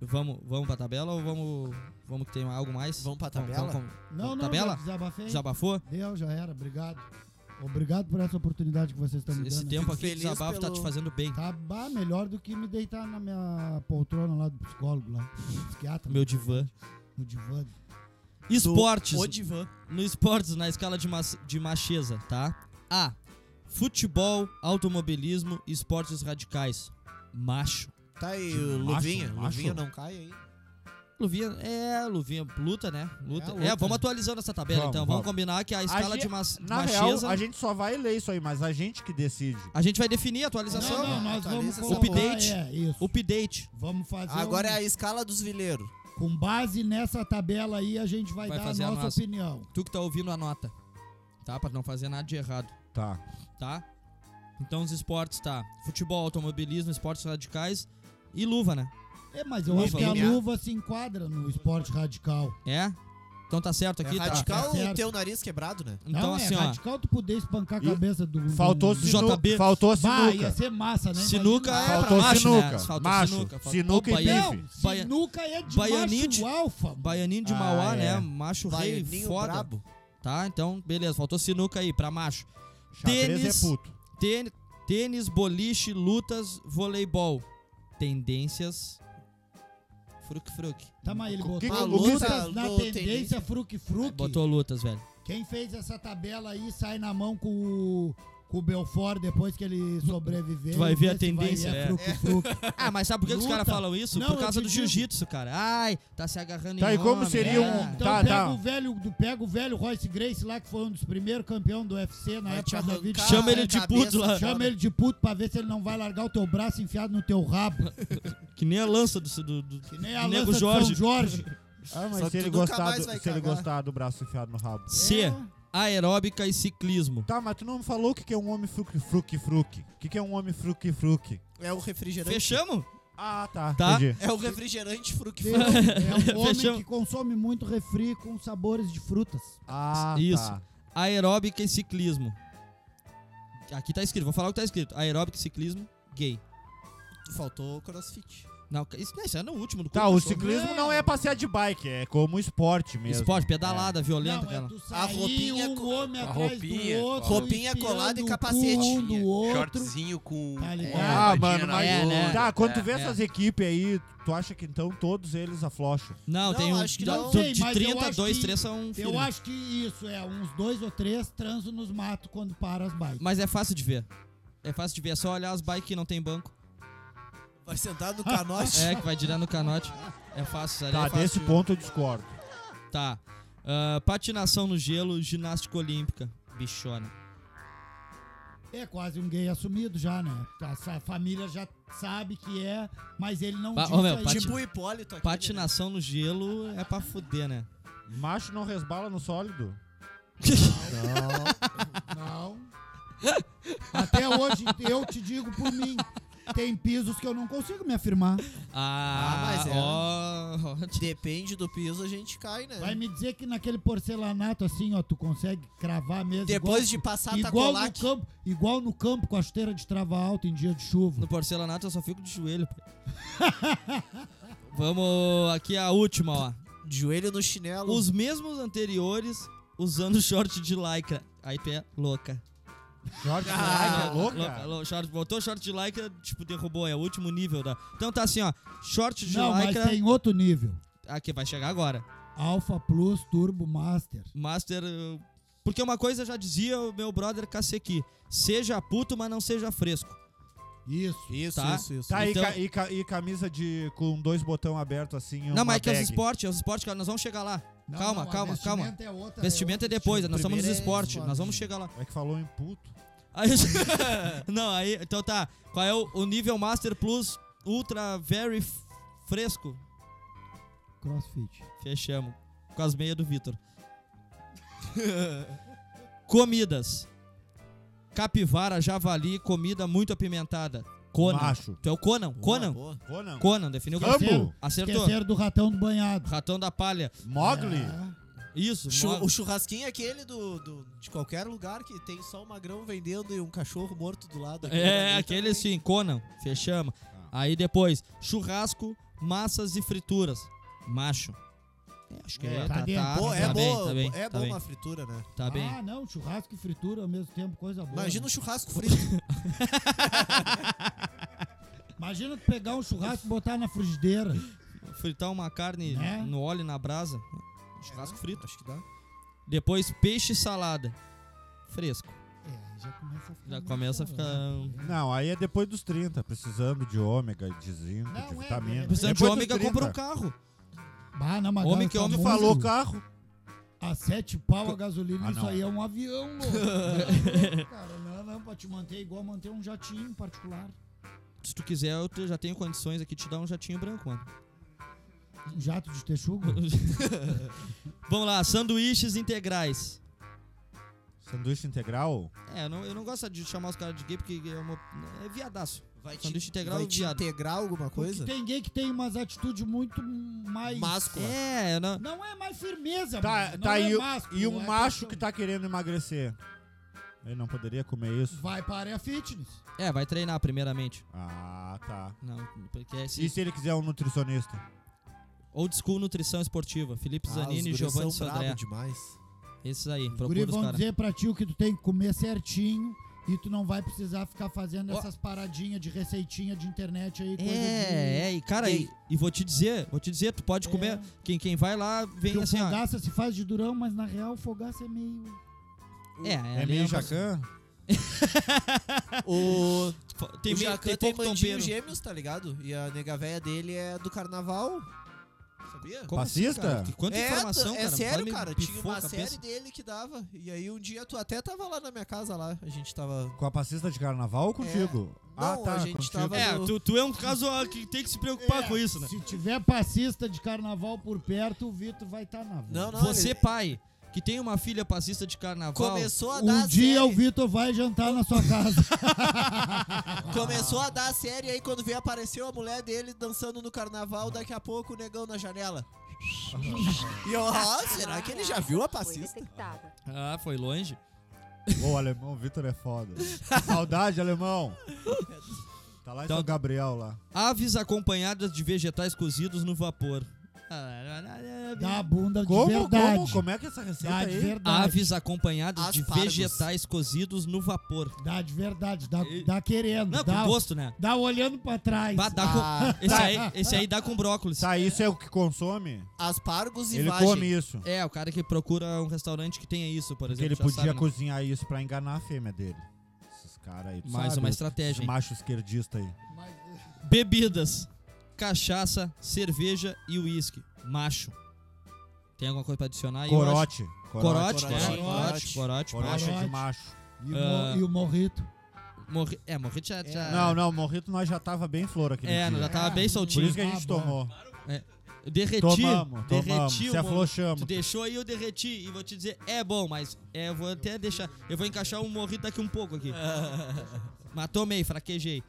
Speaker 3: vamos, vamos pra tabela ou vamos. Vamos que tem algo mais?
Speaker 2: Vamos pra
Speaker 3: Vamos-
Speaker 2: tabela?
Speaker 3: vamos- vamos-
Speaker 4: Não, não,
Speaker 3: tabela?
Speaker 4: já desabafei.
Speaker 3: Desabafou?
Speaker 4: Deu, já era. Obrigado. Obrigado por essa oportunidade que vocês estão me dando.
Speaker 3: Esse
Speaker 4: hein?
Speaker 3: tempo
Speaker 2: Fico
Speaker 3: aqui de
Speaker 2: feliz
Speaker 3: desabafo tá
Speaker 2: pelo-
Speaker 3: te fazendo bem.
Speaker 4: Tá bah, melhor do que me deitar na minha poltrona lá do psicólogo lá. Psiquiatra,
Speaker 3: Meu divã.
Speaker 4: no divã.
Speaker 3: Esportes.
Speaker 2: O Divan.
Speaker 3: No esportes, na escala de, mas- de macheza, tá? A. Futebol, automobilismo e esportes radicais. Macho.
Speaker 2: Tá aí,
Speaker 1: Que
Speaker 2: o
Speaker 1: macho,
Speaker 2: Luvinha.
Speaker 1: macho.
Speaker 2: Luvinha não cai aí.
Speaker 3: Luvinha, é, Luvinha, luta, né? Luta.
Speaker 4: É,
Speaker 3: É,
Speaker 4: luta.
Speaker 3: vamos atualizando essa tabela,
Speaker 1: Vamos,
Speaker 3: então. Vamos,
Speaker 1: vamos.
Speaker 3: combinar que a escala
Speaker 1: ge-
Speaker 3: de mas-
Speaker 1: Na
Speaker 3: macheza...
Speaker 1: real, a gente só vai ler isso aí, mas a gente que decide.
Speaker 3: a gente vai definir a atualização.
Speaker 4: Não, não, nós vamos
Speaker 2: atualiza
Speaker 4: colocar,
Speaker 3: update.
Speaker 4: É, isso.
Speaker 3: Update.
Speaker 4: Vamos fazer
Speaker 2: Agora
Speaker 4: um-
Speaker 2: é a escala dos vileiros.
Speaker 4: com base nessa tabela aí a gente vai,
Speaker 3: Vai
Speaker 4: dar
Speaker 3: fazer a
Speaker 4: a nossa
Speaker 3: nossa.
Speaker 4: opinião.
Speaker 3: Tu que tá ouvindo, anota. Tá? Pra não fazer nada de errado.
Speaker 1: Tá.
Speaker 3: tá? Então os esportes, tá? Futebol, automobilismo, esportes radicais e luva, né?
Speaker 4: É, mas eu
Speaker 3: Luva,
Speaker 4: acho que a
Speaker 2: MMA.
Speaker 4: luva se enquadra no esporte radical.
Speaker 3: É? Então tá certo
Speaker 2: É
Speaker 3: aqui, tá?
Speaker 2: radical
Speaker 4: tá certo.
Speaker 2: o teu nariz quebrado, né?
Speaker 3: Então
Speaker 4: não,
Speaker 3: assim,
Speaker 4: é
Speaker 3: ó.
Speaker 4: radical tu poder espancar a
Speaker 1: E
Speaker 4: cabeça do.
Speaker 1: Faltou,
Speaker 4: do...
Speaker 3: sinu-
Speaker 1: sinu...
Speaker 3: JB.
Speaker 1: Faltou
Speaker 4: Bah, ia
Speaker 1: sinuca.
Speaker 4: ser massa, né?
Speaker 3: Sinuca é
Speaker 4: Imagina.
Speaker 1: Faltou
Speaker 3: pra macho,
Speaker 1: sinuca.
Speaker 3: né? Faltou
Speaker 1: Macho.
Speaker 3: sinuca. Faltou-
Speaker 1: Sinuca e
Speaker 3: Pô, Baiano-
Speaker 1: bife.
Speaker 3: Baia-
Speaker 4: Sinuca é de
Speaker 3: Baianinho
Speaker 4: macho
Speaker 3: de-
Speaker 4: alfa.
Speaker 3: Baianinho de
Speaker 1: Ah,
Speaker 3: Mauá,
Speaker 1: é.
Speaker 3: né? Macho rei
Speaker 2: Baianinho
Speaker 3: foda.
Speaker 2: brabo.
Speaker 3: Tá? Então, beleza. Faltou sinuca aí, pra macho.
Speaker 1: Xadrez
Speaker 3: Tênis.
Speaker 1: é puto.
Speaker 3: Tênis, tênis boliche, lutas, voleibol. Tendências... Fruc, fruc.
Speaker 4: Tá, mas ele
Speaker 1: O
Speaker 4: botou
Speaker 1: que-
Speaker 2: o que-
Speaker 4: lutas na
Speaker 2: Lu-
Speaker 4: tendência
Speaker 2: tendência.
Speaker 4: fruc-fruc.
Speaker 3: Botou lutas, velho.
Speaker 4: Quem fez essa tabela aí sai na mão com o, com o Belfort depois que ele sobreviver.
Speaker 3: Tu vai
Speaker 4: e
Speaker 3: ver a
Speaker 4: vê se
Speaker 3: tendência,
Speaker 4: vai-
Speaker 3: é.
Speaker 4: fruc-fruc.
Speaker 3: Ah, mas sabe por que, que os
Speaker 4: Luta?
Speaker 3: caras falam isso?
Speaker 4: Não,
Speaker 3: Por
Speaker 4: eu
Speaker 3: causa
Speaker 4: te
Speaker 3: do
Speaker 4: digo.
Speaker 3: jiu-jitsu, cara. Ai, tá se agarrando
Speaker 1: Tá,
Speaker 3: em
Speaker 1: e como
Speaker 3: homem,
Speaker 1: seria
Speaker 3: é.
Speaker 1: um-
Speaker 4: Então
Speaker 1: Tá,
Speaker 4: pega,
Speaker 1: tá.
Speaker 4: O velho, do- pega o velho Royce Grace lá, que foi um dos primeiros campeões do UFC na
Speaker 2: Vai te
Speaker 4: época da vida.
Speaker 2: arrancar
Speaker 3: Chama
Speaker 2: a
Speaker 3: ele de
Speaker 2: cabeça
Speaker 3: puto lá.
Speaker 2: fora.
Speaker 4: Chama ele de puto pra ver se ele não vai largar o teu braço enfiado no teu rabo.
Speaker 3: Que nem a lança do, do, do-
Speaker 4: Que nem a
Speaker 3: Nego
Speaker 4: lança de São
Speaker 3: Jorge.
Speaker 4: Jorge.
Speaker 1: Ah, mas
Speaker 2: Só
Speaker 1: se
Speaker 2: que
Speaker 1: ele,
Speaker 2: tu nunca
Speaker 1: gostar
Speaker 2: mais
Speaker 1: do,
Speaker 2: vai
Speaker 1: se ele
Speaker 2: cagar.
Speaker 1: gostar do braço enfiado no rabo.
Speaker 4: É,
Speaker 3: C. Aeróbica e ciclismo.
Speaker 1: Tá, mas tu não falou o que, que é um homem fruque fruque fruque. O que, que é um homem fruque fruque?
Speaker 2: É o refrigerante.
Speaker 3: Fechamos?
Speaker 1: Ah, tá.
Speaker 3: Tá.
Speaker 1: Entendi.
Speaker 2: É o refrigerante fruc
Speaker 4: É, é um homem
Speaker 3: Fechamos.
Speaker 4: que consome muito refri com sabores de frutas.
Speaker 1: Ah,
Speaker 3: Isso.
Speaker 1: tá.
Speaker 3: Aeróbica e ciclismo. Aqui tá escrito, vou falar o que tá escrito. Aeróbica e ciclismo, gay.
Speaker 2: Faltou crossfit.
Speaker 3: Não, isso, isso é no último do
Speaker 1: Tá,
Speaker 3: curso,
Speaker 1: o
Speaker 3: só.
Speaker 1: ciclismo não.
Speaker 4: Não.
Speaker 1: é passear de bike, é como esporte mesmo.
Speaker 3: Esporte, pedalada, violenta,
Speaker 4: Não, é
Speaker 3: cara.
Speaker 4: tu sair,
Speaker 2: roupinha
Speaker 4: um
Speaker 2: co-
Speaker 4: homem
Speaker 6: a
Speaker 4: atrás
Speaker 6: roupinha,
Speaker 4: do
Speaker 6: ó.
Speaker 4: outro.
Speaker 2: Roupinha
Speaker 4: enfiando
Speaker 2: colada e
Speaker 4: o cu
Speaker 2: capacete.
Speaker 4: Um do outro.
Speaker 6: É, Shortzinho com.
Speaker 4: Tá ligado?
Speaker 1: É.
Speaker 6: uma
Speaker 1: Ah,
Speaker 6: rodinha
Speaker 1: mano,
Speaker 6: na
Speaker 1: mas.
Speaker 3: É, né?
Speaker 6: outra.
Speaker 1: Tá, quando
Speaker 6: É.
Speaker 1: tu vê
Speaker 3: é.
Speaker 1: essas equipes aí, tu acha que então todos eles aflocham?
Speaker 3: Não,
Speaker 2: Não,
Speaker 3: tem um.
Speaker 2: acho que
Speaker 3: do-
Speaker 2: não.
Speaker 3: do-
Speaker 4: Sei,
Speaker 3: de
Speaker 4: mas eu
Speaker 3: 30,
Speaker 4: acho
Speaker 3: 2,
Speaker 4: que-
Speaker 3: 3 são um
Speaker 4: Eu
Speaker 3: filhos.
Speaker 4: acho que isso é uns dois ou três transo nos matos quando para as bikes.
Speaker 3: Mas é fácil de ver. É fácil de ver, é só olhar as bikes que não tem banco.
Speaker 2: Vai sentar no canote.
Speaker 3: É, que vai girar no canote. É fácil, sabe?
Speaker 1: Tá,
Speaker 3: é fácil
Speaker 1: desse
Speaker 3: de-
Speaker 1: ponto eu discordo.
Speaker 3: Tá. Ah, patinação no gelo, ginástica olímpica. Bichona.
Speaker 4: né? É quase um gay assumido já, né? A, sa- família já sabe que é, mas ele não
Speaker 3: Ba-
Speaker 4: diz
Speaker 3: ô, meu,
Speaker 4: aí.
Speaker 3: patina-
Speaker 2: Tipo o Hipólito aqui. né?
Speaker 3: Patinação no gelo é pra fuder, né?
Speaker 1: Macho não resbala no sólido?
Speaker 4: Não. Até hoje, eu te digo por mim, tem pisos que eu não consigo me afirmar.
Speaker 3: Ah,
Speaker 2: Ah, mas é.
Speaker 3: ó,
Speaker 2: Depende do piso, a gente cai, né?
Speaker 4: Vai me dizer que naquele porcelanato assim, ó, tu consegue cravar mesmo.
Speaker 2: Depois de
Speaker 4: igual,
Speaker 2: passar
Speaker 4: igual no
Speaker 2: tacolac.
Speaker 4: campo, igual no campo com a esteira de trava alta em dia de
Speaker 3: No
Speaker 4: chuva.
Speaker 3: porcelanato eu só fico de joelho. pô. Vamos aqui é a última, ó.
Speaker 2: De joelho no chinelo.
Speaker 3: Os mesmos anteriores usando short de lycra. Aí tu é louca.
Speaker 1: Jorge
Speaker 2: Ah,
Speaker 1: Clyde é louca?
Speaker 3: lou- short, botou short de lycra, tipo, derrubou. É o último nível da. Então tá assim, ó. Short de
Speaker 4: Não, mas
Speaker 3: lycra.
Speaker 4: tem outro nível.
Speaker 3: Aqui vai chegar agora.
Speaker 4: Alpha Plus Turbo Master.
Speaker 3: Master. eh, Porque uma coisa já dizia o meu brother Kaseki: seja puto, mas não seja fresco.
Speaker 4: Isso.
Speaker 2: Isso,
Speaker 3: Tá.
Speaker 2: isso, isso.
Speaker 1: Tá, aí
Speaker 3: Então-
Speaker 1: e, ca- e camisa de com dois botões abertos assim. e
Speaker 3: não,
Speaker 1: uma
Speaker 3: mas é que é os
Speaker 1: bag.
Speaker 3: esportes, é os esportes, cara, nós vamos chegar lá.
Speaker 4: Não,
Speaker 3: calma,
Speaker 4: não, a
Speaker 3: calma, calma.
Speaker 4: vestimenta É outra,
Speaker 3: Vestimento é
Speaker 4: outro
Speaker 3: depois,
Speaker 4: tipo.
Speaker 3: nós estamos nos
Speaker 2: Primeiro é
Speaker 3: esportes,
Speaker 4: esporte.
Speaker 3: nós vamos chegar lá.
Speaker 1: É que falou em puto.
Speaker 3: Aí- não, aí, então tá. Qual é o, o nível Master Plus Ultra Very f- Fresco?
Speaker 4: Crossfit.
Speaker 3: Fechamos. Com as meias do Vitor. Comidas. Capivara, javali, comida muito apimentada. Conan.
Speaker 1: Macho.
Speaker 3: Tu é o Conan.
Speaker 2: Boa,
Speaker 3: Conan.
Speaker 2: boa.
Speaker 1: Conan.
Speaker 3: Conan, definiu.
Speaker 1: Rambo.
Speaker 3: Acertou.
Speaker 4: Esqueceram do ratão do banhado.
Speaker 3: Ratão da palha.
Speaker 1: Mogli.
Speaker 3: Ah.
Speaker 4: É.
Speaker 3: Isso.
Speaker 2: Chu-
Speaker 3: mó-
Speaker 2: o churrasquinho é aquele do, do- de qualquer lugar que tem só um magrão vendendo e um cachorro morto do lado.
Speaker 3: É,
Speaker 2: ali
Speaker 3: aquele
Speaker 2: também.
Speaker 3: sim, Conan. Fechamos.
Speaker 2: Ah.
Speaker 3: Aí depois, churrasco, massas e frituras. Macho. É, acho que
Speaker 4: É,
Speaker 3: é.
Speaker 4: tá dentro.
Speaker 2: Pô, é
Speaker 3: tá
Speaker 2: boa,
Speaker 3: bem, tá bem,
Speaker 2: é
Speaker 3: tá
Speaker 2: boa
Speaker 3: bem,
Speaker 2: uma fritura, né?
Speaker 3: tá bem.
Speaker 4: Ah, não, churrasco e fritura ao mesmo tempo, coisa boa.
Speaker 2: Imagina um churrasco frito.
Speaker 4: Imagina tu pegar um churrasco e botar na frigideira.
Speaker 3: Fritar uma carne
Speaker 4: Né?
Speaker 3: no óleo e na brasa. Churrasco frito.
Speaker 2: É, Acho que dá.
Speaker 3: Depois, peixe e salada. Fresco.
Speaker 4: É, já começa a ficar.
Speaker 3: Já
Speaker 4: meio
Speaker 3: começa a ficar-
Speaker 4: salgado, né?
Speaker 1: Não, aí é depois dos 30, precisando de ômega, de zinco,
Speaker 4: Não,
Speaker 1: de
Speaker 4: é,
Speaker 1: vitamina.
Speaker 4: é.
Speaker 3: Precisando de
Speaker 1: Depois dos
Speaker 3: ômega,
Speaker 1: 30.
Speaker 3: compra um carro.
Speaker 4: Bah, não, mas
Speaker 3: Homem
Speaker 4: gasta
Speaker 3: que homem
Speaker 4: muito.
Speaker 1: Falou carro.
Speaker 4: A sete pau a gasolina,
Speaker 1: Ah,
Speaker 4: isso
Speaker 1: não.
Speaker 4: aí é um avião, louco. cara, não, não, pra te manter é igual manter um jatinho particular.
Speaker 3: Se tu quiser, eu te- já tenho condições aqui de te dar um jatinho branco, mano.
Speaker 4: Um jato de texugo.
Speaker 3: Vamos lá, sanduíches integrais.
Speaker 1: Sanduíche integral.
Speaker 3: É, eu não, eu não gosto de chamar os caras de gay porque é, uma, é viadaço.
Speaker 2: Vai te,
Speaker 3: Sanduíche integral
Speaker 2: vai
Speaker 3: e
Speaker 2: te
Speaker 3: viado.
Speaker 2: integrar alguma coisa?
Speaker 3: é
Speaker 4: Porque Tem gay que tem umas atitudes muito mais.
Speaker 2: Máscula.
Speaker 3: É, eu não,
Speaker 4: Não é mais firmeza,
Speaker 1: Tá,
Speaker 4: mano.
Speaker 1: tá
Speaker 4: não
Speaker 1: e,
Speaker 4: é
Speaker 1: o-
Speaker 4: másculo,
Speaker 1: e um
Speaker 4: é
Speaker 1: macho
Speaker 4: questão-
Speaker 1: que tá querendo emagrecer. Ele não poderia comer isso.
Speaker 4: Vai para a área fitness.
Speaker 3: é, vai treinar primeiramente.
Speaker 1: Ah, tá.
Speaker 3: Não, porque é
Speaker 1: E se ele quiser um nutricionista?
Speaker 3: Old School Nutrição Esportiva. Felipe Zanini e
Speaker 2: Ah, os guris
Speaker 3: Giovanni
Speaker 2: são brabo
Speaker 3: Sodré.
Speaker 2: demais.
Speaker 3: Esses aí,
Speaker 4: Os guri
Speaker 3: procura os
Speaker 4: vão
Speaker 3: caras.
Speaker 4: dizer pra ti o que tu tem que comer certinho e tu não vai precisar ficar fazendo
Speaker 3: Ó.
Speaker 4: essas paradinhas de receitinha de internet aí, coisa de...
Speaker 3: É, é, e cara, e, e vou te dizer, vou te dizer, tu pode
Speaker 4: É.
Speaker 3: comer. Quem, quem vai lá, vem
Speaker 4: Que o
Speaker 3: assim, ó.
Speaker 4: fogaça se faz de durão, mas na real o fogaça é meio...
Speaker 3: É,
Speaker 1: É,
Speaker 3: ali
Speaker 1: meio
Speaker 3: uma-
Speaker 1: jacan?
Speaker 2: O,
Speaker 3: Fo-
Speaker 2: tem
Speaker 3: Tem,
Speaker 2: o
Speaker 3: meio-
Speaker 2: Jacan
Speaker 3: tem
Speaker 2: tem
Speaker 3: pouco
Speaker 2: mandinho
Speaker 3: tombeiro.
Speaker 2: gêmeos, tá ligado? E a nega véia dele é do carnaval. Sabia?
Speaker 3: Como assim,
Speaker 1: Fascista?
Speaker 3: cara? Que- Quanta
Speaker 2: é,
Speaker 3: informação,
Speaker 2: é
Speaker 3: cara.
Speaker 2: sério,
Speaker 3: me
Speaker 2: cara.
Speaker 3: pifou
Speaker 2: Tinha uma
Speaker 3: a
Speaker 2: série
Speaker 3: cabeça.
Speaker 2: dele que dava. E aí um dia tu até tava lá na minha casa lá. A gente tava.
Speaker 1: Com a passista de carnaval ou contigo? ah,
Speaker 2: Não,
Speaker 1: tá.
Speaker 2: a gente
Speaker 1: contigo.
Speaker 2: tava-
Speaker 3: É,
Speaker 2: do-
Speaker 3: tu, tu é um caso ah, que tem que se preocupar com isso, né?
Speaker 4: Se tiver passista de carnaval por perto, o Vitor vai estar na
Speaker 2: Não, não.
Speaker 3: Você,
Speaker 2: ele-
Speaker 3: pai, que tem uma filha passista de carnaval.
Speaker 2: começou a dar
Speaker 4: Um
Speaker 2: a
Speaker 4: dia o
Speaker 2: série.
Speaker 4: Vitor vai jantar na sua casa.
Speaker 2: Começou a dar a série aí quando veio apareceu a mulher dele dançando no carnaval, daqui a pouco o negão na janela. e eu, ah, será que ele já viu a passista?
Speaker 3: Ah, foi longe.
Speaker 1: Ô, alemão, o Vitor é foda. Saudade, alemão. Tá lá em
Speaker 3: Então-
Speaker 1: São Gabriel lá.
Speaker 3: Aves acompanhadas de vegetais cozidos no vapor. Ah,
Speaker 4: da bunda
Speaker 1: Como,
Speaker 4: de verdade.
Speaker 1: como, como é que é essa receita
Speaker 4: Dá de
Speaker 1: aí?
Speaker 4: verdade.
Speaker 3: Aves acompanhadas de
Speaker 2: Aspargos.
Speaker 3: vegetais cozidos no vapor.
Speaker 4: Dá de verdade. Dá,
Speaker 3: E-
Speaker 4: dá querendo.
Speaker 3: Não,
Speaker 4: dá,
Speaker 3: com gosto, né?
Speaker 4: dá olhando pra trás. Ah,
Speaker 3: Bah, dá com-
Speaker 2: Ah.
Speaker 3: esse, aí, esse aí dá com brócolis.
Speaker 1: Tá, isso é o que consome?
Speaker 2: Aspargos e
Speaker 1: Ele
Speaker 2: vagem.
Speaker 1: come isso.
Speaker 3: É, o cara que procura um restaurante que tenha isso, por
Speaker 1: Porque
Speaker 3: exemplo.
Speaker 1: ele
Speaker 3: já
Speaker 1: podia
Speaker 3: sabe, né?
Speaker 1: cozinhar isso pra enganar a fêmea dele. Esses caras aí. tu
Speaker 3: Mais
Speaker 1: sabe,
Speaker 3: uma
Speaker 1: os-
Speaker 3: estratégia,
Speaker 1: Os
Speaker 3: hein?
Speaker 1: macho esquerdista aí.
Speaker 4: Mas, eh,
Speaker 3: Bebidas: cachaça, cerveja e uísque. Macho. Tem alguma coisa pra adicionar? aí? Eu acho-
Speaker 1: Corote.
Speaker 3: Corote,
Speaker 2: Corote,
Speaker 3: né?
Speaker 2: corote,
Speaker 3: Corote, corote,
Speaker 1: Corote é de
Speaker 4: Corote.
Speaker 1: macho.
Speaker 4: e, o
Speaker 3: Ah.
Speaker 4: mo- e o morrito.
Speaker 3: Morri... É, morrito já. já...
Speaker 1: Não, não, morrito nós já tava bem flor aquele
Speaker 3: É,
Speaker 1: dia.
Speaker 3: já tava bem
Speaker 1: Por
Speaker 3: soltinho.
Speaker 1: isso que a gente
Speaker 4: Ah, bom.
Speaker 1: tomou.
Speaker 3: Derreti.
Speaker 1: Tomamos, tomamos.
Speaker 3: derreti
Speaker 1: Se
Speaker 3: o morrito.
Speaker 1: aflochamos.
Speaker 3: Tu deixou e eu derreti. E vou te dizer, é bom, mas é, eu vou até deixar. Eu vou encaixar um morrito daqui um pouco aqui. mas tomei, fraquejei.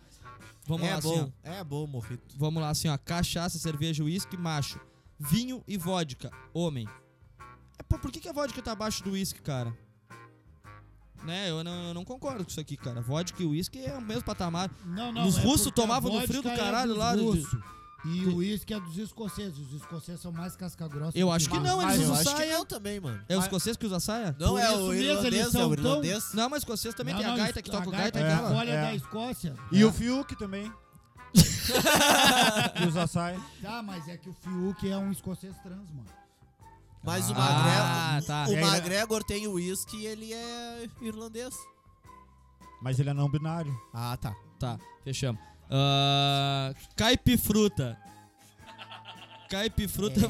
Speaker 3: Vamos
Speaker 2: é
Speaker 3: lá, assim, ó.
Speaker 2: bom, é bom, morrito.
Speaker 3: Vamos lá, assim, ó. Cachaça, cerveja, uísque, macho. Vinho e vodka, homem. É, pô, por que, que a vodka tá abaixo do uísque, cara? Né, eu não, eu não concordo com isso aqui, cara. Vodka e uísque é o mesmo patamar.
Speaker 4: Não, não,
Speaker 3: Nos
Speaker 4: é
Speaker 3: russos
Speaker 4: porque a
Speaker 3: tomavam no frio do
Speaker 4: vodka é
Speaker 3: caralho
Speaker 4: dos
Speaker 3: lá, de-
Speaker 4: russos. E o uísque é dos escoceses. Os escoceses são mais casca-grossa.
Speaker 3: Eu
Speaker 4: do
Speaker 3: acho que
Speaker 4: nós.
Speaker 3: não,
Speaker 1: mas
Speaker 3: eles
Speaker 1: eu
Speaker 3: usam
Speaker 2: Acho que
Speaker 3: saia.
Speaker 2: não também, mano.
Speaker 3: É os escoceses que usam saia?
Speaker 2: Não
Speaker 4: Por
Speaker 2: é
Speaker 4: isso
Speaker 2: o
Speaker 4: mesmo, eles
Speaker 2: irlandês, é
Speaker 4: são
Speaker 2: o
Speaker 4: tão-
Speaker 2: irlandês.
Speaker 3: Não, mas escoceses também
Speaker 4: Não,
Speaker 3: tem a
Speaker 4: não,
Speaker 3: gaita que toca o gaita.
Speaker 4: é
Speaker 1: aquela.
Speaker 4: a folha
Speaker 1: É.
Speaker 4: da Escócia.
Speaker 1: E
Speaker 3: É.
Speaker 1: o Fiuk também. que usa saia.
Speaker 4: Tá, mas é que o Fiuk é um escocês trans, mano.
Speaker 2: Mas o
Speaker 3: Ah,
Speaker 2: McGregor,
Speaker 3: tá.
Speaker 1: E
Speaker 2: o
Speaker 1: aí,
Speaker 2: McGregor tem o uísque e ele é irlandês.
Speaker 1: Mas ele é não binário.
Speaker 2: Ah, tá.
Speaker 3: Tá, fechamos. Ah, caipifruta. Caipifruta.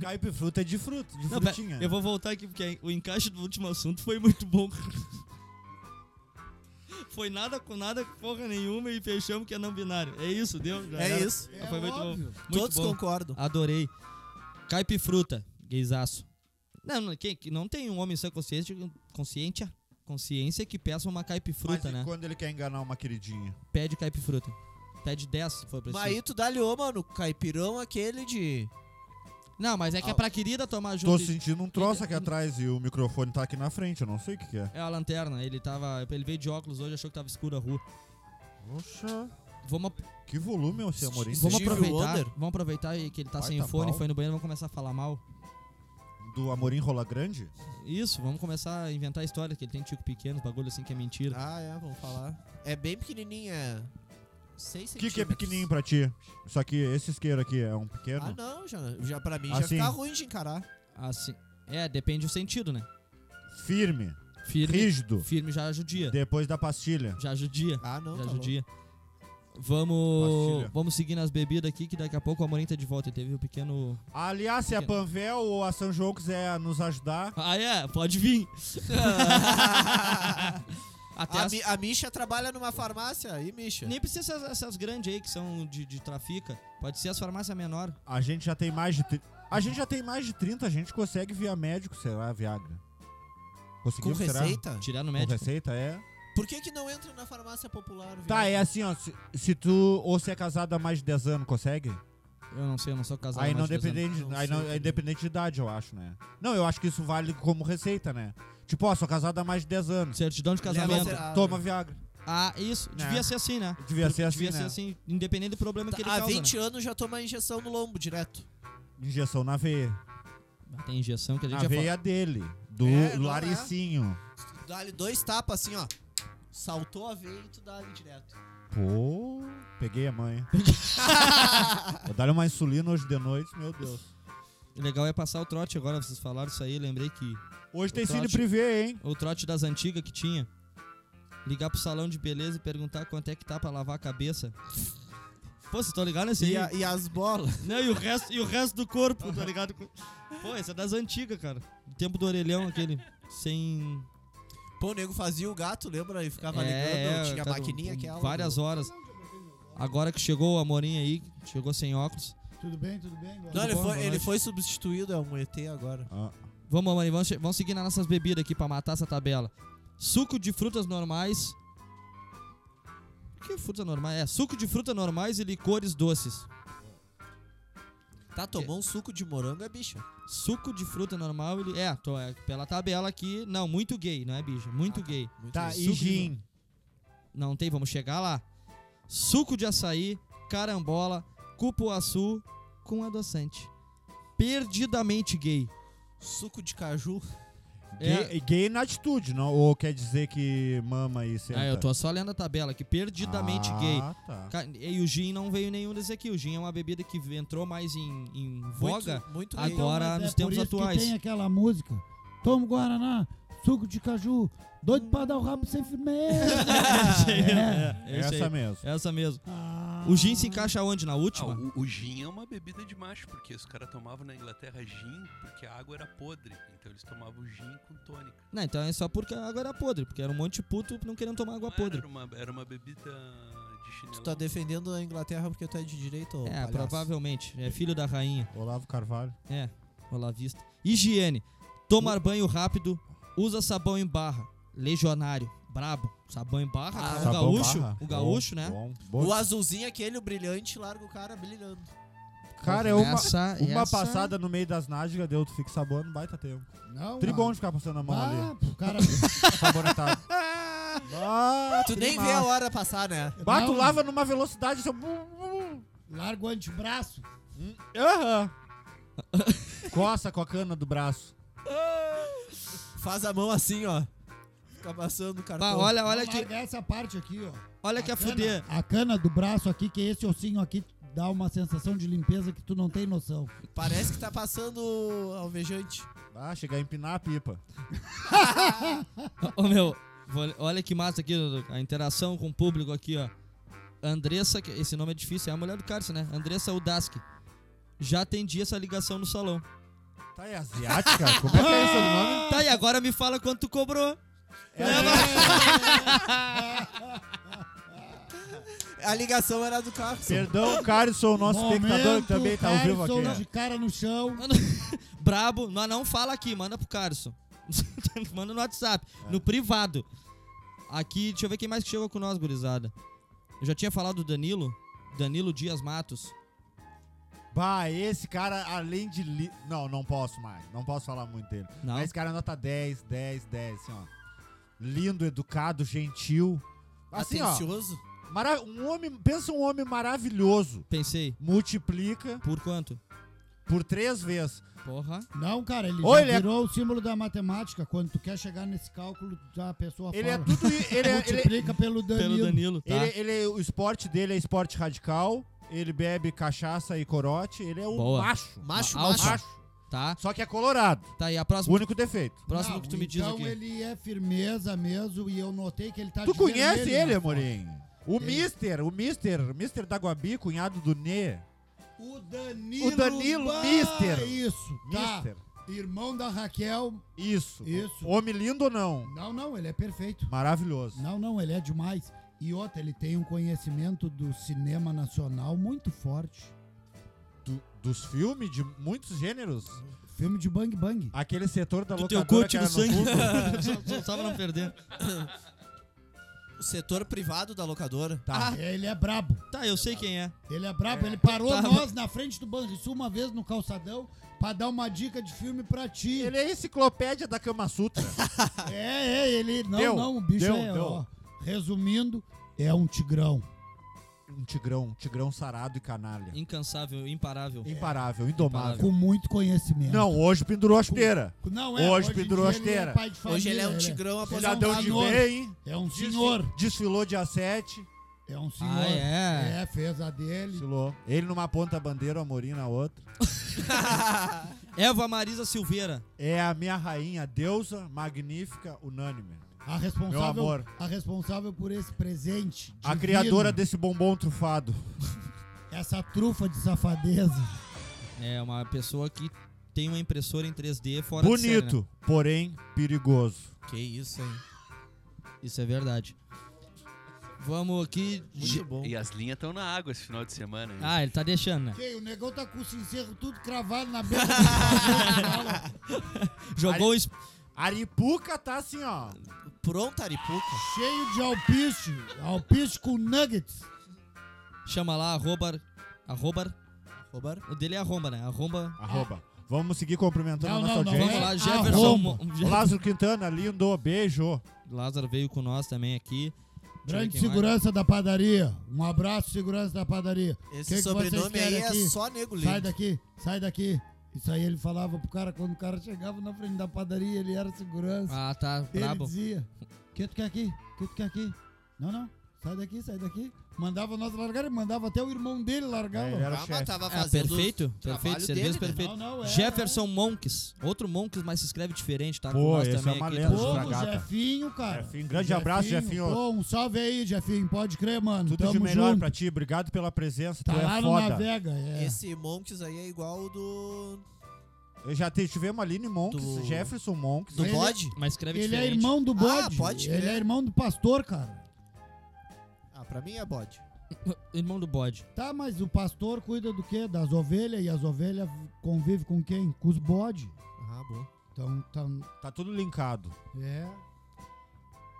Speaker 1: Caipifruta é de fruta, de
Speaker 3: Não, pera,
Speaker 1: frutinha.
Speaker 2: né?
Speaker 3: eu vou voltar aqui porque o encaixe do último assunto foi muito bom. Foi nada com nada, porra nenhuma e fechamos que é não binário. É isso, deu? Já
Speaker 2: É
Speaker 3: era. Então
Speaker 2: isso.
Speaker 4: É
Speaker 3: Foi muito bom.
Speaker 4: óbvio.
Speaker 3: Muito
Speaker 2: Todos
Speaker 3: bom. Ah,
Speaker 2: concordam.
Speaker 3: Adorei. Caipifruta, gaysaço. Não, não, quem, que não tem um homem sem consciência, consciência, consciência que peça uma
Speaker 1: Mas
Speaker 3: caipifruta,
Speaker 1: e
Speaker 3: né?
Speaker 1: quando ele quer enganar uma queridinha?
Speaker 3: Pede caipifruta. Pede 10, se for preciso.
Speaker 2: Mas aí tu dá-lhe ô, mano, caipirão aquele de.
Speaker 3: Não, mas é que é
Speaker 2: Ah.
Speaker 3: pra querida tomar
Speaker 1: Tô
Speaker 3: junto.
Speaker 1: sentindo um troço aqui atrás e o microfone tá aqui na frente, eu não sei o que, que é.
Speaker 3: É a lanterna, ele tava. Ele veio de óculos hoje, achou que tava escura a rua.
Speaker 1: Oxa.
Speaker 3: Vamos,
Speaker 1: Que volume é o seu Amorim?
Speaker 3: vamos
Speaker 2: Steve
Speaker 3: aproveitar.
Speaker 2: Wonder?
Speaker 3: Vamos aproveitar aí que ele tá
Speaker 1: Vai,
Speaker 3: sem
Speaker 1: tá
Speaker 3: fone,
Speaker 1: mal.
Speaker 3: foi no banheiro, vamos começar a falar mal.
Speaker 1: Do Amorim Rola Grande?
Speaker 3: Isso, vamos começar a inventar a história, que ele tem tico pequeno, bagulho assim que é mentira.
Speaker 2: Ah, é, vamos falar. É bem pequenininha. é 6
Speaker 1: O que, que é pequenininho pra ti? Isso aqui, esse isqueiro aqui é um pequeno?
Speaker 2: Ah, não, já, já pra mim
Speaker 3: Ah,
Speaker 2: já
Speaker 1: Assim.
Speaker 2: fica ruim de encarar.
Speaker 3: Assim. É, depende do sentido, né?
Speaker 1: Firme,
Speaker 3: Firme.
Speaker 1: rígido,
Speaker 3: Firme já judia.
Speaker 1: depois da pastilha.
Speaker 3: Já judia.
Speaker 2: Ah, não,
Speaker 3: Já
Speaker 2: tá
Speaker 3: judia. Vamos.
Speaker 1: Pastilha.
Speaker 3: Vamos seguir nas bebidas aqui, que daqui a pouco o Amorim tá de volta. Ele teve o pequeno.
Speaker 1: Aliás, se a Panvel ou a São João quiser nos ajudar,
Speaker 3: Ah, é, pode vir. Até
Speaker 2: A,
Speaker 3: as-
Speaker 2: Mi- a Misha trabalha numa farmácia. aí Misha?
Speaker 3: Nem precisa ser essas, essas grandes aí que são de, de trafica. Pode ser as farmácias menor.
Speaker 1: a gente já tem mais de... tri- A gente já tem mais de 30, a gente consegue via médico, será, Viagra?
Speaker 2: Com
Speaker 1: Conseguimos, será?
Speaker 2: receita?
Speaker 3: Tirar no
Speaker 1: Com
Speaker 3: médico.
Speaker 1: receita, é?
Speaker 2: Por que que não entra na farmácia popular? viu?
Speaker 1: Tá, é assim, ó, se, se tu ou se é casado há mais de 10 anos, consegue?
Speaker 3: Eu não sei, eu não sou casado.
Speaker 1: aí
Speaker 3: há
Speaker 1: não
Speaker 3: mais de 10 anos.
Speaker 1: dependente,
Speaker 2: Não
Speaker 1: aí não,
Speaker 2: sei
Speaker 1: é independente de idade, eu acho, né? Não, eu acho que isso vale como receita, né? Tipo, ó, sou casado há mais de 10 anos.
Speaker 3: Certidão de
Speaker 2: Leva
Speaker 3: casamento.
Speaker 2: a-
Speaker 1: Toma Viagra.
Speaker 3: Ah, isso.
Speaker 1: Né?
Speaker 3: Devia ser assim, né?
Speaker 1: Devia ser assim,
Speaker 3: Devia
Speaker 1: né?
Speaker 3: ser assim, independente do problema que ele
Speaker 2: Há
Speaker 3: causa. né?
Speaker 2: 20 anos já toma injeção no lombo direto.
Speaker 1: Injeção na veia.
Speaker 3: né? Tem injeção que a gente
Speaker 1: Na
Speaker 3: já
Speaker 1: veia dele. Do
Speaker 2: É, não,
Speaker 1: Laricinho.
Speaker 2: Dá-lhe dois tapas assim, ó. Saltou a veia e tu dá-lhe direto.
Speaker 1: Pô, peguei a mãe. Vou dar uma insulina hoje de noite, meu Deus.
Speaker 3: O legal é passar o trote agora, vocês falaram isso aí, lembrei que
Speaker 1: Hoje tem
Speaker 3: Eu tô
Speaker 1: cine
Speaker 3: ach-
Speaker 1: privê, hein?
Speaker 3: o trote das antigas que tinha. Ligar pro salão de beleza e perguntar quanto é que tá pra lavar a cabeça. Pô, vocês estão ligados nesse
Speaker 2: E,
Speaker 3: aí?
Speaker 2: a- e as bolas?
Speaker 3: Não, e o resto, e o resto do corpo, tá ligado? Pô, essa é das antigas, cara. Do tempo do orelhão, aquele. Sem.
Speaker 2: Pô, o nego fazia o gato, lembra? E ficava
Speaker 3: É,
Speaker 2: ligando,
Speaker 3: é,
Speaker 2: tinha a
Speaker 3: cara,
Speaker 2: maquininha
Speaker 3: com
Speaker 2: aquela.
Speaker 3: Várias horas. Agora que chegou o Amorim aí, chegou sem óculos.
Speaker 4: Tudo bem, tudo bem? Boa
Speaker 2: Não, ele,
Speaker 3: Tudo bom,
Speaker 2: foi,
Speaker 3: boa
Speaker 2: ele
Speaker 3: noite.
Speaker 2: foi substituído, é um ET agora.
Speaker 1: Ah,
Speaker 3: Vamos, Amorim, vamos, che- vamos seguir nas nossas bebidas aqui pra matar essa tabela. Suco de frutas normais. Que fruta normal? É, suco de fruta normais e licores doces.
Speaker 2: Tá, tomou um suco de morango, é bicha.
Speaker 3: Suco de fruta normal e. li- É, tô, é, pela tabela aqui. Não, muito gay, não é, bicha? Muito gay.
Speaker 2: Muito
Speaker 1: tá,
Speaker 2: isso.
Speaker 1: e
Speaker 3: suco de
Speaker 1: gin.
Speaker 3: Não tem, vamos chegar lá. Suco de açaí, carambola, cupuaçu com adoçante. Perdidamente gay.
Speaker 2: Suco de caju.
Speaker 3: É.
Speaker 1: Gay, gay na atitude, não? Ou quer dizer que mama e senta?
Speaker 3: Ah, eu tô só lendo a tabela aqui. Perdidamente gay.
Speaker 1: Ah, tá.
Speaker 3: Ca- E o gin não veio nenhum desse aqui. O gin é uma bebida que entrou mais em, em voga.
Speaker 2: Muito, muito
Speaker 3: agora-
Speaker 2: legal.
Speaker 4: Então, mas é
Speaker 3: nos tempos
Speaker 4: por isso
Speaker 3: atuais.
Speaker 4: Que tem aquela música. Toma o Guaraná, suco de caju, doido pra dar o rabo sem firmeza. É.
Speaker 3: É isso aí.
Speaker 1: Essa mesmo.
Speaker 3: Essa mesmo.
Speaker 4: Ah.
Speaker 3: O gin se encaixa onde? Na
Speaker 6: Ah,
Speaker 3: última?
Speaker 6: o, o gin é uma bebida de macho, porque os caras tomavam na Inglaterra gin porque a água era podre. Então eles tomavam gin com tônica.
Speaker 3: Não, então é só porque a água era podre. Porque era um monte de puto não querendo tomar água
Speaker 6: Não era,
Speaker 3: podre.
Speaker 6: Era uma, era uma bebida de chinelo.
Speaker 2: Tu tá defendendo a Inglaterra porque tu é de direito, ô
Speaker 3: É,
Speaker 2: palhaço?
Speaker 3: provavelmente. É filho da rainha.
Speaker 1: Olavo Carvalho.
Speaker 3: É, olá vista. Higiene. Tomar banho rápido, usa sabão em barra. Legionário, brabo. Sabão em barra,
Speaker 2: Ah,
Speaker 3: cara, o
Speaker 1: Sabão
Speaker 3: gaúcho,
Speaker 1: Tá barra.
Speaker 3: o gaúcho,
Speaker 1: Bom,
Speaker 3: né?
Speaker 1: Bom, bom.
Speaker 2: O azulzinho aquele, o brilhante, larga o cara brilhando.
Speaker 1: Cara, é uma,
Speaker 3: Essa-
Speaker 1: uma
Speaker 3: essa-
Speaker 1: passada no meio das nádegas, deu, tu fica sabonando, baita tempo.
Speaker 4: Não,
Speaker 1: Tribom
Speaker 4: mano.
Speaker 1: de ficar passando a mão
Speaker 4: Ah,
Speaker 1: ali,
Speaker 4: o cara.
Speaker 1: sabonetado. ah,
Speaker 2: Tu nem vê a hora passar, né?
Speaker 1: Bato
Speaker 4: Não.
Speaker 1: lava numa velocidade, seu...
Speaker 4: Larga o antebraço.
Speaker 1: Aham. Coça com a cana do braço.
Speaker 2: Faz a mão assim, ó. Fica passando o cartão.
Speaker 3: Bah, olha, olha
Speaker 4: Não
Speaker 3: que,
Speaker 4: larga essa parte aqui, ó.
Speaker 3: olha que a
Speaker 4: cana-
Speaker 3: fuder.
Speaker 4: A cana do braço aqui, que esse ossinho aqui dá uma sensação de limpeza que tu não tem noção.
Speaker 2: Parece que tá passando o alvejante.
Speaker 1: Ah, chegar a empinar a pipa.
Speaker 3: Ô meu, vou- olha que massa aqui a interação com o público aqui, ó. Andressa, que- esse nome é difícil, é a mulher do Carson, né? Andressa Udaski. Já atendi essa ligação no salão.
Speaker 1: Tá, é asiática? Como é que é isso o nome?
Speaker 3: Tá, e agora me fala quanto tu cobrou.
Speaker 2: A ligação era do carro.
Speaker 1: Perdão, Carlson, nosso espectador que também tá ao vivo aqui.
Speaker 4: de cara no chão.
Speaker 3: Brabo, não, não fala aqui, manda pro Carson. manda no WhatsApp,
Speaker 1: É.
Speaker 3: no privado. Aqui, deixa eu ver quem mais que chegou com nós, gurizada. Eu já tinha falado do Danilo, Danilo Dias Matos.
Speaker 1: Bah, esse cara, além de. Li... Não, não posso mais. Não posso falar muito dele.
Speaker 3: Não.
Speaker 1: Mas esse cara é nota 10, 10, 10, assim, ó. Lindo, educado, gentil. Assim, ó.
Speaker 2: Atencioso.
Speaker 1: mara- Um homem. Pensa um homem maravilhoso.
Speaker 3: Pensei,
Speaker 1: Multiplica
Speaker 3: por quanto?
Speaker 1: por três vezes.
Speaker 3: Porra.
Speaker 4: Não, cara, ele
Speaker 1: Ô,
Speaker 4: já
Speaker 1: ele é-
Speaker 4: virou o símbolo da matemática. Quando tu quer chegar nesse cálculo, a pessoa
Speaker 1: Ele é
Speaker 4: fala.
Speaker 1: tudo. i- Ele é, ele,
Speaker 4: multiplica tá? pelo Danilo.
Speaker 3: Pelo Danilo, tá?
Speaker 1: ele- ele- o esporte dele é esporte radical. Ele bebe cachaça e corote. Ele é um
Speaker 3: Boa.
Speaker 1: macho.
Speaker 2: Macho,
Speaker 3: Uma alça.
Speaker 2: macho.
Speaker 1: Macho.
Speaker 3: Tá,
Speaker 1: Só que é colorado.
Speaker 3: tá, e a próxima,
Speaker 1: Único defeito.
Speaker 3: próximo
Speaker 4: Não,
Speaker 3: que tu me diz
Speaker 4: então
Speaker 3: aqui.
Speaker 4: ele é firmeza mesmo e eu notei que ele tá
Speaker 1: Tu
Speaker 4: de
Speaker 1: conhece
Speaker 4: vermelho
Speaker 1: ele,
Speaker 4: na
Speaker 1: Amorim? O
Speaker 4: Ele-
Speaker 1: Mister, o Mister, o Mister da Guabi, cunhado do Nê.
Speaker 4: foto. O Danilo.
Speaker 1: O Danilo,
Speaker 4: Bah,
Speaker 1: mister.
Speaker 4: Isso, tá.
Speaker 1: Mister.
Speaker 4: Irmão da Raquel.
Speaker 1: Isso.
Speaker 4: Isso.
Speaker 1: Homem lindo ou não?
Speaker 4: Não, não, ele é perfeito.
Speaker 1: Maravilhoso.
Speaker 4: Não, não, ele é demais. E outra, ele tem um conhecimento do cinema nacional muito forte.
Speaker 1: Do- dos filmes de muitos gêneros.
Speaker 4: Filme de Bang Bang.
Speaker 1: Aquele setor da
Speaker 3: Do teu cu,
Speaker 1: locadora que
Speaker 3: tira
Speaker 1: era
Speaker 3: o sangue.
Speaker 1: no fundo.
Speaker 3: só, só pra não perder.
Speaker 2: O setor privado da locadora.
Speaker 1: Tá.
Speaker 4: Ele é brabo.
Speaker 3: Tá, eu sei quem é.
Speaker 4: Ele é brabo. Ele parou
Speaker 3: Tá,
Speaker 4: nós na frente do Banrisul uma vez no calçadão pra dar uma dica de filme pra ti.
Speaker 1: Ele é a enciclopédia da Kama Sutra.
Speaker 4: É, é, ele. Não,
Speaker 1: Deu,
Speaker 4: não, o bicho
Speaker 1: deu,
Speaker 4: é.
Speaker 1: deu.
Speaker 4: ó, resumindo, é um tigrão.
Speaker 1: Um tigrão, um tigrão sarado e canalha.
Speaker 3: Incansável, imparável.
Speaker 1: Imparável, indomável.
Speaker 4: Com muito conhecimento.
Speaker 1: Não, hoje pendurou a chuteira.
Speaker 4: Não é.
Speaker 1: Hoje
Speaker 4: em
Speaker 1: pendurou a
Speaker 4: dia ele
Speaker 1: esteira.
Speaker 4: É pai de família,
Speaker 2: Hoje ele é um
Speaker 4: né?
Speaker 2: tigrão
Speaker 1: Já deu de
Speaker 4: senhor.
Speaker 1: bem.
Speaker 4: É um
Speaker 1: Desfi-
Speaker 4: senhor.
Speaker 1: Desfilou dia 7.
Speaker 4: É um senhor.
Speaker 3: Ah, é.
Speaker 4: É, fez a dele.
Speaker 1: Desfilou. Ele numa ponta bandeira, o Amorim na outra.
Speaker 3: Eva Marisa Silveira.
Speaker 1: É a minha rainha, deusa magnífica, unânime.
Speaker 4: A responsável,
Speaker 1: Meu amor.
Speaker 4: a responsável por esse presente.
Speaker 1: A
Speaker 4: divino,
Speaker 1: criadora desse bombom trufado.
Speaker 4: Essa trufa de safadeza.
Speaker 3: É uma pessoa que tem uma impressora em 3D fora de série, né?
Speaker 1: Bonito, porém perigoso.
Speaker 2: Que isso, hein?
Speaker 3: Isso é verdade. Vamos aqui.
Speaker 2: Muito bom.
Speaker 6: E as linhas estão na água esse final de semana. hein?
Speaker 3: Ah, ele tá deixando, né?
Speaker 4: Ok, o negão tá com o sincero tudo cravado na mesa.
Speaker 3: Jogou es-
Speaker 1: Aripuca tá assim, ó.
Speaker 2: Pronta, Aripuca.
Speaker 4: cheio de alpiste. Alpiste com nuggets.
Speaker 3: Chama lá, arroba. Arroba.
Speaker 2: Roubaram?
Speaker 3: O dele é arromba, né? Arromba.
Speaker 1: Arroba. Vamos seguir cumprimentando
Speaker 4: Não,
Speaker 1: a nossa
Speaker 4: não, não,
Speaker 1: audiência.
Speaker 3: Vamos lá,
Speaker 4: É
Speaker 3: Jefferson.
Speaker 4: arromba.
Speaker 3: Mo- Je-
Speaker 1: Lázaro Quintana, lindo, beijo.
Speaker 3: Lázaro veio com nós também aqui. Deixa eu ver
Speaker 4: Grande
Speaker 3: quem mais.
Speaker 4: segurança da padaria. Um abraço, segurança da padaria.
Speaker 2: Esse
Speaker 4: Que que
Speaker 2: sobrenome
Speaker 4: vocês
Speaker 2: aí
Speaker 4: querem
Speaker 2: é
Speaker 4: aqui?
Speaker 2: só nego
Speaker 4: Sai
Speaker 2: lindo.
Speaker 4: daqui, sai daqui. Isso aí ele falava pro cara quando o cara chegava na frente da padaria, ele era segurança.
Speaker 3: Ah, tá.
Speaker 4: ele
Speaker 3: Brabo.
Speaker 4: dizia: O que tu quer aqui? O que tu quer aqui? Não, não, sai daqui, sai daqui. Mandava nós largar, ele mandava até o irmão dele largar.
Speaker 1: É,
Speaker 4: ó.
Speaker 1: ele era o
Speaker 2: Calma,
Speaker 1: chefe.
Speaker 2: tava
Speaker 3: Ah,
Speaker 2: fazendo
Speaker 3: perfeito.
Speaker 2: o
Speaker 3: Perfeito.
Speaker 2: trabalho
Speaker 3: Serviço
Speaker 2: dele, né?
Speaker 3: perfeito.
Speaker 4: Não, não, é,
Speaker 3: Jefferson Monks. Outro Monks, mas se escreve diferente, tá? com
Speaker 1: Pô,
Speaker 3: nós
Speaker 1: esse
Speaker 3: também
Speaker 1: é uma
Speaker 3: aqui.
Speaker 1: lenda.
Speaker 4: Pô, o
Speaker 1: Fragata.
Speaker 4: Jefinho, cara.
Speaker 1: Jefinho, grande abraço, Jefinho.
Speaker 4: Pô, um salve aí, Jefinho. Pode crer, mano.
Speaker 1: Tudo
Speaker 4: Tamo
Speaker 1: de melhor
Speaker 4: junto.
Speaker 1: pra ti. Obrigado pela presença.
Speaker 4: Tá
Speaker 1: tu
Speaker 4: lá
Speaker 1: é
Speaker 4: no
Speaker 1: foda.
Speaker 4: Navega, é.
Speaker 2: Esse Monks aí é igual ao do.
Speaker 1: Eu já te, tivemos Aline Monks,
Speaker 2: Do-
Speaker 1: Jefferson Monks.
Speaker 2: do
Speaker 4: Ele- é-
Speaker 2: bode?
Speaker 3: Mas escreve
Speaker 4: Ele é
Speaker 3: diferente. Ah,
Speaker 4: irmão do bode.
Speaker 2: pode
Speaker 4: ele
Speaker 2: crer.
Speaker 4: é irmão do pastor, cara.
Speaker 2: Ah, pra mim é bode.
Speaker 3: Irmão do bode.
Speaker 4: Tá, mas o pastor cuida do quê? Das ovelhas e as ovelhas convivem com quem? Com os bode.
Speaker 2: Ah, bom.
Speaker 4: Então, então
Speaker 1: Tá tudo linkado.
Speaker 4: é.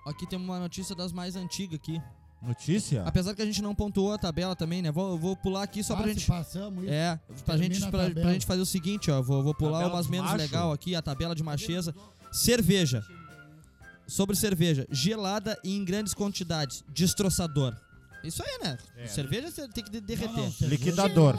Speaker 3: Aqui tem uma notícia das mais antigas aqui.
Speaker 1: Notícia?
Speaker 3: Apesar que a gente não pontuou a tabela também, né? Vou, eu vou pular aqui só
Speaker 4: Ah,
Speaker 3: pra
Speaker 4: se
Speaker 3: gente.
Speaker 4: Passamos isso.
Speaker 3: É, pra
Speaker 4: Termina
Speaker 3: gente,
Speaker 4: a
Speaker 3: pra,
Speaker 4: tabela.
Speaker 3: pra gente fazer o seguinte, ó. Vou, vou pular
Speaker 1: Tabela
Speaker 3: umas
Speaker 1: dos
Speaker 3: menos
Speaker 1: macho.
Speaker 3: legal aqui, a tabela de macheza. Cerveja. Sobre cerveja. Gelada e em grandes quantidades. Destroçador. Isso aí, né?
Speaker 1: É.
Speaker 3: Cerveja você tem que de-
Speaker 4: Não, não, tá.
Speaker 3: derreter.
Speaker 4: cerveja-
Speaker 1: Liquidador.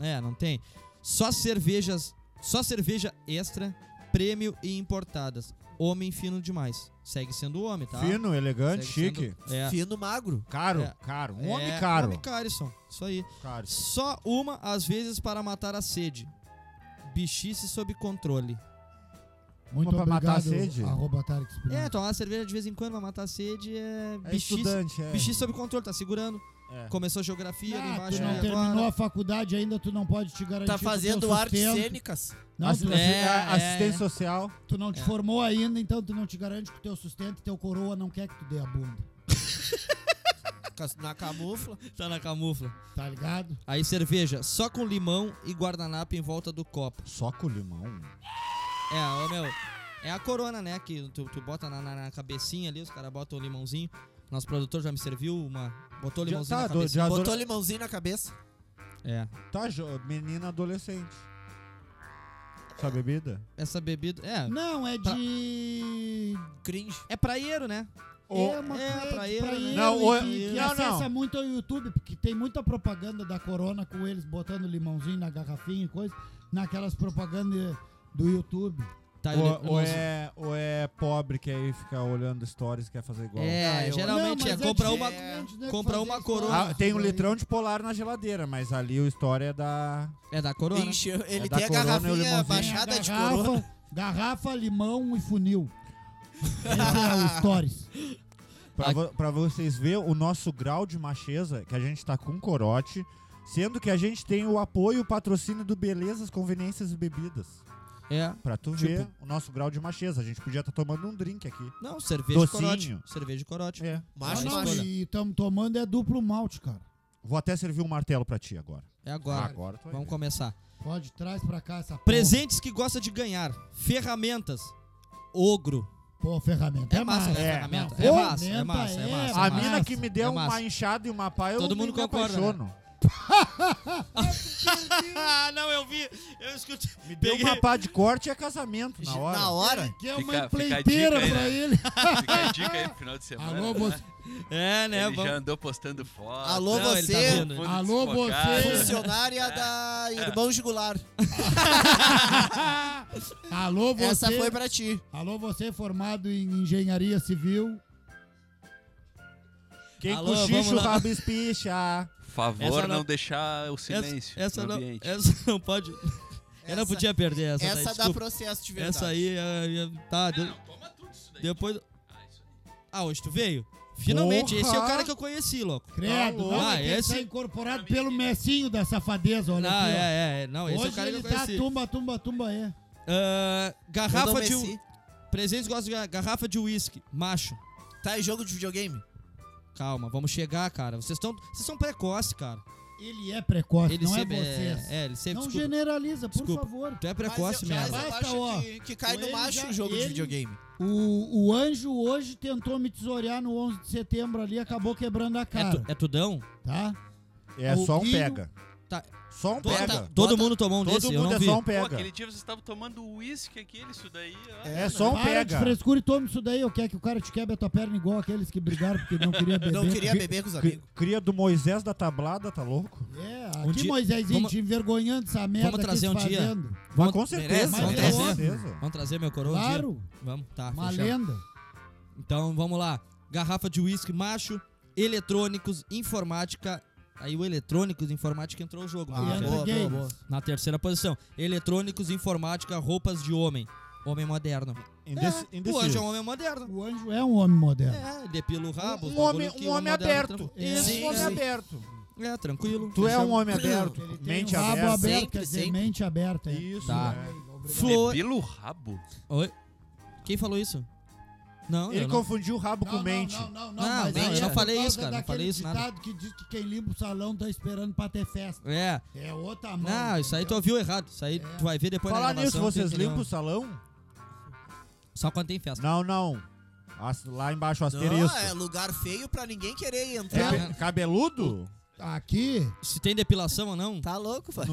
Speaker 3: É, é, não tem. Só cervejas. Só cerveja extra, prêmio e importadas. Homem fino demais. Segue sendo homem, tá?
Speaker 1: Fino, elegante,
Speaker 3: Segue
Speaker 1: chique.
Speaker 3: sendo- É.
Speaker 2: Fino magro.
Speaker 1: Caro,
Speaker 3: É.
Speaker 1: caro. Um homem
Speaker 3: É,
Speaker 1: caro.
Speaker 3: Homem carison. Isso aí.
Speaker 1: Caro.
Speaker 3: Só uma, às vezes, para matar a sede. Bichice sob controle.
Speaker 4: Muito
Speaker 1: pra
Speaker 4: obrigado,
Speaker 1: matar a sede.
Speaker 4: arroba Tarek Spinelli.
Speaker 3: É, tomar uma cerveja de vez em quando pra matar a sede é.
Speaker 1: É
Speaker 3: bichice,
Speaker 1: estudante, é.
Speaker 3: bichice sob controle, tá segurando.
Speaker 1: É.
Speaker 3: Começou a geografia ali
Speaker 4: Ah,
Speaker 3: embaixo,
Speaker 4: tu não
Speaker 3: né,
Speaker 4: terminou
Speaker 3: agora.
Speaker 4: a faculdade ainda, tu não pode te garantir.
Speaker 2: Tá
Speaker 4: do teu
Speaker 2: fazendo artes
Speaker 4: sustento.
Speaker 2: cênicas?
Speaker 4: Não,
Speaker 1: Assi-
Speaker 4: tu,
Speaker 3: É,
Speaker 1: a-
Speaker 3: é,
Speaker 1: assistência
Speaker 3: é.
Speaker 1: social.
Speaker 4: tu não te
Speaker 3: É.
Speaker 4: formou ainda, então tu não te garante que o teu sustento e teu coroa não quer que tu dê a bunda.
Speaker 2: Cas- Na camufla?
Speaker 3: Tá na camufla.
Speaker 4: Tá ligado?
Speaker 3: Aí cerveja, só com limão e guardanapo em volta do copo.
Speaker 1: Só com limão.
Speaker 3: É, ô meu, é a corona, né? Que tu, tu bota na, na- na cabecinha ali, os caras botam o limãozinho. Nosso produtor já me serviu uma. Botou
Speaker 1: Já
Speaker 3: limãozinho
Speaker 1: tá,
Speaker 3: na
Speaker 1: do-
Speaker 3: cabecinha.
Speaker 1: já-
Speaker 2: Botou
Speaker 1: Adora-
Speaker 2: limãozinho na cabeça?
Speaker 3: É.
Speaker 1: Tá, jo- menina adolescente. Essa bebida?
Speaker 3: Essa bebida. É.
Speaker 4: Não, é
Speaker 3: Pra-
Speaker 4: de.
Speaker 2: Cringe.
Speaker 3: É praieiro, né?
Speaker 1: Ou-
Speaker 4: é uma
Speaker 3: é,
Speaker 4: coisa
Speaker 3: pra
Speaker 4: pra
Speaker 3: ele, né?
Speaker 4: ele,
Speaker 1: Não, ou-
Speaker 4: que, que
Speaker 1: não,
Speaker 4: acessa
Speaker 1: não.
Speaker 4: muito ao YouTube, porque tem muita propaganda da Corona com eles botando limãozinho na garrafinha e coisa, naquelas propagandas do YouTube.
Speaker 3: Tá, eu
Speaker 1: ou,
Speaker 3: lembro-
Speaker 1: ou
Speaker 3: não sei.
Speaker 1: é, ou é pobre que aí fica olhando stories e quer fazer igual.
Speaker 3: É,
Speaker 2: Ah, eu-
Speaker 3: geralmente
Speaker 4: Não,
Speaker 3: é,
Speaker 4: mas
Speaker 3: compra uma.
Speaker 4: diferente, né, de
Speaker 3: compra
Speaker 4: fazer
Speaker 3: uma
Speaker 4: isso.
Speaker 3: Corona.
Speaker 1: Ah, tem um
Speaker 4: Isso aí.
Speaker 1: litrão de polar na geladeira, mas ali o história é da.
Speaker 3: É da corona.
Speaker 2: Enche- Ele
Speaker 1: É da
Speaker 2: tem a
Speaker 1: Corona e o
Speaker 2: garrafinha
Speaker 1: limãozinho.
Speaker 2: baixada
Speaker 4: É,
Speaker 2: de
Speaker 4: garrafa,
Speaker 2: corona.
Speaker 4: Garrafa, limão e funil. Esse é o Stories.
Speaker 1: Pra, vo- pra vocês verem o nosso grau de macheza, que a gente tá com corote, sendo que a gente tem o apoio e o patrocínio do Belezas, Conveniências e Bebidas.
Speaker 3: É.
Speaker 1: Pra tu
Speaker 3: Tipo-
Speaker 1: ver o nosso grau de macheza. A gente podia estar tomando um drink aqui.
Speaker 3: Não, cerveja de
Speaker 1: Docinho.
Speaker 3: corote. Cerveja de corote.
Speaker 1: É.
Speaker 2: Macho,
Speaker 4: não,
Speaker 2: macho.
Speaker 4: e estamos tomando é duplo malte, cara.
Speaker 1: Vou até servir um martelo pra ti agora.
Speaker 3: É agora.
Speaker 1: agora tu vai
Speaker 3: Vamos
Speaker 1: ver.
Speaker 3: começar.
Speaker 4: Pode, traz pra cá essa porra.
Speaker 3: Presentes que gosta de ganhar. Ferramentas. Ogro.
Speaker 4: Pô, ferramenta.
Speaker 3: É massa, né?
Speaker 1: É,
Speaker 3: ferramenta.
Speaker 4: não,
Speaker 3: É massa, é
Speaker 4: ferramenta
Speaker 3: massa, é
Speaker 4: é
Speaker 3: massa.
Speaker 1: A
Speaker 3: é massa.
Speaker 1: mina que me deu
Speaker 3: É
Speaker 1: uma
Speaker 3: massa.
Speaker 1: enxada e uma pá, eu
Speaker 3: Todo
Speaker 1: me
Speaker 3: mundo concorda, né?
Speaker 1: apaixono.
Speaker 3: Ah, não, É eu vi. Eu escutei.
Speaker 1: Me deu uma pá de corte e é casamento na hora.
Speaker 2: Na hora?
Speaker 4: Que é uma
Speaker 6: Fica- fica a dica
Speaker 4: empleiteira
Speaker 6: aí,
Speaker 4: pra
Speaker 6: né?
Speaker 4: ele.
Speaker 6: Fica a dica aí pro final de semana.
Speaker 4: Alô,
Speaker 6: né?
Speaker 4: você.
Speaker 3: É, né?
Speaker 6: Ele já
Speaker 3: Vamos.
Speaker 6: andou postando foto.
Speaker 2: Alô,
Speaker 6: Não, ele
Speaker 2: você.
Speaker 6: tá vendo, fundo
Speaker 4: Alô,
Speaker 6: desfocado.
Speaker 4: você.
Speaker 2: Funcionária
Speaker 4: É.
Speaker 2: da Irmão Goulart.
Speaker 4: Alô, você.
Speaker 2: Essa foi pra ti.
Speaker 4: Alô, você formado em engenharia civil.
Speaker 1: Quem
Speaker 3: Alô,
Speaker 1: cochicha
Speaker 3: vamos
Speaker 1: o
Speaker 3: lá.
Speaker 1: rabo espicha.
Speaker 6: Favor
Speaker 3: Essa não-
Speaker 6: não deixar o silêncio
Speaker 3: Essa, essa
Speaker 6: no
Speaker 3: não,
Speaker 6: ambiente.
Speaker 3: essa não pode. eu não
Speaker 2: Essa-
Speaker 3: podia perder essa.
Speaker 2: Essa
Speaker 3: daí,
Speaker 2: dá tá?
Speaker 3: desculpa.
Speaker 2: processo de verdade.
Speaker 3: Essa aí. é- é- tá, de-
Speaker 6: toma tudo isso daí.
Speaker 3: depois. Ah, hoje tu veio? Finalmente, esse é o
Speaker 1: Porra!
Speaker 3: cara que eu conheci, louco.
Speaker 4: Credo,
Speaker 1: louco.
Speaker 4: não,
Speaker 3: Ah,
Speaker 4: ele tem que
Speaker 3: esse-
Speaker 4: ser incorporado pelo messinho da safadeza, olha
Speaker 3: Não,
Speaker 4: aqui, ó.
Speaker 3: é, é, é. Não, esse é o
Speaker 4: Hoje
Speaker 3: cara que eu
Speaker 4: ele tá
Speaker 3: conheci.
Speaker 4: tumba, tumba, tumba, é.
Speaker 2: Mandou
Speaker 3: Ah, garrafa de.
Speaker 2: Messi.
Speaker 3: Presentes gosta de ga- garrafa de uísque. Macho.
Speaker 2: Tá em jogo de videogame?
Speaker 3: Calma, vamos chegar, cara. Vocês estão. Vocês são precoce, cara.
Speaker 4: Ele é precoce,
Speaker 3: Ele
Speaker 4: não
Speaker 3: sempre.
Speaker 4: é vocês.
Speaker 3: É, é, ele sempre.
Speaker 4: não
Speaker 3: desculpa.
Speaker 4: generaliza, por
Speaker 3: Desculpa.
Speaker 4: favor.
Speaker 3: Tu é precoce,
Speaker 2: mas eu,
Speaker 3: merda.
Speaker 2: Mas eu
Speaker 4: Basta,
Speaker 2: acho
Speaker 4: ó.
Speaker 2: que, que cai
Speaker 4: Ele
Speaker 2: no macho
Speaker 4: já-
Speaker 2: o jogo
Speaker 4: ele-
Speaker 2: de videogame.
Speaker 4: O, o anjo hoje tentou me tesourear no 11 de setembro ali, acabou quebrando a
Speaker 3: É,
Speaker 4: cara,
Speaker 3: tu- é tudão?
Speaker 4: tá?
Speaker 1: É
Speaker 4: O
Speaker 1: só um
Speaker 4: Guinho-
Speaker 1: pega.
Speaker 3: Tá.
Speaker 1: Só um
Speaker 3: Todo-
Speaker 1: pega.
Speaker 3: Todo
Speaker 2: Bota-
Speaker 3: mundo tomou um
Speaker 1: Todo
Speaker 3: desse, eu
Speaker 1: mundo
Speaker 3: não
Speaker 1: é
Speaker 3: vi.
Speaker 1: só um
Speaker 6: Pô,
Speaker 1: pega.
Speaker 6: aquele dia vocês estavam tomando uísque aquele, isso daí. ó.
Speaker 1: É só um
Speaker 4: Para de
Speaker 1: pega.
Speaker 4: frescura e tome isso daí. Eu quero que o cara te quebre a tua perna igual aqueles que brigaram porque não queria beber.
Speaker 2: Não queria beber com os
Speaker 1: Cri-
Speaker 2: amigos.
Speaker 1: Cria do Moisés da tablada, tá louco?
Speaker 4: É,
Speaker 3: Um
Speaker 4: aqui
Speaker 3: dia-
Speaker 4: Moisésinho
Speaker 3: vamos-
Speaker 4: te envergonhando essa merda
Speaker 3: vamos trazer
Speaker 4: aqui
Speaker 3: um dia.
Speaker 4: fazendo.
Speaker 1: Mas com certeza.
Speaker 4: merece,
Speaker 1: com
Speaker 4: merece.
Speaker 1: certeza.
Speaker 3: Vamos trazer meu coroa um dia?
Speaker 4: Claro,
Speaker 3: Vamos, tá.
Speaker 4: uma
Speaker 3: fechado.
Speaker 4: lenda.
Speaker 3: Então vamos lá. Garrafa de uísque macho, eletrônicos, informática. Aí o eletrônicos, informática entrou o jogo.
Speaker 2: Ah,
Speaker 3: porque
Speaker 4: Leandro
Speaker 2: boa, boa,
Speaker 4: Games.
Speaker 2: boa.
Speaker 3: Na terceira posição. Eletrônicos, informática, roupas de homem. Homem moderno.
Speaker 1: Indec-
Speaker 3: O anjo é
Speaker 1: indeciso.
Speaker 3: um homem moderno.
Speaker 4: O anjo é um homem moderno.
Speaker 3: É, depila o rabo. os
Speaker 1: Um
Speaker 3: bagulho
Speaker 1: homem,
Speaker 3: que é
Speaker 1: um homem
Speaker 3: moderno
Speaker 1: aberto.
Speaker 3: tra-
Speaker 1: Isso,
Speaker 2: Sim,
Speaker 1: um homem
Speaker 2: sim.
Speaker 1: aberto.
Speaker 3: É, tranquilo.
Speaker 1: Tu é um homem
Speaker 2: Ele tem
Speaker 1: aberto.
Speaker 4: Ele tem
Speaker 1: Mente
Speaker 4: o rabo
Speaker 1: aberta.
Speaker 4: aberto,
Speaker 2: Sempre,
Speaker 4: quer dizer,
Speaker 2: sempre.
Speaker 4: mente aberta. é.
Speaker 1: Isso.
Speaker 3: Tá.
Speaker 1: né?
Speaker 3: Flor...
Speaker 6: Debila o rabo.
Speaker 3: Oi? Quem falou isso? Não,
Speaker 1: Ele
Speaker 3: eu não.
Speaker 1: confundiu o rabo
Speaker 4: Não,
Speaker 1: com
Speaker 4: não,
Speaker 1: mente.
Speaker 4: Não, não, não,
Speaker 3: Não,
Speaker 4: mas
Speaker 3: não,
Speaker 4: aí
Speaker 3: eu
Speaker 4: é
Speaker 3: não
Speaker 4: por
Speaker 3: falei
Speaker 4: causa
Speaker 3: isso, cara, não
Speaker 4: daquele
Speaker 3: falei isso, nada.
Speaker 4: ditado que diz que quem limpa o salão tá esperando pra ter festa.
Speaker 3: É.
Speaker 4: É outra mão.
Speaker 3: Não, isso aí tu
Speaker 4: entendeu?
Speaker 3: ouviu errado. Isso aí
Speaker 4: É.
Speaker 3: tu vai ver depois
Speaker 1: Falar
Speaker 3: na
Speaker 1: nisso,
Speaker 3: gravação. tu
Speaker 1: vocês
Speaker 3: entendeu?
Speaker 1: limpam o salão?
Speaker 3: Só quando tem festa.
Speaker 1: Não, não. As- lá embaixo, asterisco.
Speaker 2: Não, é lugar feio pra ninguém querer
Speaker 1: É
Speaker 2: entrar.
Speaker 1: pe- cabeludo?
Speaker 4: Aqui,
Speaker 3: Se tem depilação ou não.
Speaker 2: Tá louco, pai?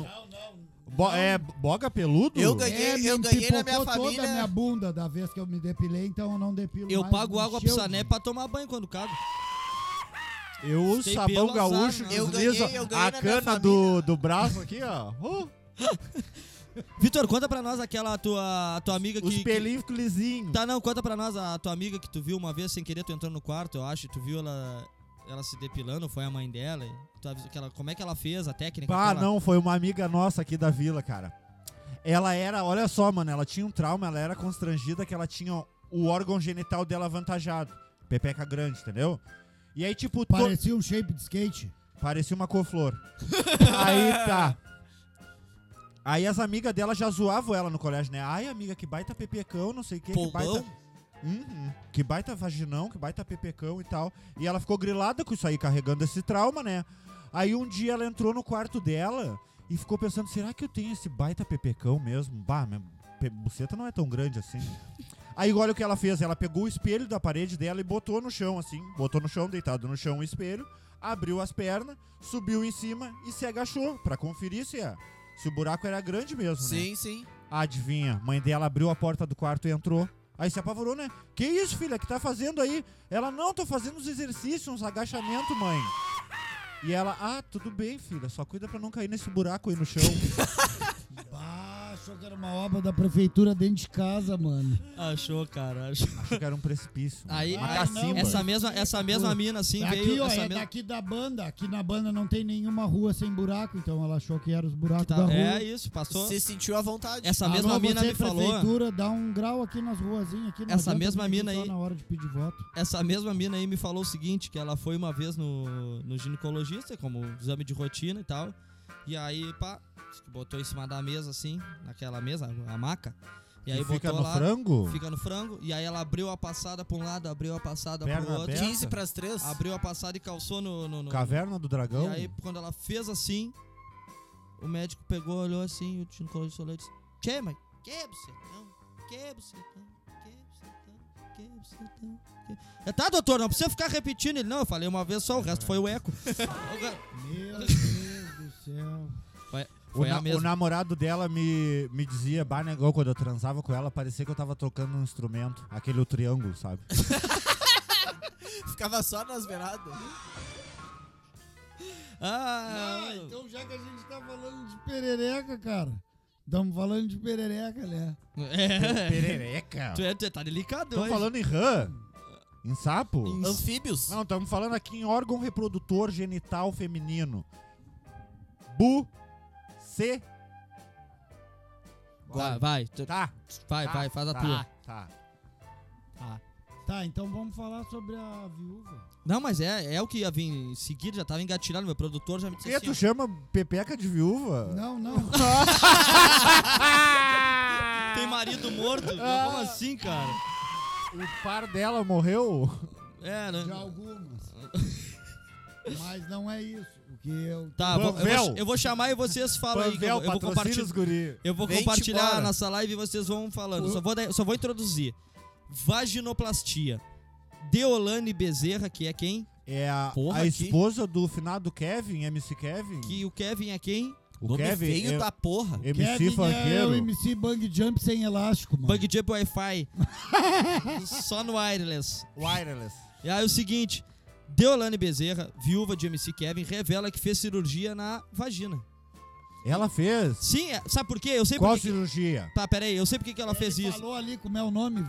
Speaker 1: Bo- é boga peludo?
Speaker 2: Eu ganhei.
Speaker 4: é,
Speaker 2: eu
Speaker 4: me
Speaker 2: ganhei na
Speaker 4: pipocou
Speaker 2: minha família-
Speaker 4: toda a minha bunda da vez que eu me depilei, então eu não depilo
Speaker 3: Eu
Speaker 4: mais,
Speaker 3: pago
Speaker 4: me
Speaker 3: água pro
Speaker 4: encheu
Speaker 3: Sané
Speaker 4: de-
Speaker 3: pra tomar banho quando cago.
Speaker 1: Eu uso
Speaker 3: Tem
Speaker 1: sabão
Speaker 3: pelo azar,
Speaker 1: gaúcho,
Speaker 3: né?
Speaker 1: eu
Speaker 2: Eu
Speaker 1: deslizo
Speaker 2: ganhei, eu ganhei
Speaker 1: a
Speaker 2: na minha
Speaker 1: cana do, do braço aqui, ó. Uh,
Speaker 3: Vitor, conta pra nós aquela tua, tua amiga que.
Speaker 1: Uh, os
Speaker 3: que...
Speaker 1: pelinhos lisinhos.
Speaker 3: Tá, não, conta pra nós a tua amiga que tu viu uma vez sem querer, tu entrou no quarto, eu acho, e tu viu ela, ela se depilando, foi a mãe dela. e tu avisou que ela- como é que ela fez a técnica?
Speaker 1: Ah,
Speaker 3: aquela?
Speaker 1: não, foi uma amiga nossa aqui da vila, cara. Ela era, olha só, mano, ela tinha um trauma, ela era constrangida que ela tinha o órgão genital dela avantajado. Pepeca grande, entendeu? E aí, tipo, to-
Speaker 4: Parecia um shape de skate.
Speaker 1: parecia uma couve-flor. aí tá. Aí as amigas dela já zoavam ela no colégio, né? Ai, amiga, que baita pepecão, não sei o que, que baita.
Speaker 2: Pombão?
Speaker 1: Uhum. Que baita vaginão, que baita pepecão e tal. E ela ficou grilada com isso aí, carregando esse trauma, né? Aí um dia ela entrou no quarto dela e ficou pensando: será que eu tenho esse baita pepecão mesmo? Bah, minha pe- buceta não é tão grande assim. Aí olha o que ela fez: ela pegou o espelho da parede dela e botou no chão, assim. Botou no chão, deitado no chão o espelho, abriu as pernas, subiu em cima e se agachou pra conferir se, a- se o buraco era grande mesmo, né?
Speaker 2: Sim, sim.
Speaker 1: Adivinha, mãe dela abriu a porta do quarto e entrou. Aí se apavorou, né? Que isso, filha, que tá fazendo aí? Ela, não, tô fazendo uns exercícios, uns agachamentos, mãe. E ela, ah, tudo bem, filha, só cuida pra não cair nesse buraco aí no chão.
Speaker 4: Bah, Ah, achou que era uma obra da prefeitura dentro de casa, mano.
Speaker 3: Achou, cara. achou.
Speaker 1: Achei que era um precipício. mano.
Speaker 3: Aí,
Speaker 1: uma
Speaker 4: ai,
Speaker 1: cacimba.
Speaker 4: não,
Speaker 3: Essa mesma, essa mesma mina, assim,
Speaker 4: Aqui,
Speaker 3: veio.
Speaker 4: ó,
Speaker 3: essa
Speaker 4: é
Speaker 3: mesma-
Speaker 4: daqui da banda. Aqui na banda não tem nenhuma rua sem buraco, então ela achou que era os buracos
Speaker 3: tá-
Speaker 4: da rua.
Speaker 3: é isso, passou.
Speaker 2: Você sentiu à vontade.
Speaker 3: Essa mesma
Speaker 4: Alô,
Speaker 3: mina
Speaker 4: você, é
Speaker 3: me falou.
Speaker 4: prefeitura, dá um grau aqui nas ruazinhas. Aqui, não
Speaker 3: Essa
Speaker 4: adianta
Speaker 3: mesma
Speaker 4: me
Speaker 3: mina
Speaker 4: irritar
Speaker 3: aí-
Speaker 4: Na hora de pedir voto.
Speaker 3: Essa mesma mina aí me falou o seguinte: que ela foi uma vez no, no ginecologista, como exame de rotina e tal. E aí, pá, disse que botou em cima da mesa, assim, naquela mesa, a maca. E aí
Speaker 1: E fica
Speaker 3: botou
Speaker 1: no
Speaker 3: lá.
Speaker 1: frango?
Speaker 3: Fica no frango. E aí ela abriu a passada pra um lado, abriu a passada
Speaker 1: Perna
Speaker 3: pro outro.
Speaker 1: aberta?
Speaker 2: 15 pras 3?
Speaker 3: Abriu a passada e calçou no. no, no-
Speaker 1: Caverna do
Speaker 3: E
Speaker 1: dragão?
Speaker 3: aí, quando ela fez assim, o médico pegou, olhou assim, o ginecologista olhou e disse: Tchê, mas que bucetão, que bucetão, que bucetão, que bucetão. que-" Eu, Tá, doutor, não precisa ficar repetindo ele, não. Eu falei uma vez só, o resto foi o eco.
Speaker 4: Meu Deus do céu.
Speaker 1: o,
Speaker 3: Foi a
Speaker 1: na- o
Speaker 3: mesma.
Speaker 1: namorado dela me, me dizia, bah, negão, quando eu transava com ela, parecia que eu tava tocando um instrumento. Aquele triângulo, sabe?
Speaker 2: Ficava só nas beiradas.
Speaker 3: Ah,
Speaker 4: Ah, então já que a gente tá falando de perereca, cara. Estamos falando de perereca, né?
Speaker 3: é.
Speaker 1: Perereca!
Speaker 3: Tu, é, tu é- tá delicado
Speaker 1: Estão
Speaker 3: hoje.
Speaker 1: falando em rã? Em sapo?
Speaker 2: Anfíbios?
Speaker 1: Não, estamos falando aqui em órgão reprodutor genital feminino. Bu. C.
Speaker 3: Vai, vai, tu-
Speaker 1: Tá.
Speaker 3: vai,
Speaker 1: tá,
Speaker 3: vai, faz a
Speaker 1: tá,
Speaker 3: tua.
Speaker 1: Tá.
Speaker 4: Tá, então vamos falar sobre a viúva.
Speaker 3: Não, mas é, é o que ia vir em seguida, já tava engatilhado. Meu produtor já me disse
Speaker 1: Por que
Speaker 3: assim.
Speaker 1: tu chama Pepeca de viúva?
Speaker 4: Não, não.
Speaker 3: ó, Tem marido morto?
Speaker 1: Ah.
Speaker 3: Como assim, cara?
Speaker 1: O par dela morreu?
Speaker 3: É, né?
Speaker 4: De algumas. Mas não é isso. O que eu.
Speaker 3: Tá, vou- eu,
Speaker 1: Panvel.
Speaker 3: vou, eu vou chamar e vocês falam aí. Que eu,
Speaker 1: Pavel,
Speaker 3: eu vou
Speaker 1: patrocina
Speaker 3: compartilhar,
Speaker 1: os guri.
Speaker 3: eu vou
Speaker 2: Vem-te
Speaker 3: compartilhar a
Speaker 2: embora.
Speaker 3: nossa live e vocês vão falando. Só vou, dar- só vou introduzir. Vaginoplastia. Deolane Bezerra, que é quem?
Speaker 1: É a,
Speaker 3: Porra,
Speaker 1: a
Speaker 3: que-
Speaker 1: esposa do finado Kevin, MC Kevin.
Speaker 3: Que o Kevin é quem?
Speaker 1: o
Speaker 2: Nome
Speaker 1: Kevin
Speaker 2: feio
Speaker 1: é
Speaker 2: da porra.
Speaker 1: MC
Speaker 4: Kevin é
Speaker 1: funkeiro.
Speaker 4: o MC Bang Jump sem elástico, mano.
Speaker 3: Bug Jump Wi-Fi. Só no wireless.
Speaker 1: Wireless.
Speaker 3: E aí o seguinte, Deolane Bezerra, viúva de MC Kevin, revela que fez cirurgia na vagina.
Speaker 1: Ela fez.
Speaker 3: Sim, é- sabe por quê? Eu sei
Speaker 1: Qual
Speaker 3: por quê. que-
Speaker 1: cirurgia?
Speaker 3: Tá, peraí, eu sei por que que ela fez
Speaker 4: Ele
Speaker 3: isso.
Speaker 4: falou ali como é o nome?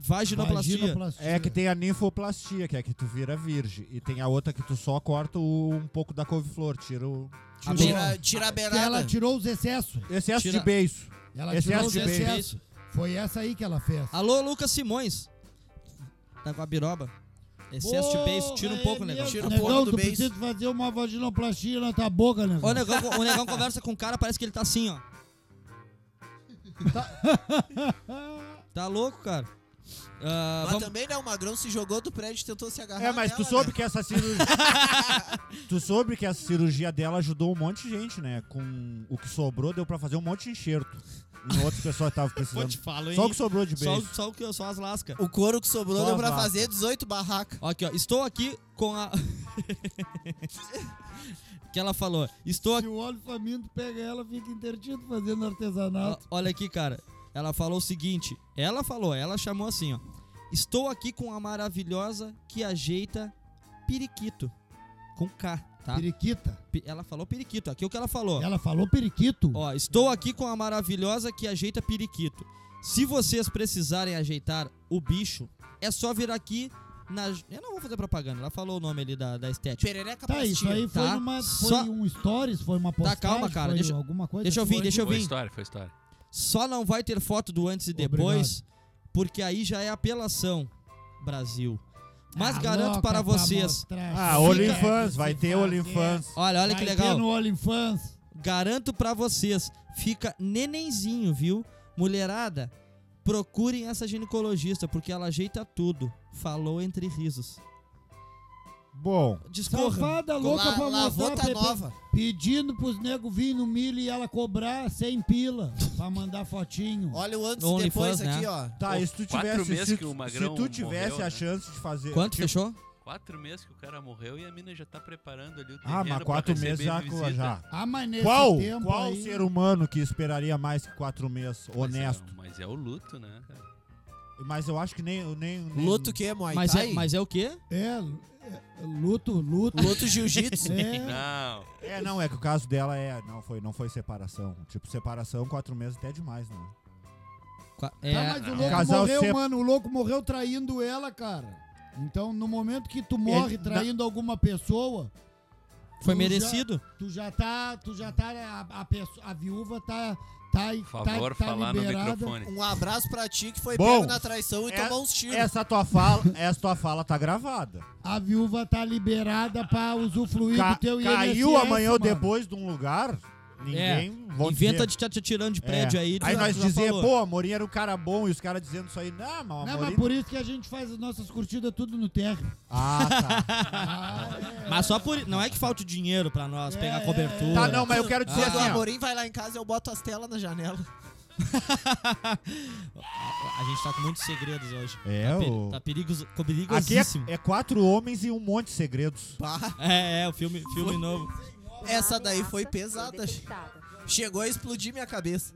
Speaker 3: Vaginoplastia.
Speaker 1: É que tem a ninfoplastia, que é que tu vira virgem. E tem a outra que tu só corta o- um pouco da couve-flor, tira o...
Speaker 3: A
Speaker 4: Tirou.
Speaker 2: Tira, tira a beirada.
Speaker 4: Ela tirou os excessos.
Speaker 1: Excesso
Speaker 3: Tira-
Speaker 1: é de beijo.
Speaker 4: Ela
Speaker 1: Excesso
Speaker 4: tirou os
Speaker 1: de beijo.
Speaker 4: excessos. Foi essa aí que ela fez.
Speaker 3: Tá Alô, Lucas Simões. Tá com a biroba. Excesso de beijo, tira um
Speaker 4: Porra,
Speaker 3: pouco,
Speaker 4: é
Speaker 3: negão.
Speaker 4: mesmo.
Speaker 2: Tira um
Speaker 4: negão,
Speaker 2: pouco do
Speaker 4: tu
Speaker 2: beijo.
Speaker 4: precisa fazer uma vaginoplastia na tua boca, negão.
Speaker 3: Ô, negão, o negão conversa com o cara, parece que ele tá assim, ó. Tá louco, cara. Ah,
Speaker 2: Mas
Speaker 3: vamos-
Speaker 2: também, né? O Magrão se jogou do prédio e tentou se agarrar.
Speaker 1: É, mas tu
Speaker 2: nela,
Speaker 1: soube
Speaker 2: né?
Speaker 1: que essa cirurgia. tu soube que essa cirurgia dela ajudou um monte de gente, né? Com o que sobrou, deu pra fazer um monte de enxerto. um Em outras pessoas estavam
Speaker 3: Pô, te
Speaker 1: precisando.
Speaker 3: falo, hein?
Speaker 1: Só o que sobrou de
Speaker 3: Só,
Speaker 1: beijo.
Speaker 3: o- só o que, só as lascas.
Speaker 2: O couro que sobrou
Speaker 1: Só
Speaker 2: deu
Speaker 1: as
Speaker 2: pra
Speaker 1: vacas.
Speaker 2: fazer 18 barracas.
Speaker 3: Aqui, ó. Estou aqui com a. que ela falou. Estou
Speaker 4: Se
Speaker 3: aqui.
Speaker 4: o óleo faminto pega ela, fica intertido fazendo artesanato.
Speaker 3: Olha aqui, cara. Ela falou o seguinte. Ela falou, ela chamou assim, ó. Estou aqui com a maravilhosa que ajeita periquito. Com K, tá?
Speaker 4: Periquita.
Speaker 3: Pe- Ela falou periquito. Aqui é o que ela falou.
Speaker 4: Ela falou periquito.
Speaker 3: Ó, estou aqui com a maravilhosa que ajeita periquito. Se vocês precisarem ajeitar o bicho, é só vir aqui na. Eu não vou fazer propaganda, ela falou o nome ali da, da estética.
Speaker 2: Perereca
Speaker 4: Tá,
Speaker 2: pastilha.
Speaker 4: isso aí foi,
Speaker 3: Tá,
Speaker 4: numa, foi
Speaker 3: só- Tá,
Speaker 4: um stories, foi uma postagem,
Speaker 3: calma, cara,
Speaker 4: foi
Speaker 3: deixa-
Speaker 4: alguma coisa.
Speaker 3: Deixa eu
Speaker 4: foi-
Speaker 3: vir, deixa eu
Speaker 6: Foi
Speaker 3: vir.
Speaker 6: história, foi história.
Speaker 3: Só não vai ter foto do antes e depois, porque aí já é apelação, Brasil. Mas
Speaker 4: Tá
Speaker 3: garanto
Speaker 4: louca
Speaker 3: para
Speaker 4: pra
Speaker 3: vocês.
Speaker 4: mostrar.
Speaker 1: Ah,
Speaker 4: Fica-
Speaker 1: OnlyFans, vai ter
Speaker 4: fazer.
Speaker 1: OnlyFans.
Speaker 3: Olha, olha que
Speaker 4: Vai
Speaker 3: legal.
Speaker 4: ter no OnlyFans.
Speaker 3: Garanto pra vocês, fica nenenzinho, viu? Mulherada, procurem essa ginecologista, porque ela ajeita tudo. Falou entre risos.
Speaker 1: Bom,
Speaker 3: Discorra.
Speaker 4: Safada louca
Speaker 2: La-
Speaker 4: pra
Speaker 2: lavou
Speaker 4: mostrar.
Speaker 2: tá
Speaker 4: Pepe,
Speaker 2: nova.
Speaker 4: Pedindo pros nego vir no milho e ela cobrar 100 pila pra mandar fotinho.
Speaker 2: Olha o antes e
Speaker 3: Only
Speaker 2: depois
Speaker 3: fans,
Speaker 2: aqui,
Speaker 3: né?
Speaker 2: ó.
Speaker 1: tá,
Speaker 6: Pô,
Speaker 1: e se tu
Speaker 6: quatro
Speaker 1: tivesse,
Speaker 6: meses
Speaker 1: se,
Speaker 6: que o
Speaker 1: tu-
Speaker 6: Magrão
Speaker 1: se tu tivesse
Speaker 6: morreu,
Speaker 1: a
Speaker 6: né?
Speaker 1: chance de fazer...
Speaker 3: Quanto
Speaker 1: tipo,
Speaker 3: fechou?
Speaker 6: Quatro meses que o cara morreu e a mina já tá preparando ali o terreno
Speaker 1: Ah, mas
Speaker 6: pra
Speaker 1: quatro
Speaker 6: receber
Speaker 1: meses já...
Speaker 6: visita.
Speaker 1: já.
Speaker 4: Ah, mas nesse
Speaker 1: Qual,
Speaker 4: tempo
Speaker 1: qual
Speaker 4: aí...
Speaker 1: ser humano que esperaria mais que quatro meses?
Speaker 6: Mas é-
Speaker 1: Honesto.
Speaker 6: Mas é o luto, né? cara?
Speaker 1: Mas eu acho que nem... nem, nem
Speaker 2: Luto que é Muay
Speaker 3: Mas é,
Speaker 2: Thai?
Speaker 3: mas é o quê?
Speaker 4: É, é, luto, luto. né?
Speaker 2: Luto Jiu-Jitsu?
Speaker 4: É,
Speaker 6: Não.
Speaker 1: É, não, é que o caso dela é... Não foi, não foi separação. Tipo, separação, quatro meses até demais, né? Tá
Speaker 3: Qua-
Speaker 4: é,
Speaker 3: é-
Speaker 4: mas o
Speaker 6: não.
Speaker 4: louco
Speaker 1: Casal
Speaker 4: morreu,
Speaker 1: sep-
Speaker 4: mano. O louco morreu traindo ela, cara. Então, no momento que tu morre
Speaker 1: Ele-
Speaker 4: traindo alguma pessoa,
Speaker 3: foi
Speaker 4: tu
Speaker 3: merecido?
Speaker 4: já- Tu já tá, tu já tá a, a, pesso- a viúva tá tá
Speaker 6: Por favor,
Speaker 4: tá, tá
Speaker 6: falar
Speaker 4: liberada.
Speaker 6: no microfone.
Speaker 2: Um abraço pra ti que foi
Speaker 1: Bom,
Speaker 2: pego na traição e
Speaker 1: é-
Speaker 2: tomou uns tiros.
Speaker 1: Essa tua fala, essa tua fala tá gravada.
Speaker 4: A viúva tá liberada pra usufruir
Speaker 1: Ca-
Speaker 4: do teu
Speaker 1: caiu
Speaker 4: INSS,
Speaker 1: amanhã ou
Speaker 4: mano.
Speaker 1: depois de um lugar, ninguém vão
Speaker 3: É, Inventa
Speaker 1: dizer.
Speaker 3: de estar te atirando de
Speaker 1: É.
Speaker 3: prédio aí. tu já-
Speaker 1: nós
Speaker 3: tu já
Speaker 1: dizer,
Speaker 3: falou.
Speaker 1: pô, Amorim era um cara bom e os caras dizendo isso aí, não, mas o
Speaker 4: Não,
Speaker 1: Amorim...
Speaker 4: mas por isso que a gente faz as nossas curtidas tudo no térreo.
Speaker 1: Ah, tá.
Speaker 3: Mas só por. Não é que falte dinheiro pra nós
Speaker 4: É,
Speaker 3: pegar
Speaker 4: é,
Speaker 3: cobertura.
Speaker 1: tá, não, mas eu quero dizer
Speaker 2: Quando o
Speaker 1: assim, ó,
Speaker 2: Amorim vai lá em casa, eu boto as telas na janela.
Speaker 3: A gente tá com muitos segredos hoje.
Speaker 1: É,
Speaker 3: tá, peri-
Speaker 1: o-
Speaker 3: tá perigos, co-
Speaker 1: Aqui é,
Speaker 3: perigosíssimo.
Speaker 1: é quatro homens e um monte de segredos.
Speaker 2: Bah,
Speaker 3: É, é, o filme, filme novo.
Speaker 2: Essa daí foi
Speaker 5: Ameaça
Speaker 2: pesada.
Speaker 5: detectada.
Speaker 2: chegou a explodir minha cabeça.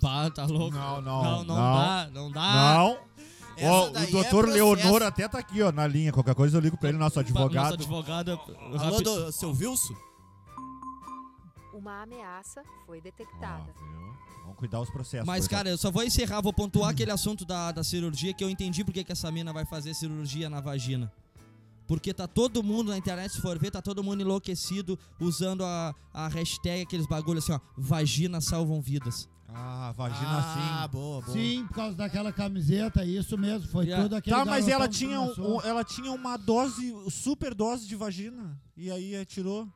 Speaker 3: Bah, tá louco.
Speaker 1: Não, não,
Speaker 3: Não, não,
Speaker 1: não.
Speaker 3: dá, não dá.
Speaker 1: Não.
Speaker 2: Ah, Essa
Speaker 1: Ó,
Speaker 2: daí
Speaker 1: o doutor
Speaker 2: é
Speaker 1: Leonor
Speaker 2: processo.
Speaker 1: até tá aqui, ó, na linha. Qualquer coisa eu ligo pra ele, nosso
Speaker 3: Nosso
Speaker 1: advogado.
Speaker 3: advogado. é
Speaker 2: Alô,
Speaker 3: rapi-
Speaker 2: do, seu Wilson?
Speaker 5: Uma ameaça foi
Speaker 1: Ó,
Speaker 5: detectada.
Speaker 1: viu? Vamos cuidar os processos.
Speaker 3: Mas,
Speaker 1: coitado.
Speaker 3: cara, eu só vou encerrar, vou pontuar aquele assunto da, da cirurgia que eu entendi porque que essa mina vai fazer cirurgia na vagina. Porque tá todo mundo na internet, se for ver, tá todo mundo enlouquecido usando a, a hashtag, aqueles bagulhos assim, ó. Vagina salvam vidas.
Speaker 1: Ah, vagina
Speaker 2: ah,
Speaker 1: assim.
Speaker 2: boa, boa.
Speaker 4: Sim, por causa daquela camiseta, isso mesmo, foi
Speaker 3: Yeah.
Speaker 4: tudo aquele
Speaker 1: Tá, mas
Speaker 4: garotão
Speaker 1: ela
Speaker 4: que
Speaker 1: tinha,
Speaker 4: começou.
Speaker 1: um- ela tinha uma dose, super dose de vagina. E aí eh, tirou.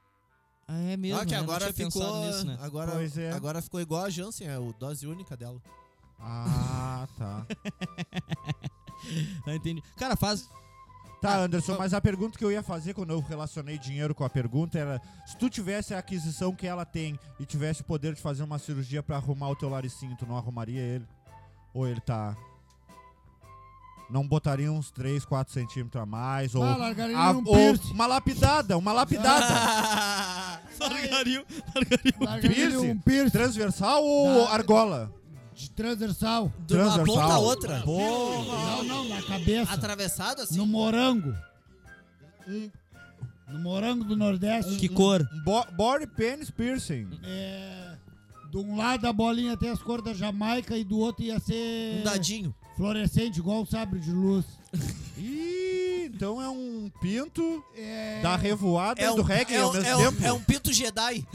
Speaker 3: Ah, é mesmo,
Speaker 2: Ah, que
Speaker 3: né? Não
Speaker 2: agora
Speaker 3: tinha pensado
Speaker 2: ficou,
Speaker 3: nisso, né?
Speaker 2: agora,
Speaker 1: Pois é.
Speaker 2: agora ficou igual a Janssen, é o dose única dela.
Speaker 1: Ah, tá.
Speaker 3: Ah, entendi. Cara, faz.
Speaker 1: Tá, Anderson, mas a pergunta que eu ia fazer quando eu relacionei dinheiro com a pergunta era: se tu tivesse a aquisição que ela tem e tivesse o poder de fazer uma cirurgia pra arrumar o teu laricinho, tu não arrumaria ele? Ou ele tá. Não botaria uns 3, 4 centímetros a mais? Ou,
Speaker 4: Ah, largaria
Speaker 1: a- ou
Speaker 4: um piercing. Ah,
Speaker 1: uma lapidada, uma lapidada.
Speaker 3: Largarinho.
Speaker 4: Largaria
Speaker 1: piercing?
Speaker 4: um piercing
Speaker 1: transversal ou
Speaker 4: Dá-
Speaker 1: argola?
Speaker 4: de transversal.
Speaker 2: De uma
Speaker 1: Transversal.
Speaker 2: ponta a outra.
Speaker 4: Não, não, na cabeça.
Speaker 2: Atravessado assim?
Speaker 4: No morango. No morango do Nordeste.
Speaker 3: Que cor?
Speaker 1: Bo- body penis piercing.
Speaker 4: É, de um lado a bolinha tem as cores da Jamaica e do outro ia ser
Speaker 2: Um dadinho.
Speaker 4: fluorescente, igual o sabre de luz.
Speaker 1: Ih, então é um pinto
Speaker 4: É,
Speaker 1: da revoada
Speaker 2: É
Speaker 1: e do
Speaker 2: um,
Speaker 1: reggae
Speaker 2: é,
Speaker 1: ao
Speaker 2: um,
Speaker 1: mesmo
Speaker 2: é, um,
Speaker 1: tempo.
Speaker 2: é um pinto Jedi.